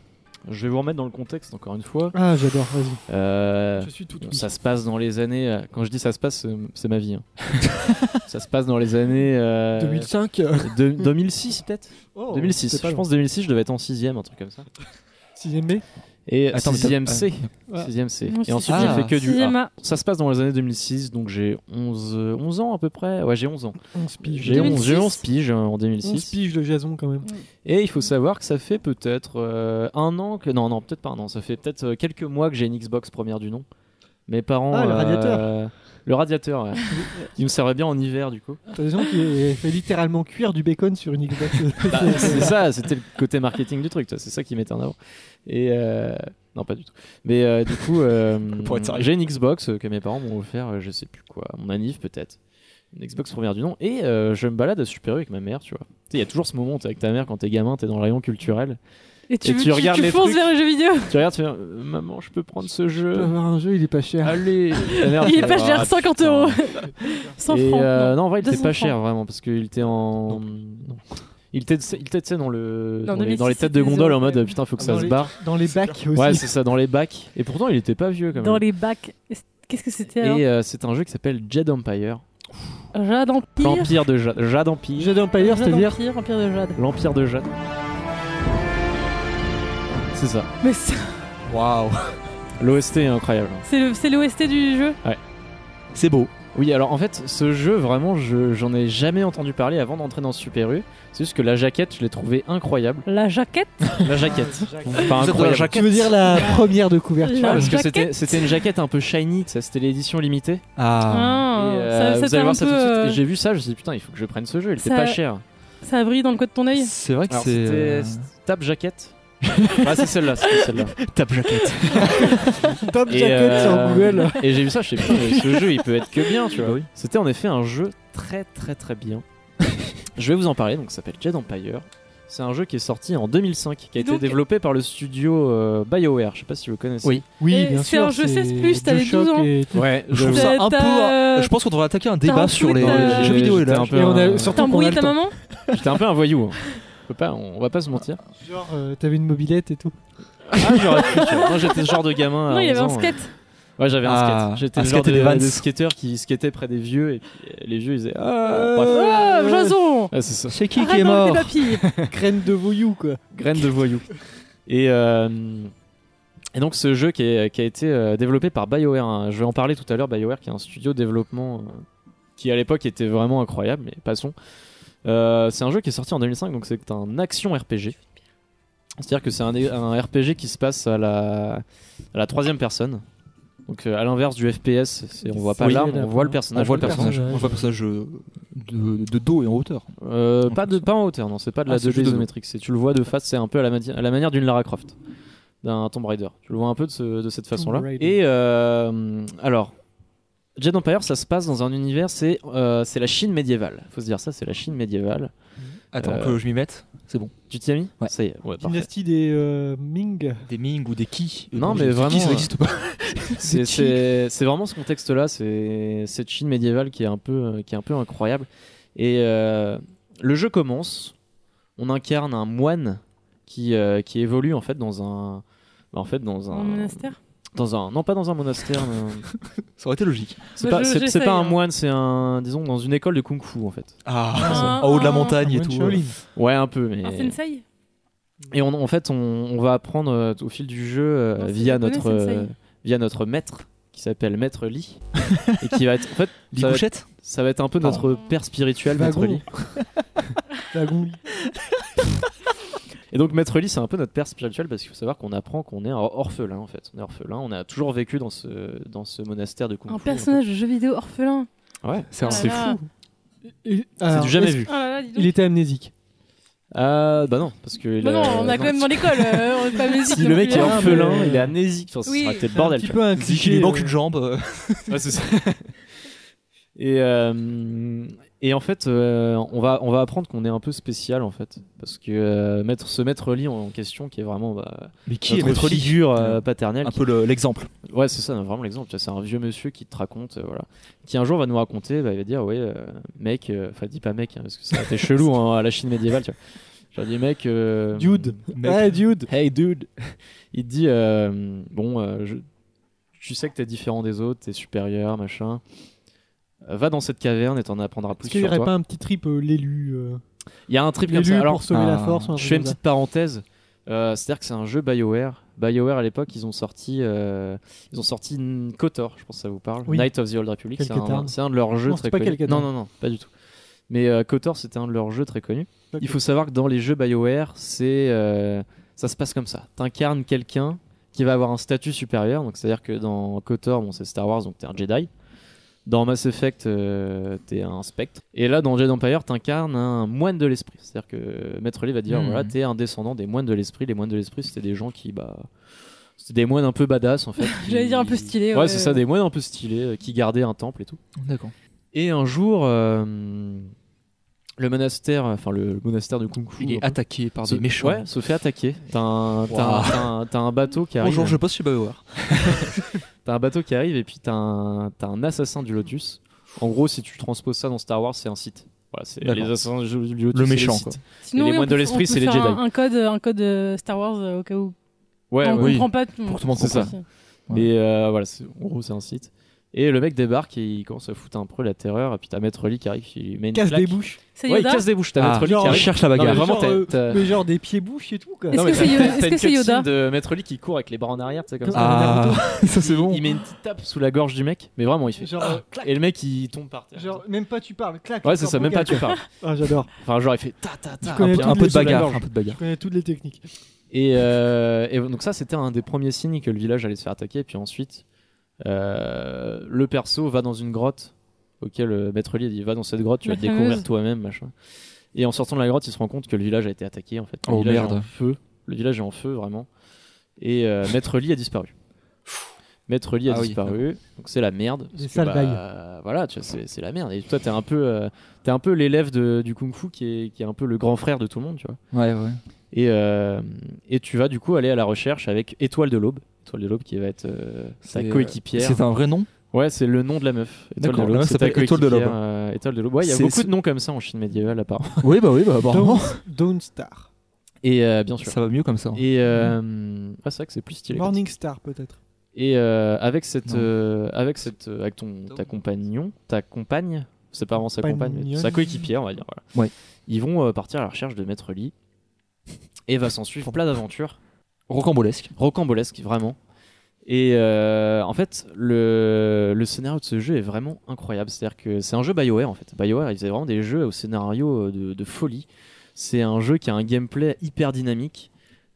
Speaker 4: Je vais vous remettre dans le contexte encore une fois.
Speaker 1: Ah, j'adore. Vas-y.
Speaker 4: Euh,
Speaker 1: Je suis tout.
Speaker 4: ça se passe dans les années. euh, Quand je dis ça se passe, euh, c'est ma vie. hein. ça se passe dans les années. euh,
Speaker 1: 2005.
Speaker 4: de- 2006 peut-être.
Speaker 1: Oh,
Speaker 4: 2006.
Speaker 1: c'est pas
Speaker 4: Je
Speaker 1: long.
Speaker 4: pense 2006, je devais être en sixième, un truc comme ça.
Speaker 1: Sixième mai.
Speaker 4: Et
Speaker 2: Attends, mais t'as-
Speaker 4: 6ème C.
Speaker 1: Ah.
Speaker 4: 6ème C.
Speaker 3: Moi aussi,
Speaker 4: Et ensuite,
Speaker 2: c'est-
Speaker 4: j'ai fait que du.
Speaker 3: Sixième
Speaker 4: A.
Speaker 3: A.
Speaker 4: Ça se passe dans les années 2006, donc j'ai 11, euh, 11 ans à peu près. Ouais, j'ai 11 ans.
Speaker 1: On se pige.
Speaker 4: J'ai 11, j'ai
Speaker 3: 2006.
Speaker 4: 11 piges euh, en
Speaker 1: On se
Speaker 4: 2006.
Speaker 1: pige de Jason quand même.
Speaker 4: Et il faut savoir que ça fait peut-être euh, un an que. Non, non, peut-être pas un an. Ça fait peut-être euh, quelques mois que j'ai une Xbox première du nom. Mes parents.
Speaker 1: Ah, le
Speaker 4: euh,
Speaker 1: radiateur.
Speaker 4: Le radiateur, ouais. Il me servait bien en hiver, du coup.
Speaker 1: T'as des gens qui euh, fait littéralement cuire du bacon sur une Xbox.
Speaker 2: Bah,
Speaker 4: c'est ça, c'était le côté marketing du truc, toi, c'est ça qui mettait en avant. Et euh, non, pas du tout. Mais euh, du coup, euh,
Speaker 2: Pour être sérieux.
Speaker 4: j'ai une Xbox euh, que mes parents m'ont offert, euh, je sais plus quoi, à mon anniv peut-être. Une Xbox première du nom. Et euh, je me balade à Super U avec ma mère, tu vois. Tu sais, il y a toujours ce moment, t'es avec ta mère quand t'es gamin, t'es dans le rayon culturel.
Speaker 3: Et tu,
Speaker 4: Et tu
Speaker 3: tu,
Speaker 4: regardes
Speaker 3: tu
Speaker 4: les
Speaker 3: fonces
Speaker 4: trucs.
Speaker 3: vers le jeu vidéo.
Speaker 4: Tu regardes, tu fais, euh, maman, je peux prendre ce
Speaker 1: Tu peux
Speaker 4: jeu.
Speaker 1: avoir un jeu, il est pas cher.
Speaker 4: Allez, Ta mère,
Speaker 3: Il
Speaker 4: elle
Speaker 3: est
Speaker 4: fait,
Speaker 3: pas cher,
Speaker 4: Ah,
Speaker 3: 50
Speaker 4: putain.
Speaker 3: euros. 100
Speaker 4: Et,
Speaker 3: francs.
Speaker 4: euh, non, en vrai, il était
Speaker 3: 200
Speaker 4: pas
Speaker 3: francs.
Speaker 4: cher vraiment parce qu'il était en. Il était, il était tu sais, dans, le,
Speaker 3: Dans
Speaker 4: dans, les, dans
Speaker 3: 2006,
Speaker 4: les têtes de
Speaker 3: c'était
Speaker 4: gondole en
Speaker 3: zéro,
Speaker 4: mode
Speaker 3: ouais.
Speaker 4: putain, faut que
Speaker 1: Ah, Dans
Speaker 4: ça se
Speaker 1: les-
Speaker 4: barre.
Speaker 1: Dans les bacs aussi.
Speaker 4: Ouais, c'est ça, dans les bacs. Et pourtant, il était pas vieux quand
Speaker 3: Dans
Speaker 4: même.
Speaker 3: les hein. bacs. Qu'est-ce que c'était alors
Speaker 4: Et euh, c'est un jeu qui s'appelle Jade Empire.
Speaker 3: Jade Empire.
Speaker 4: L'Empire de Jade. Jade Empire.
Speaker 1: Jade Empire,
Speaker 3: Jade
Speaker 1: c'est-à-dire
Speaker 3: Empire, Empire de Jade.
Speaker 4: L'Empire de Jade. C'est ça.
Speaker 3: Mais ça-
Speaker 2: Waouh.
Speaker 4: L'OST est incroyable.
Speaker 3: c'est le- c'est l'OST du jeu
Speaker 2: C'est beau.
Speaker 4: Oui, alors en fait, ce jeu, vraiment, je- j'en ai jamais entendu parler avant d'entrer dans Super U. C'est juste que la jaquette, je l'ai trouvée incroyable.
Speaker 3: La jaquette
Speaker 4: La jaquette. Pas
Speaker 2: Vous êtes dans la
Speaker 4: incroyable.
Speaker 2: jaquette.
Speaker 1: Tu veux dire la première de couverture
Speaker 3: La
Speaker 4: Parce que
Speaker 3: jaquette.
Speaker 4: c'était c'était une jaquette un peu shiny, ça c'était l'édition limitée.
Speaker 2: Ah.
Speaker 3: Ah,
Speaker 4: Et, euh,
Speaker 3: ça- ça,
Speaker 4: vous
Speaker 3: te fait
Speaker 4: allez
Speaker 3: un
Speaker 4: voir ça tout
Speaker 3: peu,
Speaker 4: de
Speaker 3: euh,
Speaker 4: suite. Et J'ai vu ça, je me suis dit putain, il faut que je prenne ce jeu, il était
Speaker 3: ça-
Speaker 4: pas cher.
Speaker 3: ça brille dans le coin de ton œil.
Speaker 2: C'est vrai que
Speaker 4: Alors,
Speaker 2: c'est.
Speaker 4: c'était
Speaker 2: euh,
Speaker 4: Tape Jaquette. ah, c'est celle-là, c'est celle-là.
Speaker 2: Tape jaquette.
Speaker 1: Top
Speaker 4: Et,
Speaker 1: Jacket
Speaker 4: euh,
Speaker 1: sur Google.
Speaker 4: Et j'ai vu ça, je sais putain, mais ce jeu il peut être que bien, tu
Speaker 2: Bah
Speaker 4: vois.
Speaker 2: oui.
Speaker 4: C'était en effet un jeu très très très bien. je vais vous en parler, donc ça s'appelle Jade Empire. C'est un jeu qui est sorti en 2005, qui a été
Speaker 3: Donc-
Speaker 4: développé par le studio euh, BioWare, je sais pas si vous connaissez.
Speaker 2: Oui.
Speaker 1: Oui,
Speaker 3: Et
Speaker 1: bien
Speaker 3: c'est
Speaker 1: sûr.
Speaker 3: un jeu 16+, t'avais 12 ans.
Speaker 1: Et,
Speaker 4: Ouais,
Speaker 2: Je trouve
Speaker 4: vous-
Speaker 2: ça un peu.
Speaker 3: T'as- t'as-
Speaker 2: Je pense qu'on devrait attaquer Euh, un débat
Speaker 3: un
Speaker 2: sur
Speaker 3: foot,
Speaker 2: les
Speaker 3: euh,
Speaker 2: les jeux vidéo et
Speaker 4: j'étais
Speaker 2: là.
Speaker 4: un peu
Speaker 1: et on a
Speaker 4: un-
Speaker 1: surtout qu'on
Speaker 3: T'as
Speaker 1: a
Speaker 3: embrouillé
Speaker 1: le
Speaker 3: ta
Speaker 1: temps.
Speaker 3: maman
Speaker 4: J'étais un peu un voyou. hein. Je peux pas, on va pas se mentir.
Speaker 1: Genre, euh, t'avais une mobilette et tout.
Speaker 4: Ah, j'aurais pu, tu vois. Moi, j'étais ce genre de gamin. à
Speaker 3: Non, il y
Speaker 4: 11
Speaker 3: avait un
Speaker 4: ans,
Speaker 3: skate.
Speaker 4: Ah, Ouais, j'avais
Speaker 2: Ah,
Speaker 4: un skate. J'étais
Speaker 2: un
Speaker 4: le genre
Speaker 2: skate et
Speaker 4: de,
Speaker 2: des Vans.
Speaker 4: de skater qui skatait près des vieux et puis euh, les vieux ils disaient ah, bref.
Speaker 1: Euh,
Speaker 3: Ah, Jason
Speaker 4: Ah, c'est ça.
Speaker 2: C'est qui qui
Speaker 3: Arrête
Speaker 2: est
Speaker 3: d'enlever
Speaker 2: mort
Speaker 3: ta fille
Speaker 1: Graine de voyou, quoi.
Speaker 4: Graine de voyou. Et, euh, et donc ce jeu qui, est- qui a été euh, développé par BioWare, hein. je vais en parler tout à l'heure, BioWare qui est un studio de développement euh, qui à l'époque était vraiment incroyable, mais passons. Euh, c'est un jeu qui est sorti en 2005, donc c'est un action RPG. C'est-à-dire que c'est un, un RPG qui se passe à la, à la troisième personne. Donc euh, à l'inverse du FPS, c'est- on voit pas
Speaker 1: Oui,
Speaker 4: l'arme,
Speaker 1: là,
Speaker 4: on voit le
Speaker 1: on
Speaker 4: personnage.
Speaker 2: On voit le
Speaker 1: Le
Speaker 2: personnage.
Speaker 1: personnage.
Speaker 2: On voit le personnage euh, de, de dos et en hauteur.
Speaker 4: Euh, pas, de, pas en hauteur, non, c'est pas de la
Speaker 2: Ah, c'est
Speaker 4: 2D
Speaker 2: juste de dos.
Speaker 4: isométrique. c'est- Tu le vois de face, c'est un peu à la, mani- à la manière d'une Lara Croft, d'un Tomb Raider. Tu le vois un peu de, ce- de cette façon-là.
Speaker 1: Raider.
Speaker 4: Et euh, alors, Jade Empire, ça se passe dans un univers, c'est euh, c'est la Chine médiévale. Faut se dire ça, c'est la Chine médiévale.
Speaker 2: Attends,
Speaker 4: Euh,
Speaker 2: que je m'y mette. C'est bon.
Speaker 4: Tu t'y as mis
Speaker 2: Ouais.
Speaker 4: Ça y est, ouais, parfait.
Speaker 1: Dynastie des euh, Ming.
Speaker 2: Des Ming ou des Ki.
Speaker 4: Non,
Speaker 2: Donc,
Speaker 4: mais
Speaker 2: des
Speaker 4: vraiment,
Speaker 2: Ki, ça
Speaker 4: euh,
Speaker 2: n'existe pas.
Speaker 4: C'est- C'est c'est vraiment ce contexte-là, c'est cette Chine médiévale qui est un peu, euh, qui est un peu incroyable. Et euh, le jeu commence. On incarne un moine qui, euh, qui évolue en fait dans un, bah, en fait dans un,
Speaker 3: Mon monastère
Speaker 4: dans un, non pas dans un monastère. mais- euh,
Speaker 2: Ça aurait été logique.
Speaker 4: c'est
Speaker 3: Bah,
Speaker 4: pas,
Speaker 3: je-
Speaker 4: c'est- c'est
Speaker 3: j'essaye,
Speaker 4: pas un
Speaker 3: hein.
Speaker 4: moine, c'est un, disons dans une école de kung-fu en fait.
Speaker 2: Ah,
Speaker 3: Ah,
Speaker 2: en haut de la
Speaker 3: ah,
Speaker 2: montagne et
Speaker 1: One
Speaker 2: tout. euh,
Speaker 1: Shaolin.
Speaker 4: Ouais, un peu, mais.
Speaker 3: Un sensei
Speaker 4: Et on, en fait, on, on va apprendre euh, au fil du jeu euh,
Speaker 3: Non, c'est
Speaker 4: via
Speaker 3: japonais,
Speaker 4: notre
Speaker 3: sensei.
Speaker 4: euh, via notre maître qui s'appelle Maître Lee et qui va être en fait
Speaker 2: Des
Speaker 4: ça va être-
Speaker 2: couchettes
Speaker 4: Ça va être un peu
Speaker 2: Pardon.
Speaker 4: notre père spirituel,
Speaker 1: Wagon.
Speaker 4: Maître Lee.
Speaker 1: Dragon.
Speaker 4: Et donc Maître Lee, c'est un peu notre père spirituel parce qu'il faut savoir qu'on apprend qu'on est un orphelin en fait. On est orphelin, on a toujours vécu dans ce, dans ce monastère de Kung
Speaker 3: Un
Speaker 4: Fu.
Speaker 3: personnage de jeu vidéo orphelin
Speaker 4: Ouais.
Speaker 2: C'est
Speaker 3: Ah là là.
Speaker 1: Et-
Speaker 4: C'est
Speaker 1: alors,
Speaker 4: du jamais
Speaker 1: est-ce-
Speaker 4: vu.
Speaker 3: Ah là là, dis donc.
Speaker 1: Il était amnésique.
Speaker 4: Ah bah non, parce que. il
Speaker 3: Bah non, on a
Speaker 4: non,
Speaker 3: quand même dans l'école, euh, on est pas amnésique
Speaker 4: Si
Speaker 3: non
Speaker 4: le mec
Speaker 3: plus,
Speaker 4: est
Speaker 3: hein.
Speaker 1: Ah,
Speaker 4: orphelin,
Speaker 1: mais-
Speaker 4: il est amnésique, enfin,
Speaker 3: Oui.
Speaker 4: ça aurait été le
Speaker 1: C'est un
Speaker 4: bordel.
Speaker 2: euh,
Speaker 1: petit
Speaker 4: tu
Speaker 1: peu un
Speaker 2: Il
Speaker 1: cliché.
Speaker 2: lui manque
Speaker 1: euh,
Speaker 2: une jambe. euh,
Speaker 4: vois. Ouais, c'est ça. Et, euh, et en fait, euh, on, va, on va apprendre qu'on est un peu spécial en fait. Parce que euh, maître, ce maître Lee en, en question, qui est vraiment bah,
Speaker 2: Mais qui
Speaker 4: notre
Speaker 2: est maître Lee Ah.
Speaker 4: figure euh,
Speaker 2: Ouais.
Speaker 4: paternelle,
Speaker 2: Un
Speaker 4: qui-
Speaker 2: peu le- l'exemple.
Speaker 4: Ouais, c'est ça, vraiment l'exemple. tu vois, C'est un vieux monsieur qui te raconte, euh, voilà, qui un jour va nous raconter, bah, il va dire, ouais, euh, mec, euh, enfin, dis pas mec, hein, parce que ça a été chelou hein, à la Chine médiévale, tu vois. Genre, dis mec, euh,
Speaker 1: Dude.
Speaker 2: Mec.
Speaker 1: Ouais, dude.
Speaker 4: hey dude, il te dit, euh, bon, euh, je, tu sais que t'es différent des autres, t'es supérieur, machin. Euh, Va dans cette caverne et t'en apprendras plus
Speaker 1: Est-ce qu'il
Speaker 4: sur
Speaker 1: n'y
Speaker 4: toi.
Speaker 1: aurait pas un petit trip euh, l'élu euh,
Speaker 4: Il y a un trip comme
Speaker 1: L'élu
Speaker 4: ça.
Speaker 1: pour
Speaker 4: Alors,
Speaker 1: sauver la
Speaker 2: un-
Speaker 1: force ou un
Speaker 4: je
Speaker 1: truc
Speaker 4: fais une
Speaker 1: comme ça.
Speaker 4: petite parenthèse. Euh, C'est-à-dire que c'est un jeu BioWare. BioWare à l'époque, ils ont sorti, euh, ils ont sorti mm, KOTOR, je pense que ça vous parle.
Speaker 1: Oui.
Speaker 4: Night of the Old Republic, c'est un,
Speaker 1: Kelketarn.
Speaker 4: c'est un de leurs jeux
Speaker 1: Non, c'est
Speaker 4: très
Speaker 1: pas
Speaker 4: connus.
Speaker 1: Kelketarn.
Speaker 4: Non, non, non, pas du tout. Mais euh, KOTOR, c'était un de leurs jeux très connus.
Speaker 1: Ok.
Speaker 4: Il faut savoir que dans les jeux BioWare, c'est euh, ça se passe comme ça. T'incarnes quelqu'un qui va avoir un statut supérieur. Donc c'est-à-dire que dans KOTOR, bon, c'est Star Wars, donc t'es un Jedi. Dans Mass Effect, euh, t'es un spectre. Et là, dans Jedi Empire, t'incarnes un moine de l'esprit. C'est-à-dire que Maître Lee va dire
Speaker 3: Hmm.
Speaker 2: Mhm.
Speaker 4: voilà, t'es un descendant des moines de l'esprit. Les moines de l'esprit, c'était des gens qui, bah. C'était des moines un peu badass en fait. qui-
Speaker 3: J'allais dire un peu stylé,
Speaker 4: Ouais,
Speaker 3: ouais.
Speaker 4: c'est ça, des moines un peu stylés euh, qui gardaient un temple et tout.
Speaker 2: D'accord.
Speaker 4: Et un jour, euh, le monastère, enfin le, le monastère de Kung Fu.
Speaker 2: Il est
Speaker 4: un peu,
Speaker 2: attaqué par
Speaker 4: se-
Speaker 2: des méchants.
Speaker 4: Ouais, se fait attaquer. T'as un, t'as un- t'as un- t'as un bateau qui arrive.
Speaker 2: Bonjour, je poste chez Bauer.
Speaker 4: T'as un bateau qui arrive et puis t'as un, t'as un assassin du Lotus. En gros, si tu transposes ça dans Star Wars, c'est un site. Voilà, c'est
Speaker 2: D'accord.
Speaker 4: les assassins du du Lotus.
Speaker 2: Le
Speaker 4: c'est les
Speaker 2: méchant,
Speaker 4: Sith.
Speaker 2: quoi.
Speaker 4: Et
Speaker 3: Sinon,
Speaker 4: les
Speaker 3: oui, on
Speaker 4: moines de
Speaker 3: peut-
Speaker 4: l'esprit,
Speaker 3: on peut
Speaker 4: c'est les
Speaker 3: faire
Speaker 4: Jedi.
Speaker 3: Un, un code, un code euh, Star Wars euh, au cas où
Speaker 4: Ouais,
Speaker 3: Ah, on
Speaker 4: ouais.
Speaker 2: oui.
Speaker 3: comprend pas.
Speaker 2: Pour tout le monde
Speaker 3: c'est
Speaker 2: comprend.
Speaker 3: ça.
Speaker 4: Mais euh, voilà, c'est- en gros, c'est un site. Et le mec débarque et il commence à foutre un peu la terreur. Et puis t'as Maître Lee qui arrive, qui lui met une
Speaker 1: Casse
Speaker 4: claque.
Speaker 1: des bouches.
Speaker 3: C'est
Speaker 4: Ouais, il
Speaker 3: Yoda.
Speaker 4: casse des bouches. T'as Maître Lee
Speaker 1: genre,
Speaker 4: qui
Speaker 2: il
Speaker 4: arrive.
Speaker 2: Ah. cherche la
Speaker 4: Non, mais
Speaker 2: bagarre.
Speaker 4: vraiment,
Speaker 1: Genre, euh,
Speaker 4: t'as- t'as-
Speaker 1: Mais genre des pieds bouches et tout quoi.
Speaker 3: Est-ce
Speaker 4: Non, mais
Speaker 3: que c'est
Speaker 4: t'as-
Speaker 3: Yoda
Speaker 4: t'as-
Speaker 3: Est-ce
Speaker 4: t'as
Speaker 3: que
Speaker 4: une
Speaker 3: c'est
Speaker 4: cutscene
Speaker 3: Yoda
Speaker 4: de Maître Lee qui court avec les bras en arrière, tu sais, comme ça.
Speaker 2: Ah, ça c'est bon.
Speaker 4: Il met une petite tape sous la gorge du mec, mais vraiment, il fait.
Speaker 1: Genre, euh, clac.
Speaker 4: Et le mec, il tombe par terre.
Speaker 1: Genre, même pas tu parles, clac.
Speaker 4: ouais, c'est
Speaker 1: genre,
Speaker 4: ça, même pas
Speaker 1: vocal.
Speaker 4: tu parles.
Speaker 1: Ah, j'adore.
Speaker 4: Enfin, genre, il fait ta ta ta.
Speaker 1: Tu connais
Speaker 4: un peu-
Speaker 1: tous
Speaker 4: un
Speaker 1: les
Speaker 4: peu de
Speaker 1: sous la
Speaker 4: bagarre.
Speaker 1: gorge.
Speaker 2: Un peu de bagarre.
Speaker 1: Je connais toutes les techniques.
Speaker 4: Et, euh, et donc ça, c'était un des premiers signes que le village allait se faire attaquer. Et puis ensuite, euh, le perso va dans une grotte, auquel euh, Maître Lee a dit va dans cette grotte, tu
Speaker 3: La
Speaker 4: vas te découvrir
Speaker 3: fameuse.
Speaker 4: toi-même, machin. Et en sortant de la grotte, il se rend compte que le village a été attaqué en fait. Le
Speaker 2: Oh,
Speaker 4: village est
Speaker 2: merde.
Speaker 4: en feu. Le village est en feu vraiment. Et euh, Maître Lee a disparu. Maître Lee a
Speaker 2: Ah oui.
Speaker 4: disparu, donc c'est la merde.
Speaker 1: Des
Speaker 4: parce que,
Speaker 1: sales
Speaker 4: bah, Voilà, tu vois, c'est c'est la merde. Et toi, t'es un peu, euh, t'es un peu l'élève de- du kung-fu qui est, qui est un peu le grand frère de tout le monde, tu vois.
Speaker 2: Ouais, ouais.
Speaker 4: Et, euh, et tu vas du coup aller à la recherche avec Étoile de l'Aube. Étoile de l'Aube qui va être euh, sa
Speaker 2: C'est, euh,
Speaker 4: coéquipière.
Speaker 2: C'est un vrai nom
Speaker 4: Ouais, c'est le nom de la meuf. Étoile de
Speaker 2: D'accord, la
Speaker 4: l'Aube.
Speaker 2: meuf
Speaker 4: c'est ta
Speaker 2: s'appelle Étoile de
Speaker 4: coéquipière,
Speaker 2: l'Aube.
Speaker 4: euh, Étoile de l'Aube. Ouais, il y a
Speaker 2: C'est-
Speaker 4: beaucoup
Speaker 2: c'est-
Speaker 4: de noms comme ça en Chine médiévale apparemment.
Speaker 2: Oui, bah oui, bah apparemment.
Speaker 1: Dawn Star.
Speaker 4: Et euh, bien sûr.
Speaker 2: Ça va mieux comme ça.
Speaker 4: Et
Speaker 2: Mm-hmm.
Speaker 4: euh, ouais, c'est vrai que c'est plus stylé.
Speaker 1: Morning Star peut-être.
Speaker 4: Et euh, avec cette,
Speaker 2: Non.
Speaker 4: euh, avec cette, euh, avec ton, ta compagnon, ta compagne, c'est pas vraiment sa compagne, mais
Speaker 1: Compagnonne.
Speaker 4: sa coéquipière, on va dire. Voilà.
Speaker 2: Ouais.
Speaker 4: Ils vont euh, partir à la recherche de Maître Lee. Et va s'en suivre plein d'aventures.
Speaker 2: Rocambolesque.
Speaker 4: rocambolesque vraiment. Et euh, en fait, le, le scénario de ce jeu est vraiment incroyable. C'est-à-dire que c'est un jeu BioWare en fait. BioWare, ils faisaient vraiment des jeux au scénario euh, de, de folie. C'est un jeu qui a un gameplay hyper dynamique.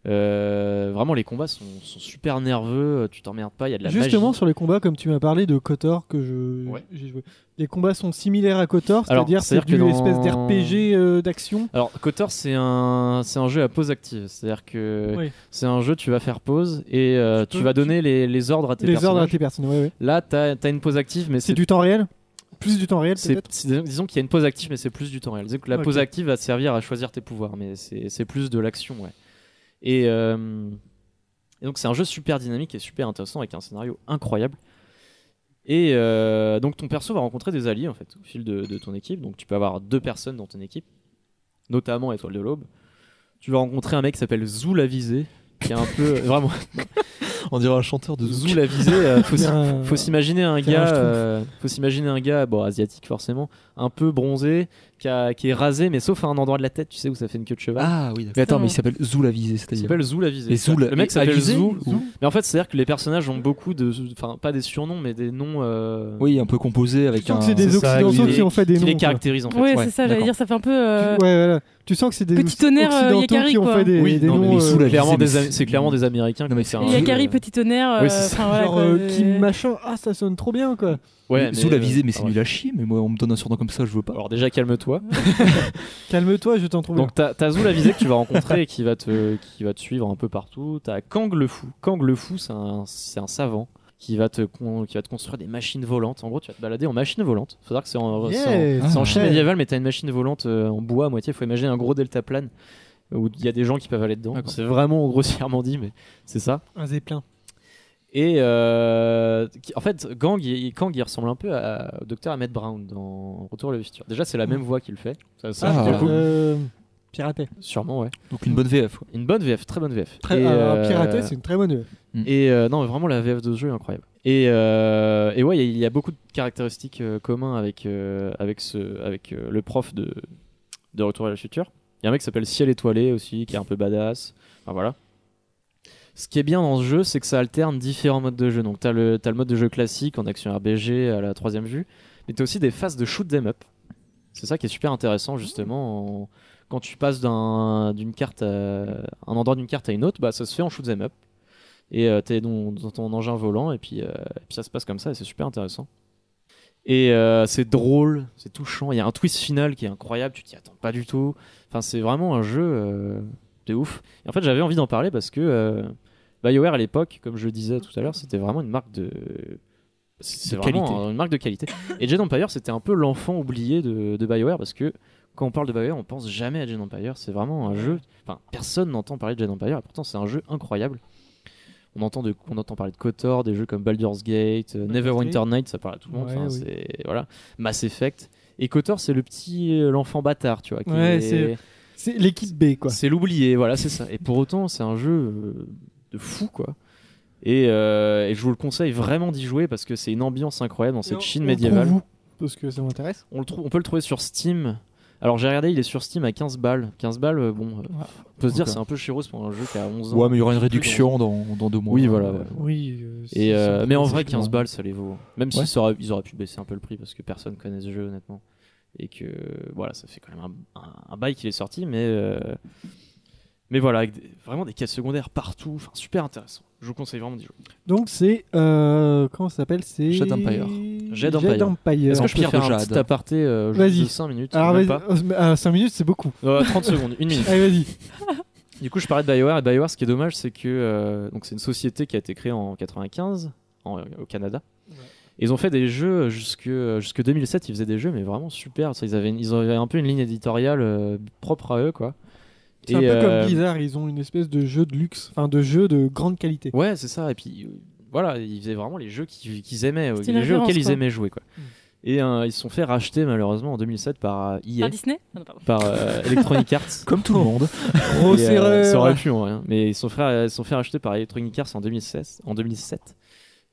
Speaker 4: Euh, vraiment, les combats sont, sont super nerveux. Euh, Tu t'emmerdes pas, il y a de la
Speaker 1: Justement
Speaker 4: magie.
Speaker 1: sur les combats, comme tu m'as parlé de Kotor que je
Speaker 4: Ouais.
Speaker 1: j'ai joué. Les combats sont similaires à Kotor,
Speaker 4: Alors,
Speaker 1: c'est-à-dire c'est
Speaker 4: c'est-à-dire
Speaker 1: du
Speaker 4: que dans-
Speaker 1: espèce d'RPG euh, d'action.
Speaker 4: Alors, Kotor, c'est un, c'est un jeu à pause active. C'est-à-dire que
Speaker 1: Oui.
Speaker 4: c'est un jeu, tu vas faire pause et euh,
Speaker 1: Tu
Speaker 4: tu
Speaker 1: peux-
Speaker 4: vas donner les, les ordres à tes
Speaker 1: Les ordres à
Speaker 4: personnages.
Speaker 1: tes personnages. ouais, ouais.
Speaker 4: Là, t'as as une pause active, mais
Speaker 1: C'est
Speaker 4: c'est
Speaker 1: du temps réel Plus du temps réel
Speaker 4: C'est-
Speaker 1: peut-être
Speaker 4: c'est- disons qu'il y a une pause active, mais c'est plus du temps réel. Disons que la
Speaker 1: Ok.
Speaker 4: pause active va te servir à choisir tes pouvoirs, mais c'est c'est plus de l'action, ouais. Et, euh, et donc c'est un jeu super dynamique et super intéressant avec un scénario incroyable. Et euh, donc ton perso va rencontrer des alliés en fait au fil de, de ton équipe. Donc tu peux avoir deux personnes dans ton équipe, notamment Étoile de l'Aube. Tu vas rencontrer un mec qui s'appelle Zou la Visée, qui est un peu vraiment
Speaker 2: On dirait un chanteur de
Speaker 4: Zou
Speaker 2: Zoul.
Speaker 4: la Visée. euh, faut
Speaker 1: Il y
Speaker 4: s'y-
Speaker 1: a un-
Speaker 4: faut s'imaginer un
Speaker 1: C'est un
Speaker 4: gars,
Speaker 1: schtroumpf.
Speaker 4: euh, faut s'imaginer un gars, bon asiatique forcément, un peu bronzé, qui, a- qui est rasé, mais sauf à un endroit de la tête, tu sais où ça fait une queue de cheval.
Speaker 2: Ah oui, d'accord. Mais attends, mais il s'appelle Zoul Avisé,
Speaker 4: il
Speaker 2: c'est-à-dire.
Speaker 4: s'appelle Zou la visée.
Speaker 2: Et Zou la-
Speaker 4: le mec
Speaker 2: et
Speaker 4: s'appelle
Speaker 2: Avisé
Speaker 4: Zou.
Speaker 2: Zou.
Speaker 4: Mais en fait, c'est à dire que les personnages ont beaucoup de, enfin pas des surnoms, mais des noms. euh,
Speaker 2: Oui, un peu composé avec
Speaker 1: Tu sens
Speaker 2: un.
Speaker 1: que c'est des
Speaker 4: c'est ça,
Speaker 1: occidentaux
Speaker 4: qui
Speaker 1: qui
Speaker 4: les-
Speaker 1: ont fait des
Speaker 4: qui
Speaker 1: noms.
Speaker 4: les
Speaker 1: quoi.
Speaker 4: caractérisent en fait.
Speaker 3: Ouais,
Speaker 2: Ouais,
Speaker 3: c'est ça, j'allais
Speaker 2: d'accord.
Speaker 3: dire, ça fait un peu. euh,
Speaker 1: Tu- ouais, voilà. Tu sens que c'est des
Speaker 3: Petit tonnerre, euh,
Speaker 1: occidentaux
Speaker 3: Yakari,
Speaker 1: qui ont
Speaker 3: quoi.
Speaker 1: fait des,
Speaker 2: Oui,
Speaker 1: des
Speaker 2: non, mais
Speaker 1: noms.
Speaker 2: ils sous
Speaker 1: euh,
Speaker 2: la-
Speaker 4: C'est clairement
Speaker 2: c'est-
Speaker 4: des, Am- c'est clairement des Américains.
Speaker 2: Non, mais c'est un
Speaker 4: qui-
Speaker 2: jeu,
Speaker 3: Yakari,
Speaker 4: euh,
Speaker 3: petit tonnerre.
Speaker 4: Oui,
Speaker 3: euh,
Speaker 4: c'est ça.
Speaker 3: enfin, voilà,
Speaker 1: genre
Speaker 3: quoi,
Speaker 1: euh,
Speaker 3: euh,
Speaker 1: Kim machin, ah ça sonne trop bien quoi.
Speaker 4: Ouais,
Speaker 2: Zoul
Speaker 4: mais,
Speaker 2: Avisé, mais
Speaker 4: euh,
Speaker 2: c'est nul à chier. Mais moi, on me donne un surnom comme ça, je veux pas.
Speaker 4: Alors déjà, calme-toi.
Speaker 1: Calme-toi, je t'en trouve.
Speaker 4: Donc t'as t'as Zou la visée que tu vas rencontrer et qui va te, qui va te suivre un peu partout. T'as Kang le fou. Kang le fou, c'est un, c'est un savant qui va te con- qui va te construire des machines volantes. En gros, tu vas te balader en machine volante. Faut savoir que c'est en,
Speaker 1: Yeah,
Speaker 4: c'est en- c'est en
Speaker 1: ah.
Speaker 4: Chine médiévale, mais t'as une machine volante euh, en bois à moitié. Faut imaginer un gros deltaplane où il y a des gens qui peuvent aller dedans.
Speaker 1: D'accord.
Speaker 4: C'est vraiment grossièrement dit, mais c'est ça.
Speaker 1: Un zeppelin.
Speaker 4: Et euh, qui- en fait, Gang, il, Kang, il ressemble un peu à, au docteur Ahmed Brown dans Retour à le futur. Déjà,
Speaker 1: Mm.
Speaker 4: c'est la même voix qu'il fait. Ça, ça,
Speaker 1: Ah,
Speaker 4: c'est cool.
Speaker 1: euh, piraté.
Speaker 4: Sûrement, ouais.
Speaker 2: Donc une bonne VF. quoi.
Speaker 4: Une bonne VF, très bonne VF.
Speaker 1: Très-
Speaker 4: Et,
Speaker 1: alors,
Speaker 4: euh,
Speaker 1: piraté, c'est une très bonne. œuvre.
Speaker 4: Et euh, non, vraiment, la VF de ce jeu est incroyable. Et, euh, et ouais, il y a- il y, a beaucoup de caractéristiques euh, communs avec, euh, avec, ce, avec euh, le prof de, de Retour à la future. Il y a un mec qui s'appelle Ciel étoilé aussi, qui est un peu badass. Enfin, voilà. Ce qui est bien dans ce jeu, c'est que ça alterne différents modes de jeu. Donc, tu as, le t'as le mode de jeu classique en action RBG à la troisième vue, mais tu as aussi des phases de shoot them up. C'est ça qui est super intéressant, justement. en- Quand tu passes d'un d'une carte à... un endroit d'une carte à une autre, bah, ça se fait en shoot them up et euh, t'es dans, dans ton engin volant et puis, euh, et puis ça se passe comme ça et c'est super intéressant et euh, c'est drôle c'est touchant il y a un twist final qui est incroyable tu t'y attends pas du tout enfin c'est vraiment un jeu euh, de ouf et en fait j'avais envie d'en parler parce que euh, BioWare à l'époque comme je le disais tout à l'heure c'était vraiment une marque de c'est
Speaker 2: De
Speaker 4: vraiment
Speaker 2: qualité.
Speaker 4: un- une marque de qualité et Jade Empire c'était un peu l'enfant oublié de, de BioWare parce que quand on parle de BioWare on pense jamais à Jade Empire c'est vraiment un jeu enfin personne n'entend parler de Jade Empire et pourtant c'est un jeu incroyable on entend, de, on entend parler de KOTOR, des jeux comme Baldur's Gate, euh,
Speaker 1: Baldur's
Speaker 4: Neverwinter Night, ça parle à tout le monde.
Speaker 1: Ouais,
Speaker 4: enfin,
Speaker 1: oui.
Speaker 4: c'est- voilà. Mass Effect. Et KOTOR, c'est le petit, euh, l'enfant bâtard, tu vois. qui
Speaker 1: Ouais,
Speaker 4: est-
Speaker 1: c'est- C'est l'équipe B, quoi.
Speaker 4: c'est l'oublié, voilà, c'est ça. Et pour autant, c'est un jeu euh, de fou, quoi. Et, euh, et je vous le conseille vraiment d'y jouer parce que c'est une ambiance incroyable dans
Speaker 1: On-
Speaker 4: cette Chine
Speaker 1: on
Speaker 4: médiévale.
Speaker 1: trouve où Parce que ça m'intéresse.
Speaker 4: On, le trouve, on peut le trouver sur Steam. Alors j'ai regardé, il est sur Steam à 15 balles. 15 balles, euh, bon, euh, on peut se dire
Speaker 2: Ok.
Speaker 4: c'est un peu chirose pour un jeu qui a 11 ans.
Speaker 2: Ouais, mais il y aura une
Speaker 4: Plus
Speaker 2: réduction dans, dans deux mois.
Speaker 4: Oui, voilà, ouais.
Speaker 1: Oui. euh, c'est-
Speaker 4: Et euh,
Speaker 1: c'est- hein.
Speaker 4: mais en vrai,
Speaker 1: c'est-
Speaker 4: 15 balles, ça les vaut. Même
Speaker 2: Ouais.
Speaker 4: si ça aurait- ils auraient pu baisser un peu le prix parce que personne connaît ce jeu, honnêtement. Et que voilà, ça fait quand même un, un- un bail qu'il est sorti, mais euh, mais voilà, avec des- vraiment des quêtes secondaires partout, enfin super intéressant. Je vous conseille vraiment d'y jouer.
Speaker 1: Donc c'est euh, comment ça s'appelle C'est
Speaker 2: Jade Empire.
Speaker 4: Jade
Speaker 1: Jade
Speaker 4: Empire.
Speaker 1: Empire.
Speaker 4: Est-ce que
Speaker 2: en
Speaker 4: je peux
Speaker 2: pierre
Speaker 4: faire
Speaker 2: de
Speaker 4: un
Speaker 2: jade.
Speaker 4: petit aparté euh, juste
Speaker 1: Vas-y.
Speaker 4: de 5 minutes
Speaker 1: Alors
Speaker 4: même
Speaker 1: vas-y,
Speaker 4: pas.
Speaker 1: euh, euh, 5 minutes, c'est beaucoup.
Speaker 4: Euh, 30 secondes, une minute.
Speaker 1: Allez, vas-y.
Speaker 4: Du coup, je parlais de BioWare et BioWare, ce qui est dommage, c'est que euh, donc c'est une société qui a été créée en 95 en- euh, au Canada. Ils ont fait des jeux jusque euh, jusque 2007, ils faisaient des jeux mais vraiment super. Ça, Ils avaient une- ils avaient un peu une ligne éditoriale euh, propre à eux quoi.
Speaker 1: C'est un peu
Speaker 4: Et, euh,
Speaker 1: comme Blizzard, ils ont une espèce de jeu de luxe, enfin de jeu de grande qualité.
Speaker 4: Ouais, c'est ça. Et puis euh, voilà, ils faisaient vraiment les jeux qui- qu'ils aimaient, euh,
Speaker 3: C'était une
Speaker 4: les jeux auxquels
Speaker 3: référence,
Speaker 4: ils
Speaker 3: quoi.
Speaker 4: aimaient jouer quoi.
Speaker 1: Mm.
Speaker 4: Et euh, ils se sont fait racheter malheureusement en 2007 par euh, EA,
Speaker 3: Par Disney Ah non, pardon.
Speaker 4: par euh, Electronic Arts.
Speaker 2: Comme tout le monde.
Speaker 1: Grosse
Speaker 4: Et, euh, ça aurait
Speaker 1: erreur.
Speaker 4: pu en vrai. hein. Mais son frère, son frère acheté par Electronic Arts en 2016, en 2007.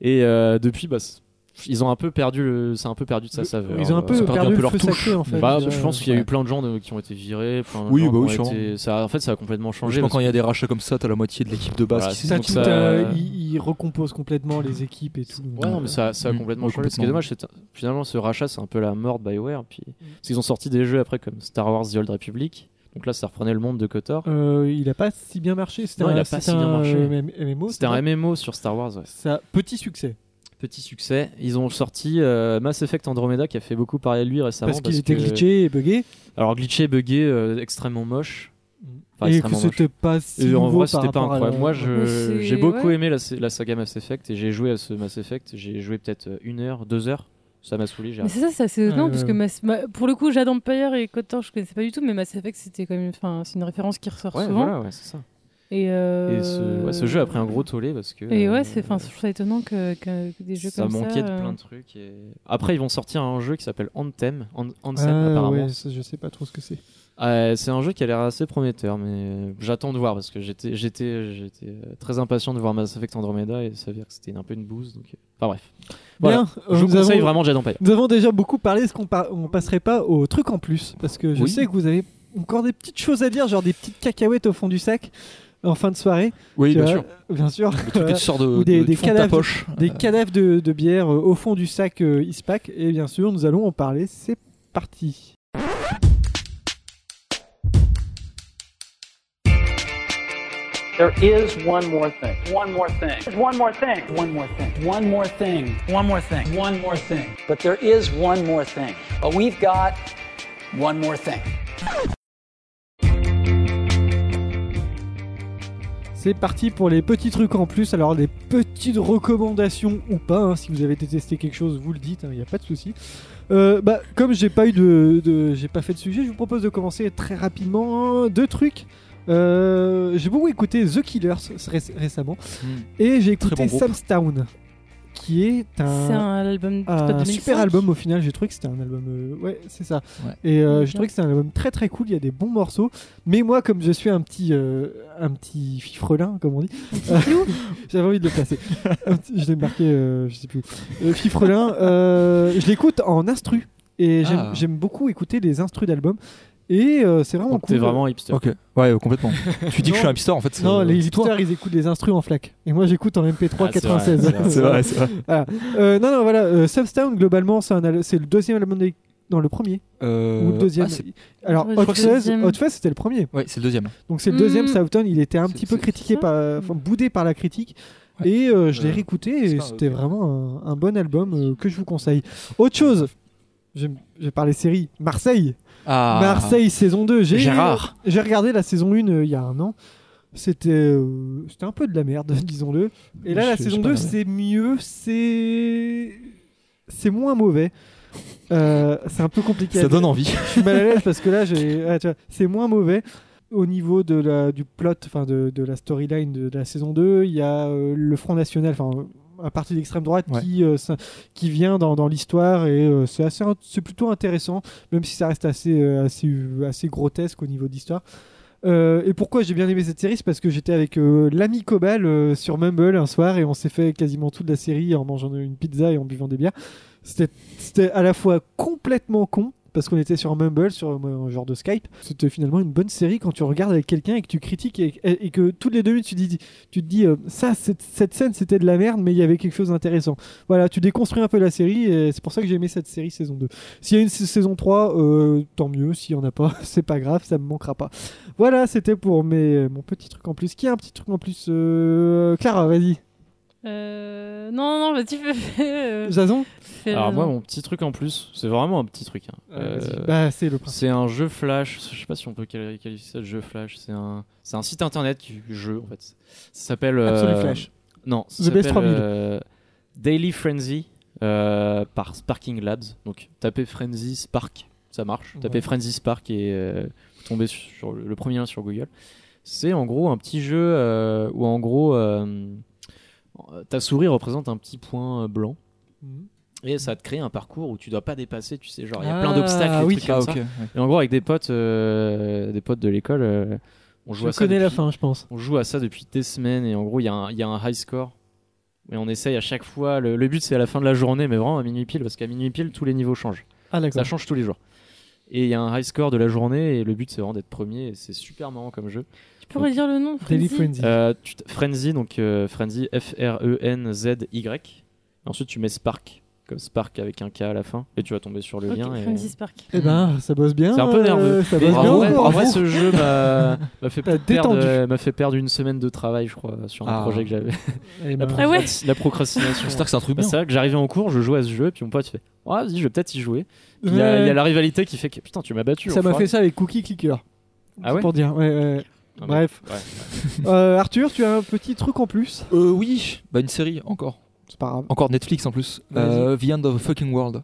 Speaker 4: Et euh, depuis, bah, c'est- ils ont un peu perdu, le, ça a un peu perdu de sa saveur.
Speaker 1: Ils ont un
Speaker 4: Euh,
Speaker 1: peu
Speaker 4: ça a
Speaker 1: perdu,
Speaker 2: un peu
Speaker 1: le
Speaker 2: leur
Speaker 1: feu
Speaker 2: touche.
Speaker 1: sacré en fait.
Speaker 4: Bah,
Speaker 1: déjà.
Speaker 4: je pense qu'il y a
Speaker 2: ouais.
Speaker 4: eu plein de gens de- qui ont été virés. plein de
Speaker 2: Oui,
Speaker 4: gens
Speaker 2: bah
Speaker 4: qui
Speaker 2: oui,
Speaker 4: ont été-
Speaker 2: sûrement.
Speaker 4: ça, en fait, ça a complètement changé.
Speaker 2: Franchement,
Speaker 4: parce
Speaker 2: quand il y
Speaker 4: que-
Speaker 2: a des rachats comme ça, t'as la moitié de l'équipe de base
Speaker 4: Voilà,
Speaker 2: qui s'est
Speaker 4: c'est
Speaker 1: Ça,
Speaker 4: donc
Speaker 1: tout,
Speaker 4: ça-
Speaker 1: euh, ils, ils recomposent complètement les équipes et tout.
Speaker 4: Ouais, non, mais ça, ça a
Speaker 2: Mm.
Speaker 4: complètement
Speaker 2: Ouais,
Speaker 4: changé. Ce qui est dommage, c'est finalement ce rachat, c'est un peu la mort de Bioware. Puis,
Speaker 1: Mm.
Speaker 4: Parce qu'ils ont sorti des jeux après comme Star Wars The Old Republic. Donc là, ça reprenait le monde de KOTOR.
Speaker 1: Euh, il a pas si bien marché. C'était
Speaker 4: Non,
Speaker 1: un,
Speaker 4: il a pas
Speaker 1: c'était
Speaker 4: si bien
Speaker 1: un,
Speaker 4: marché.
Speaker 1: euh, MMO.
Speaker 4: C'était un MMO sur Star Wars. ouais.
Speaker 1: Ça, petit succès.
Speaker 4: Petit succès. Ils ont sorti euh, Mass Effect Andromeda qui a fait beaucoup parler de lui récemment.
Speaker 1: parce qu'il était
Speaker 4: que-
Speaker 1: glitché et buggé.
Speaker 4: Alors glitché, buggé, euh, extrêmement moche. Enfin,
Speaker 1: et que
Speaker 4: extrêmement moche.
Speaker 1: c'était pas si.
Speaker 4: Et en
Speaker 1: nouveau
Speaker 4: vrai,
Speaker 1: par
Speaker 4: c'était pas
Speaker 1: rapport à la-
Speaker 4: incroyable. Moi,
Speaker 3: Mais
Speaker 4: je-
Speaker 3: c'est-
Speaker 4: j'ai beaucoup
Speaker 3: ouais.
Speaker 4: aimé la, la saga Mass Effect et j'ai joué à ce Mass Effect. J'ai joué peut-être euh, une heure, deux heures. Ça m'a saoulé. j'ai
Speaker 3: Mais
Speaker 4: arrêté.
Speaker 3: c'est ça, c'est assez étonnant,
Speaker 1: Ouais,
Speaker 3: parce
Speaker 1: ouais,
Speaker 3: que
Speaker 1: ouais.
Speaker 3: Mass- ma- pour le coup, Jade Empire et KOTOR, je connaissais pas du tout, mais Mass Effect, c'était quand même, enfin, c'est une référence qui ressort
Speaker 4: Ouais,
Speaker 3: souvent.
Speaker 4: voilà, ouais, c'est ça.
Speaker 3: Et, euh,
Speaker 4: Et ce, ouais, ce jeu a pris un gros tollé parce que.
Speaker 3: Et ouais,
Speaker 4: euh,
Speaker 3: c'est, enfin, je trouve ça étonnant que, que- que des jeux
Speaker 4: ça
Speaker 3: comme ça.
Speaker 4: manquait de
Speaker 3: euh,
Speaker 4: plein de trucs. et- Après, ils vont sortir un jeu qui s'appelle Anthem. An- Ansem,
Speaker 1: Ah,
Speaker 4: apparemment.
Speaker 1: ouais, ça, je sais pas trop ce que c'est.
Speaker 4: Euh, c'est un jeu qui a l'air assez prometteur, mais euh, j'attends de voir parce que j'étais, j'étais, j'étais euh, très impatient de voir Mass Effect Andromeda et ça veut dire que c'était un peu une bouse. Donc... euh, Enfin bref. Voilà.
Speaker 1: Bien, euh,
Speaker 4: Je vous
Speaker 1: nous
Speaker 4: conseille
Speaker 1: avons-
Speaker 4: vraiment Jade Empire.
Speaker 1: Nous avons déjà beaucoup parlé, est-ce qu'on par- on passerait pas au truc en plus Parce que je
Speaker 2: Oui.
Speaker 1: sais que vous avez encore des petites choses à dire, genre des petites cacahuètes au fond du sac en fin de soirée.
Speaker 2: Oui,
Speaker 1: tu
Speaker 2: bien
Speaker 1: vois,
Speaker 2: sûr.
Speaker 1: euh, Bien sûr.
Speaker 2: Le truc que tu sors de,
Speaker 1: Ou des-
Speaker 2: de-
Speaker 1: des
Speaker 2: du fond de ta
Speaker 1: cadavres.
Speaker 2: poche. Ah.
Speaker 1: Des cadavres de, de bière euh, au fond du sac euh, ISPAC. Et bien sûr, nous allons en parler. C'est parti.
Speaker 5: There is one more thing. One more thing. There's one more thing. One more thing. One more thing. One more thing. One more thing. But there is one more thing. But we've got one more thing.
Speaker 1: C'est parti pour les petits trucs en plus. Alors, des petites recommandations ou pas. hein. si vous avez détesté quelque chose, vous le dites, il n'y a pas de souci. Euh, bah, comme j'ai pas eu de, de- j'ai pas fait de sujet, je vous propose de commencer très rapidement hein, deux trucs. Euh, j'ai beaucoup écouté The Killers ré- récemment
Speaker 2: Hmm.
Speaker 1: et j'ai
Speaker 2: Très
Speaker 1: écouté
Speaker 2: bon groupe.
Speaker 1: Sam's Town, qui est
Speaker 3: C'est un album
Speaker 1: Ah, un
Speaker 3: de 2005.
Speaker 1: Euh, super album au final j'ai trouvé que c'était un album euh, ouais c'est ça
Speaker 2: Ouais.
Speaker 1: et euh, j'ai
Speaker 3: Bien.
Speaker 1: trouvé que c'était un album très très cool il y a des bons morceaux mais moi comme je suis un petit euh, un petit fifrelin comme on dit j'avais envie de le placer Un petit- je l'ai marqué euh, je sais plus où. Euh, fifrelin euh, je l'écoute en instru et j'aime-
Speaker 2: Ah.
Speaker 1: j'aime beaucoup écouter les instrus d'albums et euh, c'est vraiment
Speaker 4: Donc t'es
Speaker 1: cool
Speaker 4: vraiment hipster.
Speaker 2: Ok, ouais, euh, complètement. tu dis que je suis un hipster en fait.
Speaker 1: non
Speaker 2: euh,
Speaker 1: les
Speaker 2: c'est toi.
Speaker 1: hipsters ils écoutent les instrus en flaque et moi j'écoute en MP3
Speaker 4: Ah, c'est vrai,
Speaker 1: 96
Speaker 4: c'est vrai,
Speaker 2: C'est vrai, c'est vrai.
Speaker 1: Euh, non, non, voilà. Euh, Substown, globalement, c'est un al- c'est le deuxième album de... Non, le premier.
Speaker 2: Euh,
Speaker 1: Ou le deuxième.
Speaker 2: ah, c'est-
Speaker 1: Alors,
Speaker 3: Ouais, je
Speaker 1: Hot
Speaker 3: crois que c'est
Speaker 1: Fuzz,
Speaker 3: le deuxième.
Speaker 1: Hot Fuzz, c'était le premier.
Speaker 2: ouais, c'est le deuxième.
Speaker 1: Donc, c'est le deuxième,
Speaker 3: Mm.
Speaker 1: Southtown. Il était un
Speaker 2: C'est-
Speaker 1: petit peu
Speaker 2: c'est-
Speaker 1: critiqué
Speaker 3: ça
Speaker 1: par... enfin, boudé par la critique. Et euh, je l'ai
Speaker 2: Euh,
Speaker 1: réécouté
Speaker 2: c'est
Speaker 1: et
Speaker 2: pas,
Speaker 1: c'était
Speaker 2: euh,
Speaker 1: vraiment un, un bon album euh, que je vous conseille. Autre chose, je je vais parler série. Marseille.
Speaker 2: Ah,
Speaker 1: Marseille saison 2. J'ai
Speaker 2: Gérard.
Speaker 1: J'ai regardé la saison 1 euh, il y a un an. C'était euh, c'était un peu de la merde, disons-le. Et là,
Speaker 2: Je-
Speaker 1: la
Speaker 2: je
Speaker 1: saison
Speaker 2: sais pas,
Speaker 1: 2,
Speaker 2: ouais.
Speaker 1: c'est mieux, c'est. C'est moins mauvais. Euh, c'est un peu compliqué. à
Speaker 2: ça
Speaker 1: dire.
Speaker 2: donne envie.
Speaker 1: Je suis mal à l'aise parce que là, j'ai. ah, tu vois, c'est moins mauvais. Au niveau de la, du plot, enfin de, de la storyline de, de la saison 2, il y a euh, le Front National, enfin un parti d'extrême droite
Speaker 2: Ouais.
Speaker 1: qui, euh, s'in- qui vient dans, dans l'histoire et euh, c'est assez int- c'est plutôt intéressant, même si ça reste assez, euh, assez, euh, assez grotesque au niveau d'histoire. Euh, et pourquoi j'ai bien aimé cette série, c'est parce que j'étais avec euh, l'ami Cobal euh, sur Mumble un soir et on s'est fait quasiment toute la série en mangeant une pizza et en buvant des bières. C'était c'était à la fois complètement con parce qu'on était sur Mumble, sur euh, un genre de Skype. C'était finalement une bonne série quand tu regardes avec quelqu'un et que tu critiques et, et- et que toutes les deux minutes tu, dis, tu te dis euh, ça, cette, cette scène c'était de la merde mais il y avait quelque chose d'intéressant. Voilà, tu déconstruis un peu la série et c'est pour ça que j'ai aimé cette série saison 2. S'il y a une sa- saison 3, euh, tant mieux. S'il y en a pas, c'est pas grave, ça me manquera pas. Voilà, c'était pour mes, mon petit truc en plus. Qui a un petit truc en plus euh, Clara, vas-y.
Speaker 3: Euh, non, non, vas-y, fais- fais. euh,
Speaker 1: Jason
Speaker 3: fais
Speaker 4: Alors
Speaker 3: raison.
Speaker 4: moi, mon petit truc en plus, c'est vraiment un petit truc. hein.
Speaker 1: Vas-y.
Speaker 4: Euh,
Speaker 1: Bah, c'est le principe.
Speaker 4: C'est un jeu flash, je sais pas si on peut quali- qualifier ça de jeu flash, c'est un, c'est un site internet qui jeu en fait. Ça s'appelle... euh,
Speaker 1: Absolute Flash.
Speaker 4: Non, ça
Speaker 1: The Best
Speaker 4: s'appelle
Speaker 1: 3000.
Speaker 4: euh, Daily Frenzy euh, par Sparking Labs. Donc tapez Frenzy Spark, ça marche. Tapez
Speaker 1: Ouais.
Speaker 4: Frenzy Spark et euh, vous tombez sur, sur le, le premier lien sur Google. C'est en gros un petit jeu euh, où en gros euh, ta souris représente un petit point euh, blanc
Speaker 1: Mhm.
Speaker 4: et ça te crée un parcours où tu dois pas dépasser, tu sais, genre il y a
Speaker 1: Ah,
Speaker 4: plein d'obstacles, et
Speaker 1: oui.
Speaker 4: trucs comme ça. Et en gros, avec des potes, euh, des potes de l'école, euh, on joue
Speaker 1: Je
Speaker 4: à ça.
Speaker 1: connais la
Speaker 4: depuis-
Speaker 1: fin, je pense.
Speaker 4: On joue à ça depuis des semaines et en gros, il y, a un- il y a un high score. Et on essaye à chaque fois. Le, le but, c'est à la fin de la journée, mais vraiment à minuit pile, parce qu'à minuit pile, tous les niveaux changent.
Speaker 1: Ah,
Speaker 4: Ça
Speaker 1: d'accord.
Speaker 4: change tous les jours. Et il y a un high score de la journée, et le but, c'est vraiment d'être premier. et C'est super marrant comme jeu.
Speaker 3: Tu pourrais dire le nom
Speaker 1: Daily
Speaker 3: Frenzy
Speaker 1: Frenzy.
Speaker 4: Euh, tu t- Frenzy, donc euh, Frenzy, E F-R-E-N-Z-Y. Ensuite, tu mets Spark, comme Spark avec un K à la fin, et tu vas tomber sur le
Speaker 3: Ok,
Speaker 4: lien. et-
Speaker 3: Frenzy Spark.
Speaker 1: Eh ben, ça bosse bien.
Speaker 4: C'est un peu
Speaker 1: euh,
Speaker 4: nerveux.
Speaker 1: ça
Speaker 4: Mais
Speaker 1: bosse
Speaker 4: en,
Speaker 1: bien.
Speaker 4: vrai,
Speaker 1: encore.
Speaker 4: en vrai, ce jeu m'a m'a fait,
Speaker 1: T'as
Speaker 4: perdre,
Speaker 1: détendu.
Speaker 4: euh, m'a fait perdre une semaine de travail, je crois, sur un
Speaker 2: Ah.
Speaker 4: projet que j'avais.
Speaker 1: Eh ben,
Speaker 3: Ah ouais
Speaker 4: La procrastination.
Speaker 2: J'espère que c'est un truc
Speaker 4: Bah,
Speaker 2: bien.
Speaker 4: c'est vrai que j'arrivais en cours, je jouais à ce jeu, puis mon pote fait Ouais, vas-y, je vais peut-être y jouer. Puis Il y, a,
Speaker 1: ouais,
Speaker 4: il y a la rivalité qui fait que putain, tu m'as battu.
Speaker 1: Ça m'a
Speaker 4: enfoiré.
Speaker 1: fait ça les cookies clickers.
Speaker 4: Ah ouais
Speaker 1: Pour dire. Ouais, ouais.
Speaker 4: Ah, mais-
Speaker 1: Bref.
Speaker 4: ouais.
Speaker 1: Euh, Arthur, tu as un petit truc en plus
Speaker 2: Euh, oui, bah une série encore.
Speaker 1: C'est pas grave.
Speaker 2: Encore Netflix en plus. Euh, The End of the Fucking World.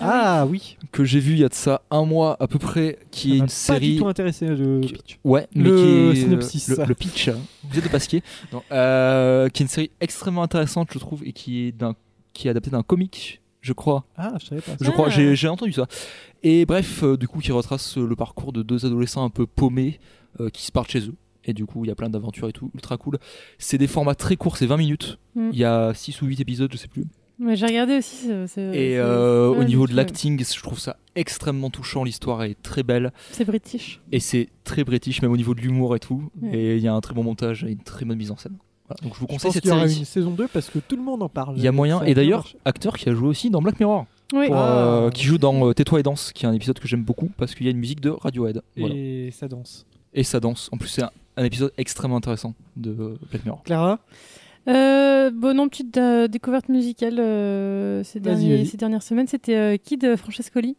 Speaker 1: Ah oui.
Speaker 2: Que j'ai vu il y a de ça un mois à peu près, qui
Speaker 1: Ça
Speaker 2: est
Speaker 1: m'a
Speaker 2: une
Speaker 1: Pas du
Speaker 2: série.
Speaker 1: tout intéressé le
Speaker 2: Qui-
Speaker 1: pitch.
Speaker 2: Ouais, mais
Speaker 1: Le
Speaker 2: qui est, euh,
Speaker 1: synopsis.
Speaker 2: le, le pitch, hein. vous êtes de Pasquier, Non, euh, qui est une série extrêmement intéressante, je trouve, et qui est, d'un- qui est adaptée d'un comic, je crois.
Speaker 1: Ah, je savais pas.
Speaker 2: Je crois,
Speaker 3: Ah.
Speaker 2: j'ai j'ai entendu ça. Et bref, euh, du coup, qui retrace euh, le parcours de deux adolescents un peu paumés euh, qui se partent chez eux. Et du coup, il y a plein d'aventures et tout, ultra cool. C'est des formats très courts, c'est 20 minutes.
Speaker 3: Mm.
Speaker 2: Il y a 6 ou 8 épisodes, je sais plus.
Speaker 3: Mais j'ai regardé aussi. c'est- c'est-
Speaker 2: Et
Speaker 3: c'est-
Speaker 2: euh,
Speaker 3: c'est-
Speaker 2: au
Speaker 3: ouais,
Speaker 2: niveau de
Speaker 3: c'est-
Speaker 2: l'acting, je trouve ça extrêmement touchant. L'histoire est très belle.
Speaker 3: C'est british.
Speaker 2: Et c'est très british, même au niveau de l'humour et tout.
Speaker 3: Ouais.
Speaker 2: Et il y a un très bon montage et une très bonne mise en scène. Voilà, Donc je vous
Speaker 1: Je
Speaker 2: conseille
Speaker 1: pense
Speaker 2: cette
Speaker 1: qu'il y aura
Speaker 2: série.
Speaker 1: une saison 2 parce que tout le monde en parle.
Speaker 2: Il y a moyen.
Speaker 1: Ça
Speaker 2: Et d'ailleurs,
Speaker 1: marche.
Speaker 2: acteur qui a joué aussi dans Black Mirror.
Speaker 3: Oui.
Speaker 2: pour,
Speaker 1: Ah.
Speaker 2: euh, qui joue dans euh, Tais-toi et danse, qui est un épisode que j'aime beaucoup parce qu'il y a une musique de Radiohead. Voilà. Et...
Speaker 1: Et ça danse.
Speaker 2: ça danse. En plus, c'est un, un épisode extrêmement intéressant de euh, Black Mirror.
Speaker 1: Clara
Speaker 3: Euh, bon, non, petite euh, découverte musicale euh, ces,
Speaker 1: Vas-y,
Speaker 3: derniers-
Speaker 1: vas-y.
Speaker 3: ces dernières semaines, c'était euh, Kid Francescoli.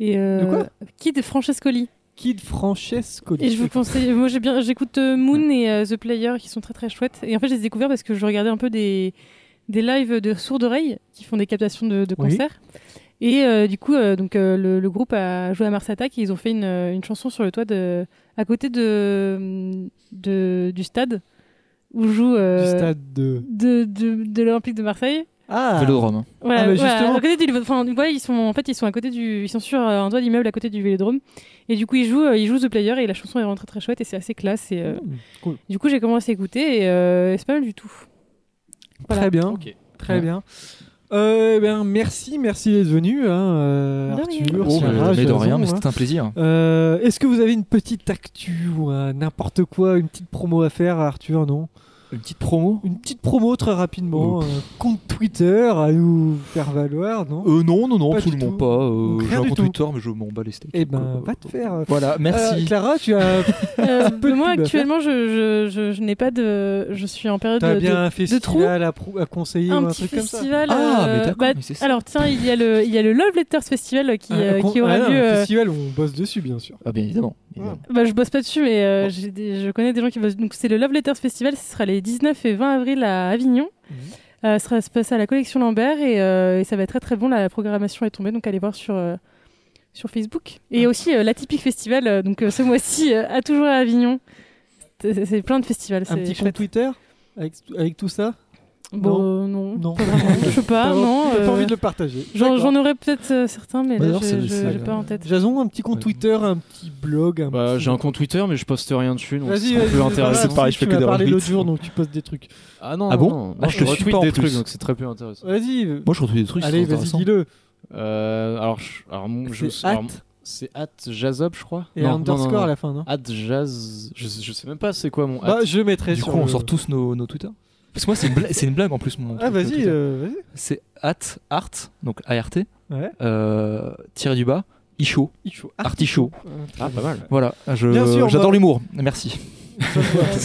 Speaker 3: Et, euh,
Speaker 1: De quoi
Speaker 3: Kid Francescoli.
Speaker 1: Kid Francescoli.
Speaker 3: Et je vous conseille, moi j'ai bien, j'écoute euh, Moon et euh, The Player qui sont très très chouettes. Et en fait, je les ai découverts parce que je regardais un peu des, des lives de sourdes oreilles qui font des captations de, de
Speaker 1: Oui.
Speaker 3: concerts. Et euh, du coup, euh, donc euh, le, le groupe a joué à Mars Attack et ils ont fait une, euh, une chanson sur le toit de, à côté de, de du stade où joue euh,
Speaker 1: Du stade de.
Speaker 3: de, de, de l'Olympique de Marseille.
Speaker 1: Ah
Speaker 2: Vélorome.
Speaker 3: Voilà,
Speaker 1: Ah, mais
Speaker 3: voilà,
Speaker 1: justement.
Speaker 3: à côté du- enfin, ouais, ils sont en fait ils sont à côté du ils sont sur euh, un doigt d'immeuble à côté du Vélodrome et du coup ils jouent euh, ils jouent The Player et la chanson est vraiment très très chouette et c'est assez classe et euh,
Speaker 1: Mmh, cool.
Speaker 3: du coup j'ai commencé à écouter et euh, c'est pas mal du tout. Voilà.
Speaker 1: Très bien.
Speaker 4: Ok.
Speaker 1: Très bien. Euh, eh ben, merci, merci d'être venu. Hein, euh,
Speaker 3: De rien.
Speaker 1: Arthur,
Speaker 2: Oh, mais,
Speaker 1: Sarah,
Speaker 2: mais de
Speaker 1: Jason,
Speaker 2: rien, mais
Speaker 1: hein.
Speaker 2: c'était un plaisir.
Speaker 1: Euh, Est-ce que vous avez une petite actu ou un n'importe quoi, une petite promo à faire, Arthur Non
Speaker 2: Une petite promo
Speaker 1: Une petite promo très
Speaker 2: Oh.
Speaker 1: rapidement. euh, compte Twitter à nous faire valoir, non
Speaker 2: euh, Non, non, non,
Speaker 1: Pas du
Speaker 2: absolument
Speaker 1: tout.
Speaker 2: pas. euh,
Speaker 1: Donc, rien
Speaker 2: J'ai un
Speaker 1: du
Speaker 2: compte
Speaker 1: tout.
Speaker 2: Twitter, mais je m'en bats les steaks.
Speaker 1: Eh ben,
Speaker 2: Donc, euh,
Speaker 1: va te faire. euh,
Speaker 2: Voilà, merci.
Speaker 1: euh, Clara, tu as
Speaker 3: Euh,
Speaker 1: peu de
Speaker 3: moi
Speaker 1: pub à
Speaker 3: actuellement je, je, je, je n'ai pas de je suis en période
Speaker 1: t'as
Speaker 3: de,
Speaker 1: bien
Speaker 3: de-
Speaker 1: un
Speaker 3: trous
Speaker 1: festival à, prou- à conseiller
Speaker 3: un
Speaker 1: ou un
Speaker 3: petit
Speaker 1: truc comme ça
Speaker 3: festival. euh,
Speaker 2: Ah, mais d'accord,
Speaker 3: bah,
Speaker 2: mais c'est ça.
Speaker 3: alors tiens il y a le il y a le Love Letters Festival qui,
Speaker 1: Un-
Speaker 3: euh,
Speaker 1: un con-
Speaker 3: qui aura
Speaker 1: ah, non,
Speaker 3: lieu.
Speaker 1: Un
Speaker 3: euh,
Speaker 1: festival où on bosse dessus, bien sûr.
Speaker 2: Ah, bien évidemment.
Speaker 1: Voilà.
Speaker 3: Bah, je bosse pas dessus, mais euh,
Speaker 2: Bon.
Speaker 3: j'ai des- je connais des gens qui bossent. Donc, c'est le Love Letters Festival. Ce sera les 19 et 20 avril à Avignon.
Speaker 1: Mhm.
Speaker 3: Euh, ça sera- se passe à la collection Lambert et, euh, et ça va être très très bon. La programmation est tombée, donc allez voir sur, euh, sur Facebook. Et aussi euh, l'Atypique Festival, euh, donc euh, ce mois-ci, euh, à toujours à Avignon. C'est c'est plein de festivals.
Speaker 1: Un
Speaker 3: c'est
Speaker 1: petit compte
Speaker 3: chouette.
Speaker 1: Twitter avec, avec tout ça
Speaker 3: Bon, non.
Speaker 1: Non.
Speaker 3: Je sais pas,
Speaker 1: T'as-
Speaker 3: non.
Speaker 1: T'as
Speaker 3: euh,
Speaker 1: pas envie de le partager.
Speaker 3: J'en
Speaker 1: D'accord.
Speaker 3: j'en aurais peut-être euh, certains, mais
Speaker 2: Bah
Speaker 3: là,
Speaker 2: alors,
Speaker 3: je
Speaker 2: c'est-
Speaker 3: je-
Speaker 2: c'est-
Speaker 3: j'ai pas en tête.
Speaker 1: Jason, un petit compte
Speaker 2: Ouais.
Speaker 1: Twitter, un petit blog. un
Speaker 4: Bah,
Speaker 1: petit-
Speaker 4: j'ai un compte Twitter, mais je poste rien dessus. Donc
Speaker 1: Vas-y,
Speaker 4: c'est
Speaker 1: vas-y,
Speaker 4: peu
Speaker 1: c'est pas
Speaker 4: intéressant.
Speaker 1: grave,
Speaker 2: pareil, je fais
Speaker 1: tu
Speaker 2: que
Speaker 1: m'as
Speaker 2: des
Speaker 1: parlé
Speaker 2: retweets.
Speaker 1: l'autre jour, donc tu postes des trucs.
Speaker 4: Ah non,
Speaker 2: Ah
Speaker 4: non,
Speaker 2: bon
Speaker 4: non.
Speaker 2: Ah,
Speaker 4: Moi,
Speaker 2: je te suis
Speaker 4: retweete
Speaker 2: pas en
Speaker 4: des
Speaker 2: plus.
Speaker 4: trucs, donc c'est très peu intéressant.
Speaker 1: Vas-y, euh,
Speaker 2: Moi, je retrouve des trucs.
Speaker 1: allez,
Speaker 2: c'est intéressant.
Speaker 1: vas-y, dis-le.
Speaker 4: Euh, alors, je- alors, mon- je-
Speaker 1: C'est
Speaker 4: alors,
Speaker 1: at
Speaker 4: c'est at Jazop, je crois.
Speaker 1: et
Speaker 4: Non, non,
Speaker 1: underscore
Speaker 4: non, non.
Speaker 1: à la fin, non
Speaker 4: At Jazz. Je, sais- je sais même pas c'est quoi mon at.
Speaker 1: Bah, je mettrai
Speaker 2: Du
Speaker 1: sur
Speaker 2: coup, on
Speaker 1: le-
Speaker 2: sort tous nos, nos Twitter. Parce que moi, c'est une, bla- c'est une blague en plus. Mon
Speaker 1: Ah,
Speaker 2: truc, euh,
Speaker 1: vas-y,
Speaker 2: Twitter.
Speaker 1: euh, vas-y.
Speaker 2: C'est at art, donc ART,
Speaker 1: Ouais.
Speaker 2: euh, tiré du bas, ichaud,
Speaker 1: Ichaud.
Speaker 2: artichaut.
Speaker 4: Ah, pas mal.
Speaker 2: Voilà,
Speaker 1: Bien sûr, bah,
Speaker 2: je-
Speaker 1: on
Speaker 2: j'adore
Speaker 1: va-
Speaker 2: l'humour. Merci.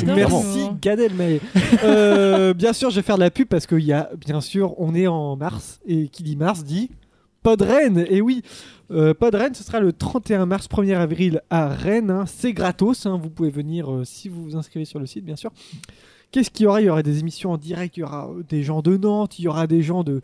Speaker 3: Non,
Speaker 1: Merci
Speaker 3: non.
Speaker 1: Gad Elmaleh. Euh, bien sûr, je vais faire de la pub parce qu'il y a, bien sûr, on est en mars et qui dit mars dit Pod Rennes. Et oui, euh, Pod Rennes, ce sera le 31 mars, 1er avril à Rennes. hein. C'est gratos. hein. Vous pouvez venir euh, si vous vous inscrivez sur le site, bien sûr. Qu'est-ce qu'il y aura Il y aura des émissions en direct. Il y aura euh, des gens de Nantes. Il y aura des gens de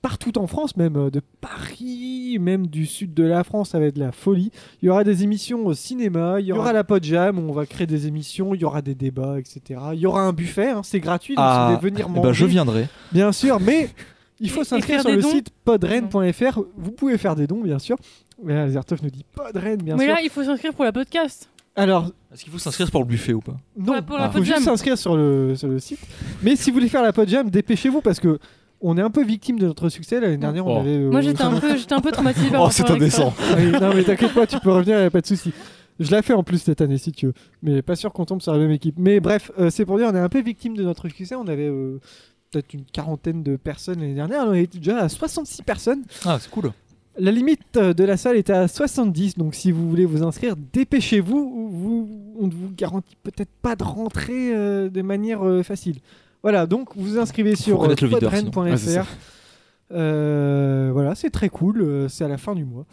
Speaker 1: partout en France, même euh, de Paris, même du sud de la France. Ça va être de la folie. Il y aura des émissions au cinéma, il y aura la Podjam où on va créer des émissions, il y aura des débats, etc. Il y aura un buffet, hein, c'est gratuit, donc si vous voulez venir
Speaker 2: eh
Speaker 1: manger,
Speaker 2: ben, je viendrai.
Speaker 1: bien sûr, mais il
Speaker 3: Et-
Speaker 1: faut
Speaker 3: et
Speaker 1: s'inscrire
Speaker 3: faire
Speaker 1: sur
Speaker 3: des
Speaker 1: le
Speaker 3: dons.
Speaker 1: site podren.fr. Vous pouvez faire des dons, bien sûr. Mais là, Zertov nous dit Podren, bien
Speaker 3: Mais
Speaker 1: sûr.
Speaker 3: là, il faut s'inscrire pour la podcast.
Speaker 1: Alors,
Speaker 2: Est-ce qu'il faut s'inscrire pour le buffet ou pas
Speaker 1: non,
Speaker 3: Ouais, pour la
Speaker 1: il faut juste
Speaker 3: Podjam.
Speaker 1: s'inscrire sur le, sur le site. Mais si vous voulez faire la Podjam, dépêchez-vous parce que on est un peu victime de notre succès. L'année dernière, on
Speaker 4: Oh.
Speaker 1: avait. euh, Oh,
Speaker 3: Moi, j'étais un peu, j'étais un peu traumatisée par rapport à ça.
Speaker 1: Oui, non, mais t'inquiète pas, tu peux revenir, y a pas de souci. Je la fais en plus cette année si tu veux, mais pas sûr qu'on tombe sur la même équipe. Mais bref, euh, c'est pour dire, on est un peu victime de notre succès. On avait euh, peut-être une quarantaine de personnes l'année dernière, on est déjà à 66 personnes.
Speaker 2: Ah, c'est cool.
Speaker 1: La limite euh, de la salle était à 70, donc si vous voulez vous inscrire, dépêchez-vous. Vous, on ne vous garantit peut-être pas de rentrer euh, de manière euh, facile. Voilà, donc vous vous inscrivez sur euh,
Speaker 2: connaître le videur, sinon.
Speaker 1: podren.fr.
Speaker 4: Ah, c'est ça.
Speaker 1: Euh, voilà, c'est très cool, euh, c'est à la fin du mois.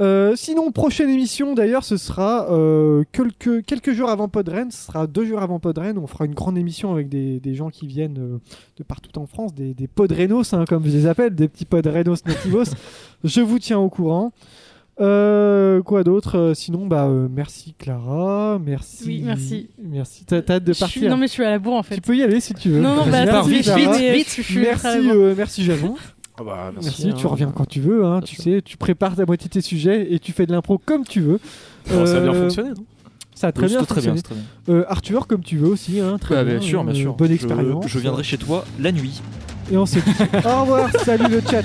Speaker 1: Euh, sinon, prochaine émission d'ailleurs, ce sera euh, quelques, quelques jours avant Podren, ce sera deux jours avant Podren, on fera une grande émission avec des, des gens qui viennent euh, de partout en France, des, des Podrenos, hein, comme je les appelle, des petits Podrenos nativos. je vous tiens au courant. Euh, quoi d'autre Euh, Sinon, bah, euh, merci Clara, merci.
Speaker 3: Oui, merci.
Speaker 1: Merci, t'as t'as hâte de
Speaker 3: Je suis-
Speaker 1: partir.
Speaker 3: Non, mais je suis à la bourre en fait.
Speaker 1: Tu peux y aller si tu veux.
Speaker 3: Non, non, bah,
Speaker 1: Merci,
Speaker 3: attends, vite,
Speaker 1: Clara.
Speaker 3: vite, vite, je suis
Speaker 1: Merci,
Speaker 3: très loin.
Speaker 1: euh, merci Jason. Merci, tu
Speaker 4: hein.
Speaker 1: reviens quand tu veux, hein,
Speaker 4: Bien
Speaker 1: tu
Speaker 4: sûr.
Speaker 1: sais, tu prépares ta moitié de tes sujets et tu fais de l'impro comme tu veux.
Speaker 4: Bon, Oh, ça a bien
Speaker 1: Euh,
Speaker 4: fonctionné, non
Speaker 1: Ça a très
Speaker 2: Oui,
Speaker 1: bien
Speaker 2: c'est très bien.
Speaker 1: fonctionné.
Speaker 2: c'est très bien.
Speaker 1: Euh, Arthur, comme tu veux aussi, hein, très
Speaker 4: Bah,
Speaker 1: bien,
Speaker 4: bien sûr,
Speaker 1: hein,
Speaker 4: bien
Speaker 1: euh,
Speaker 4: sûr.
Speaker 1: Bonne
Speaker 2: Je-
Speaker 1: expérience.
Speaker 2: Je viendrai chez toi la nuit.
Speaker 1: Et on se dit au revoir, salut le chat.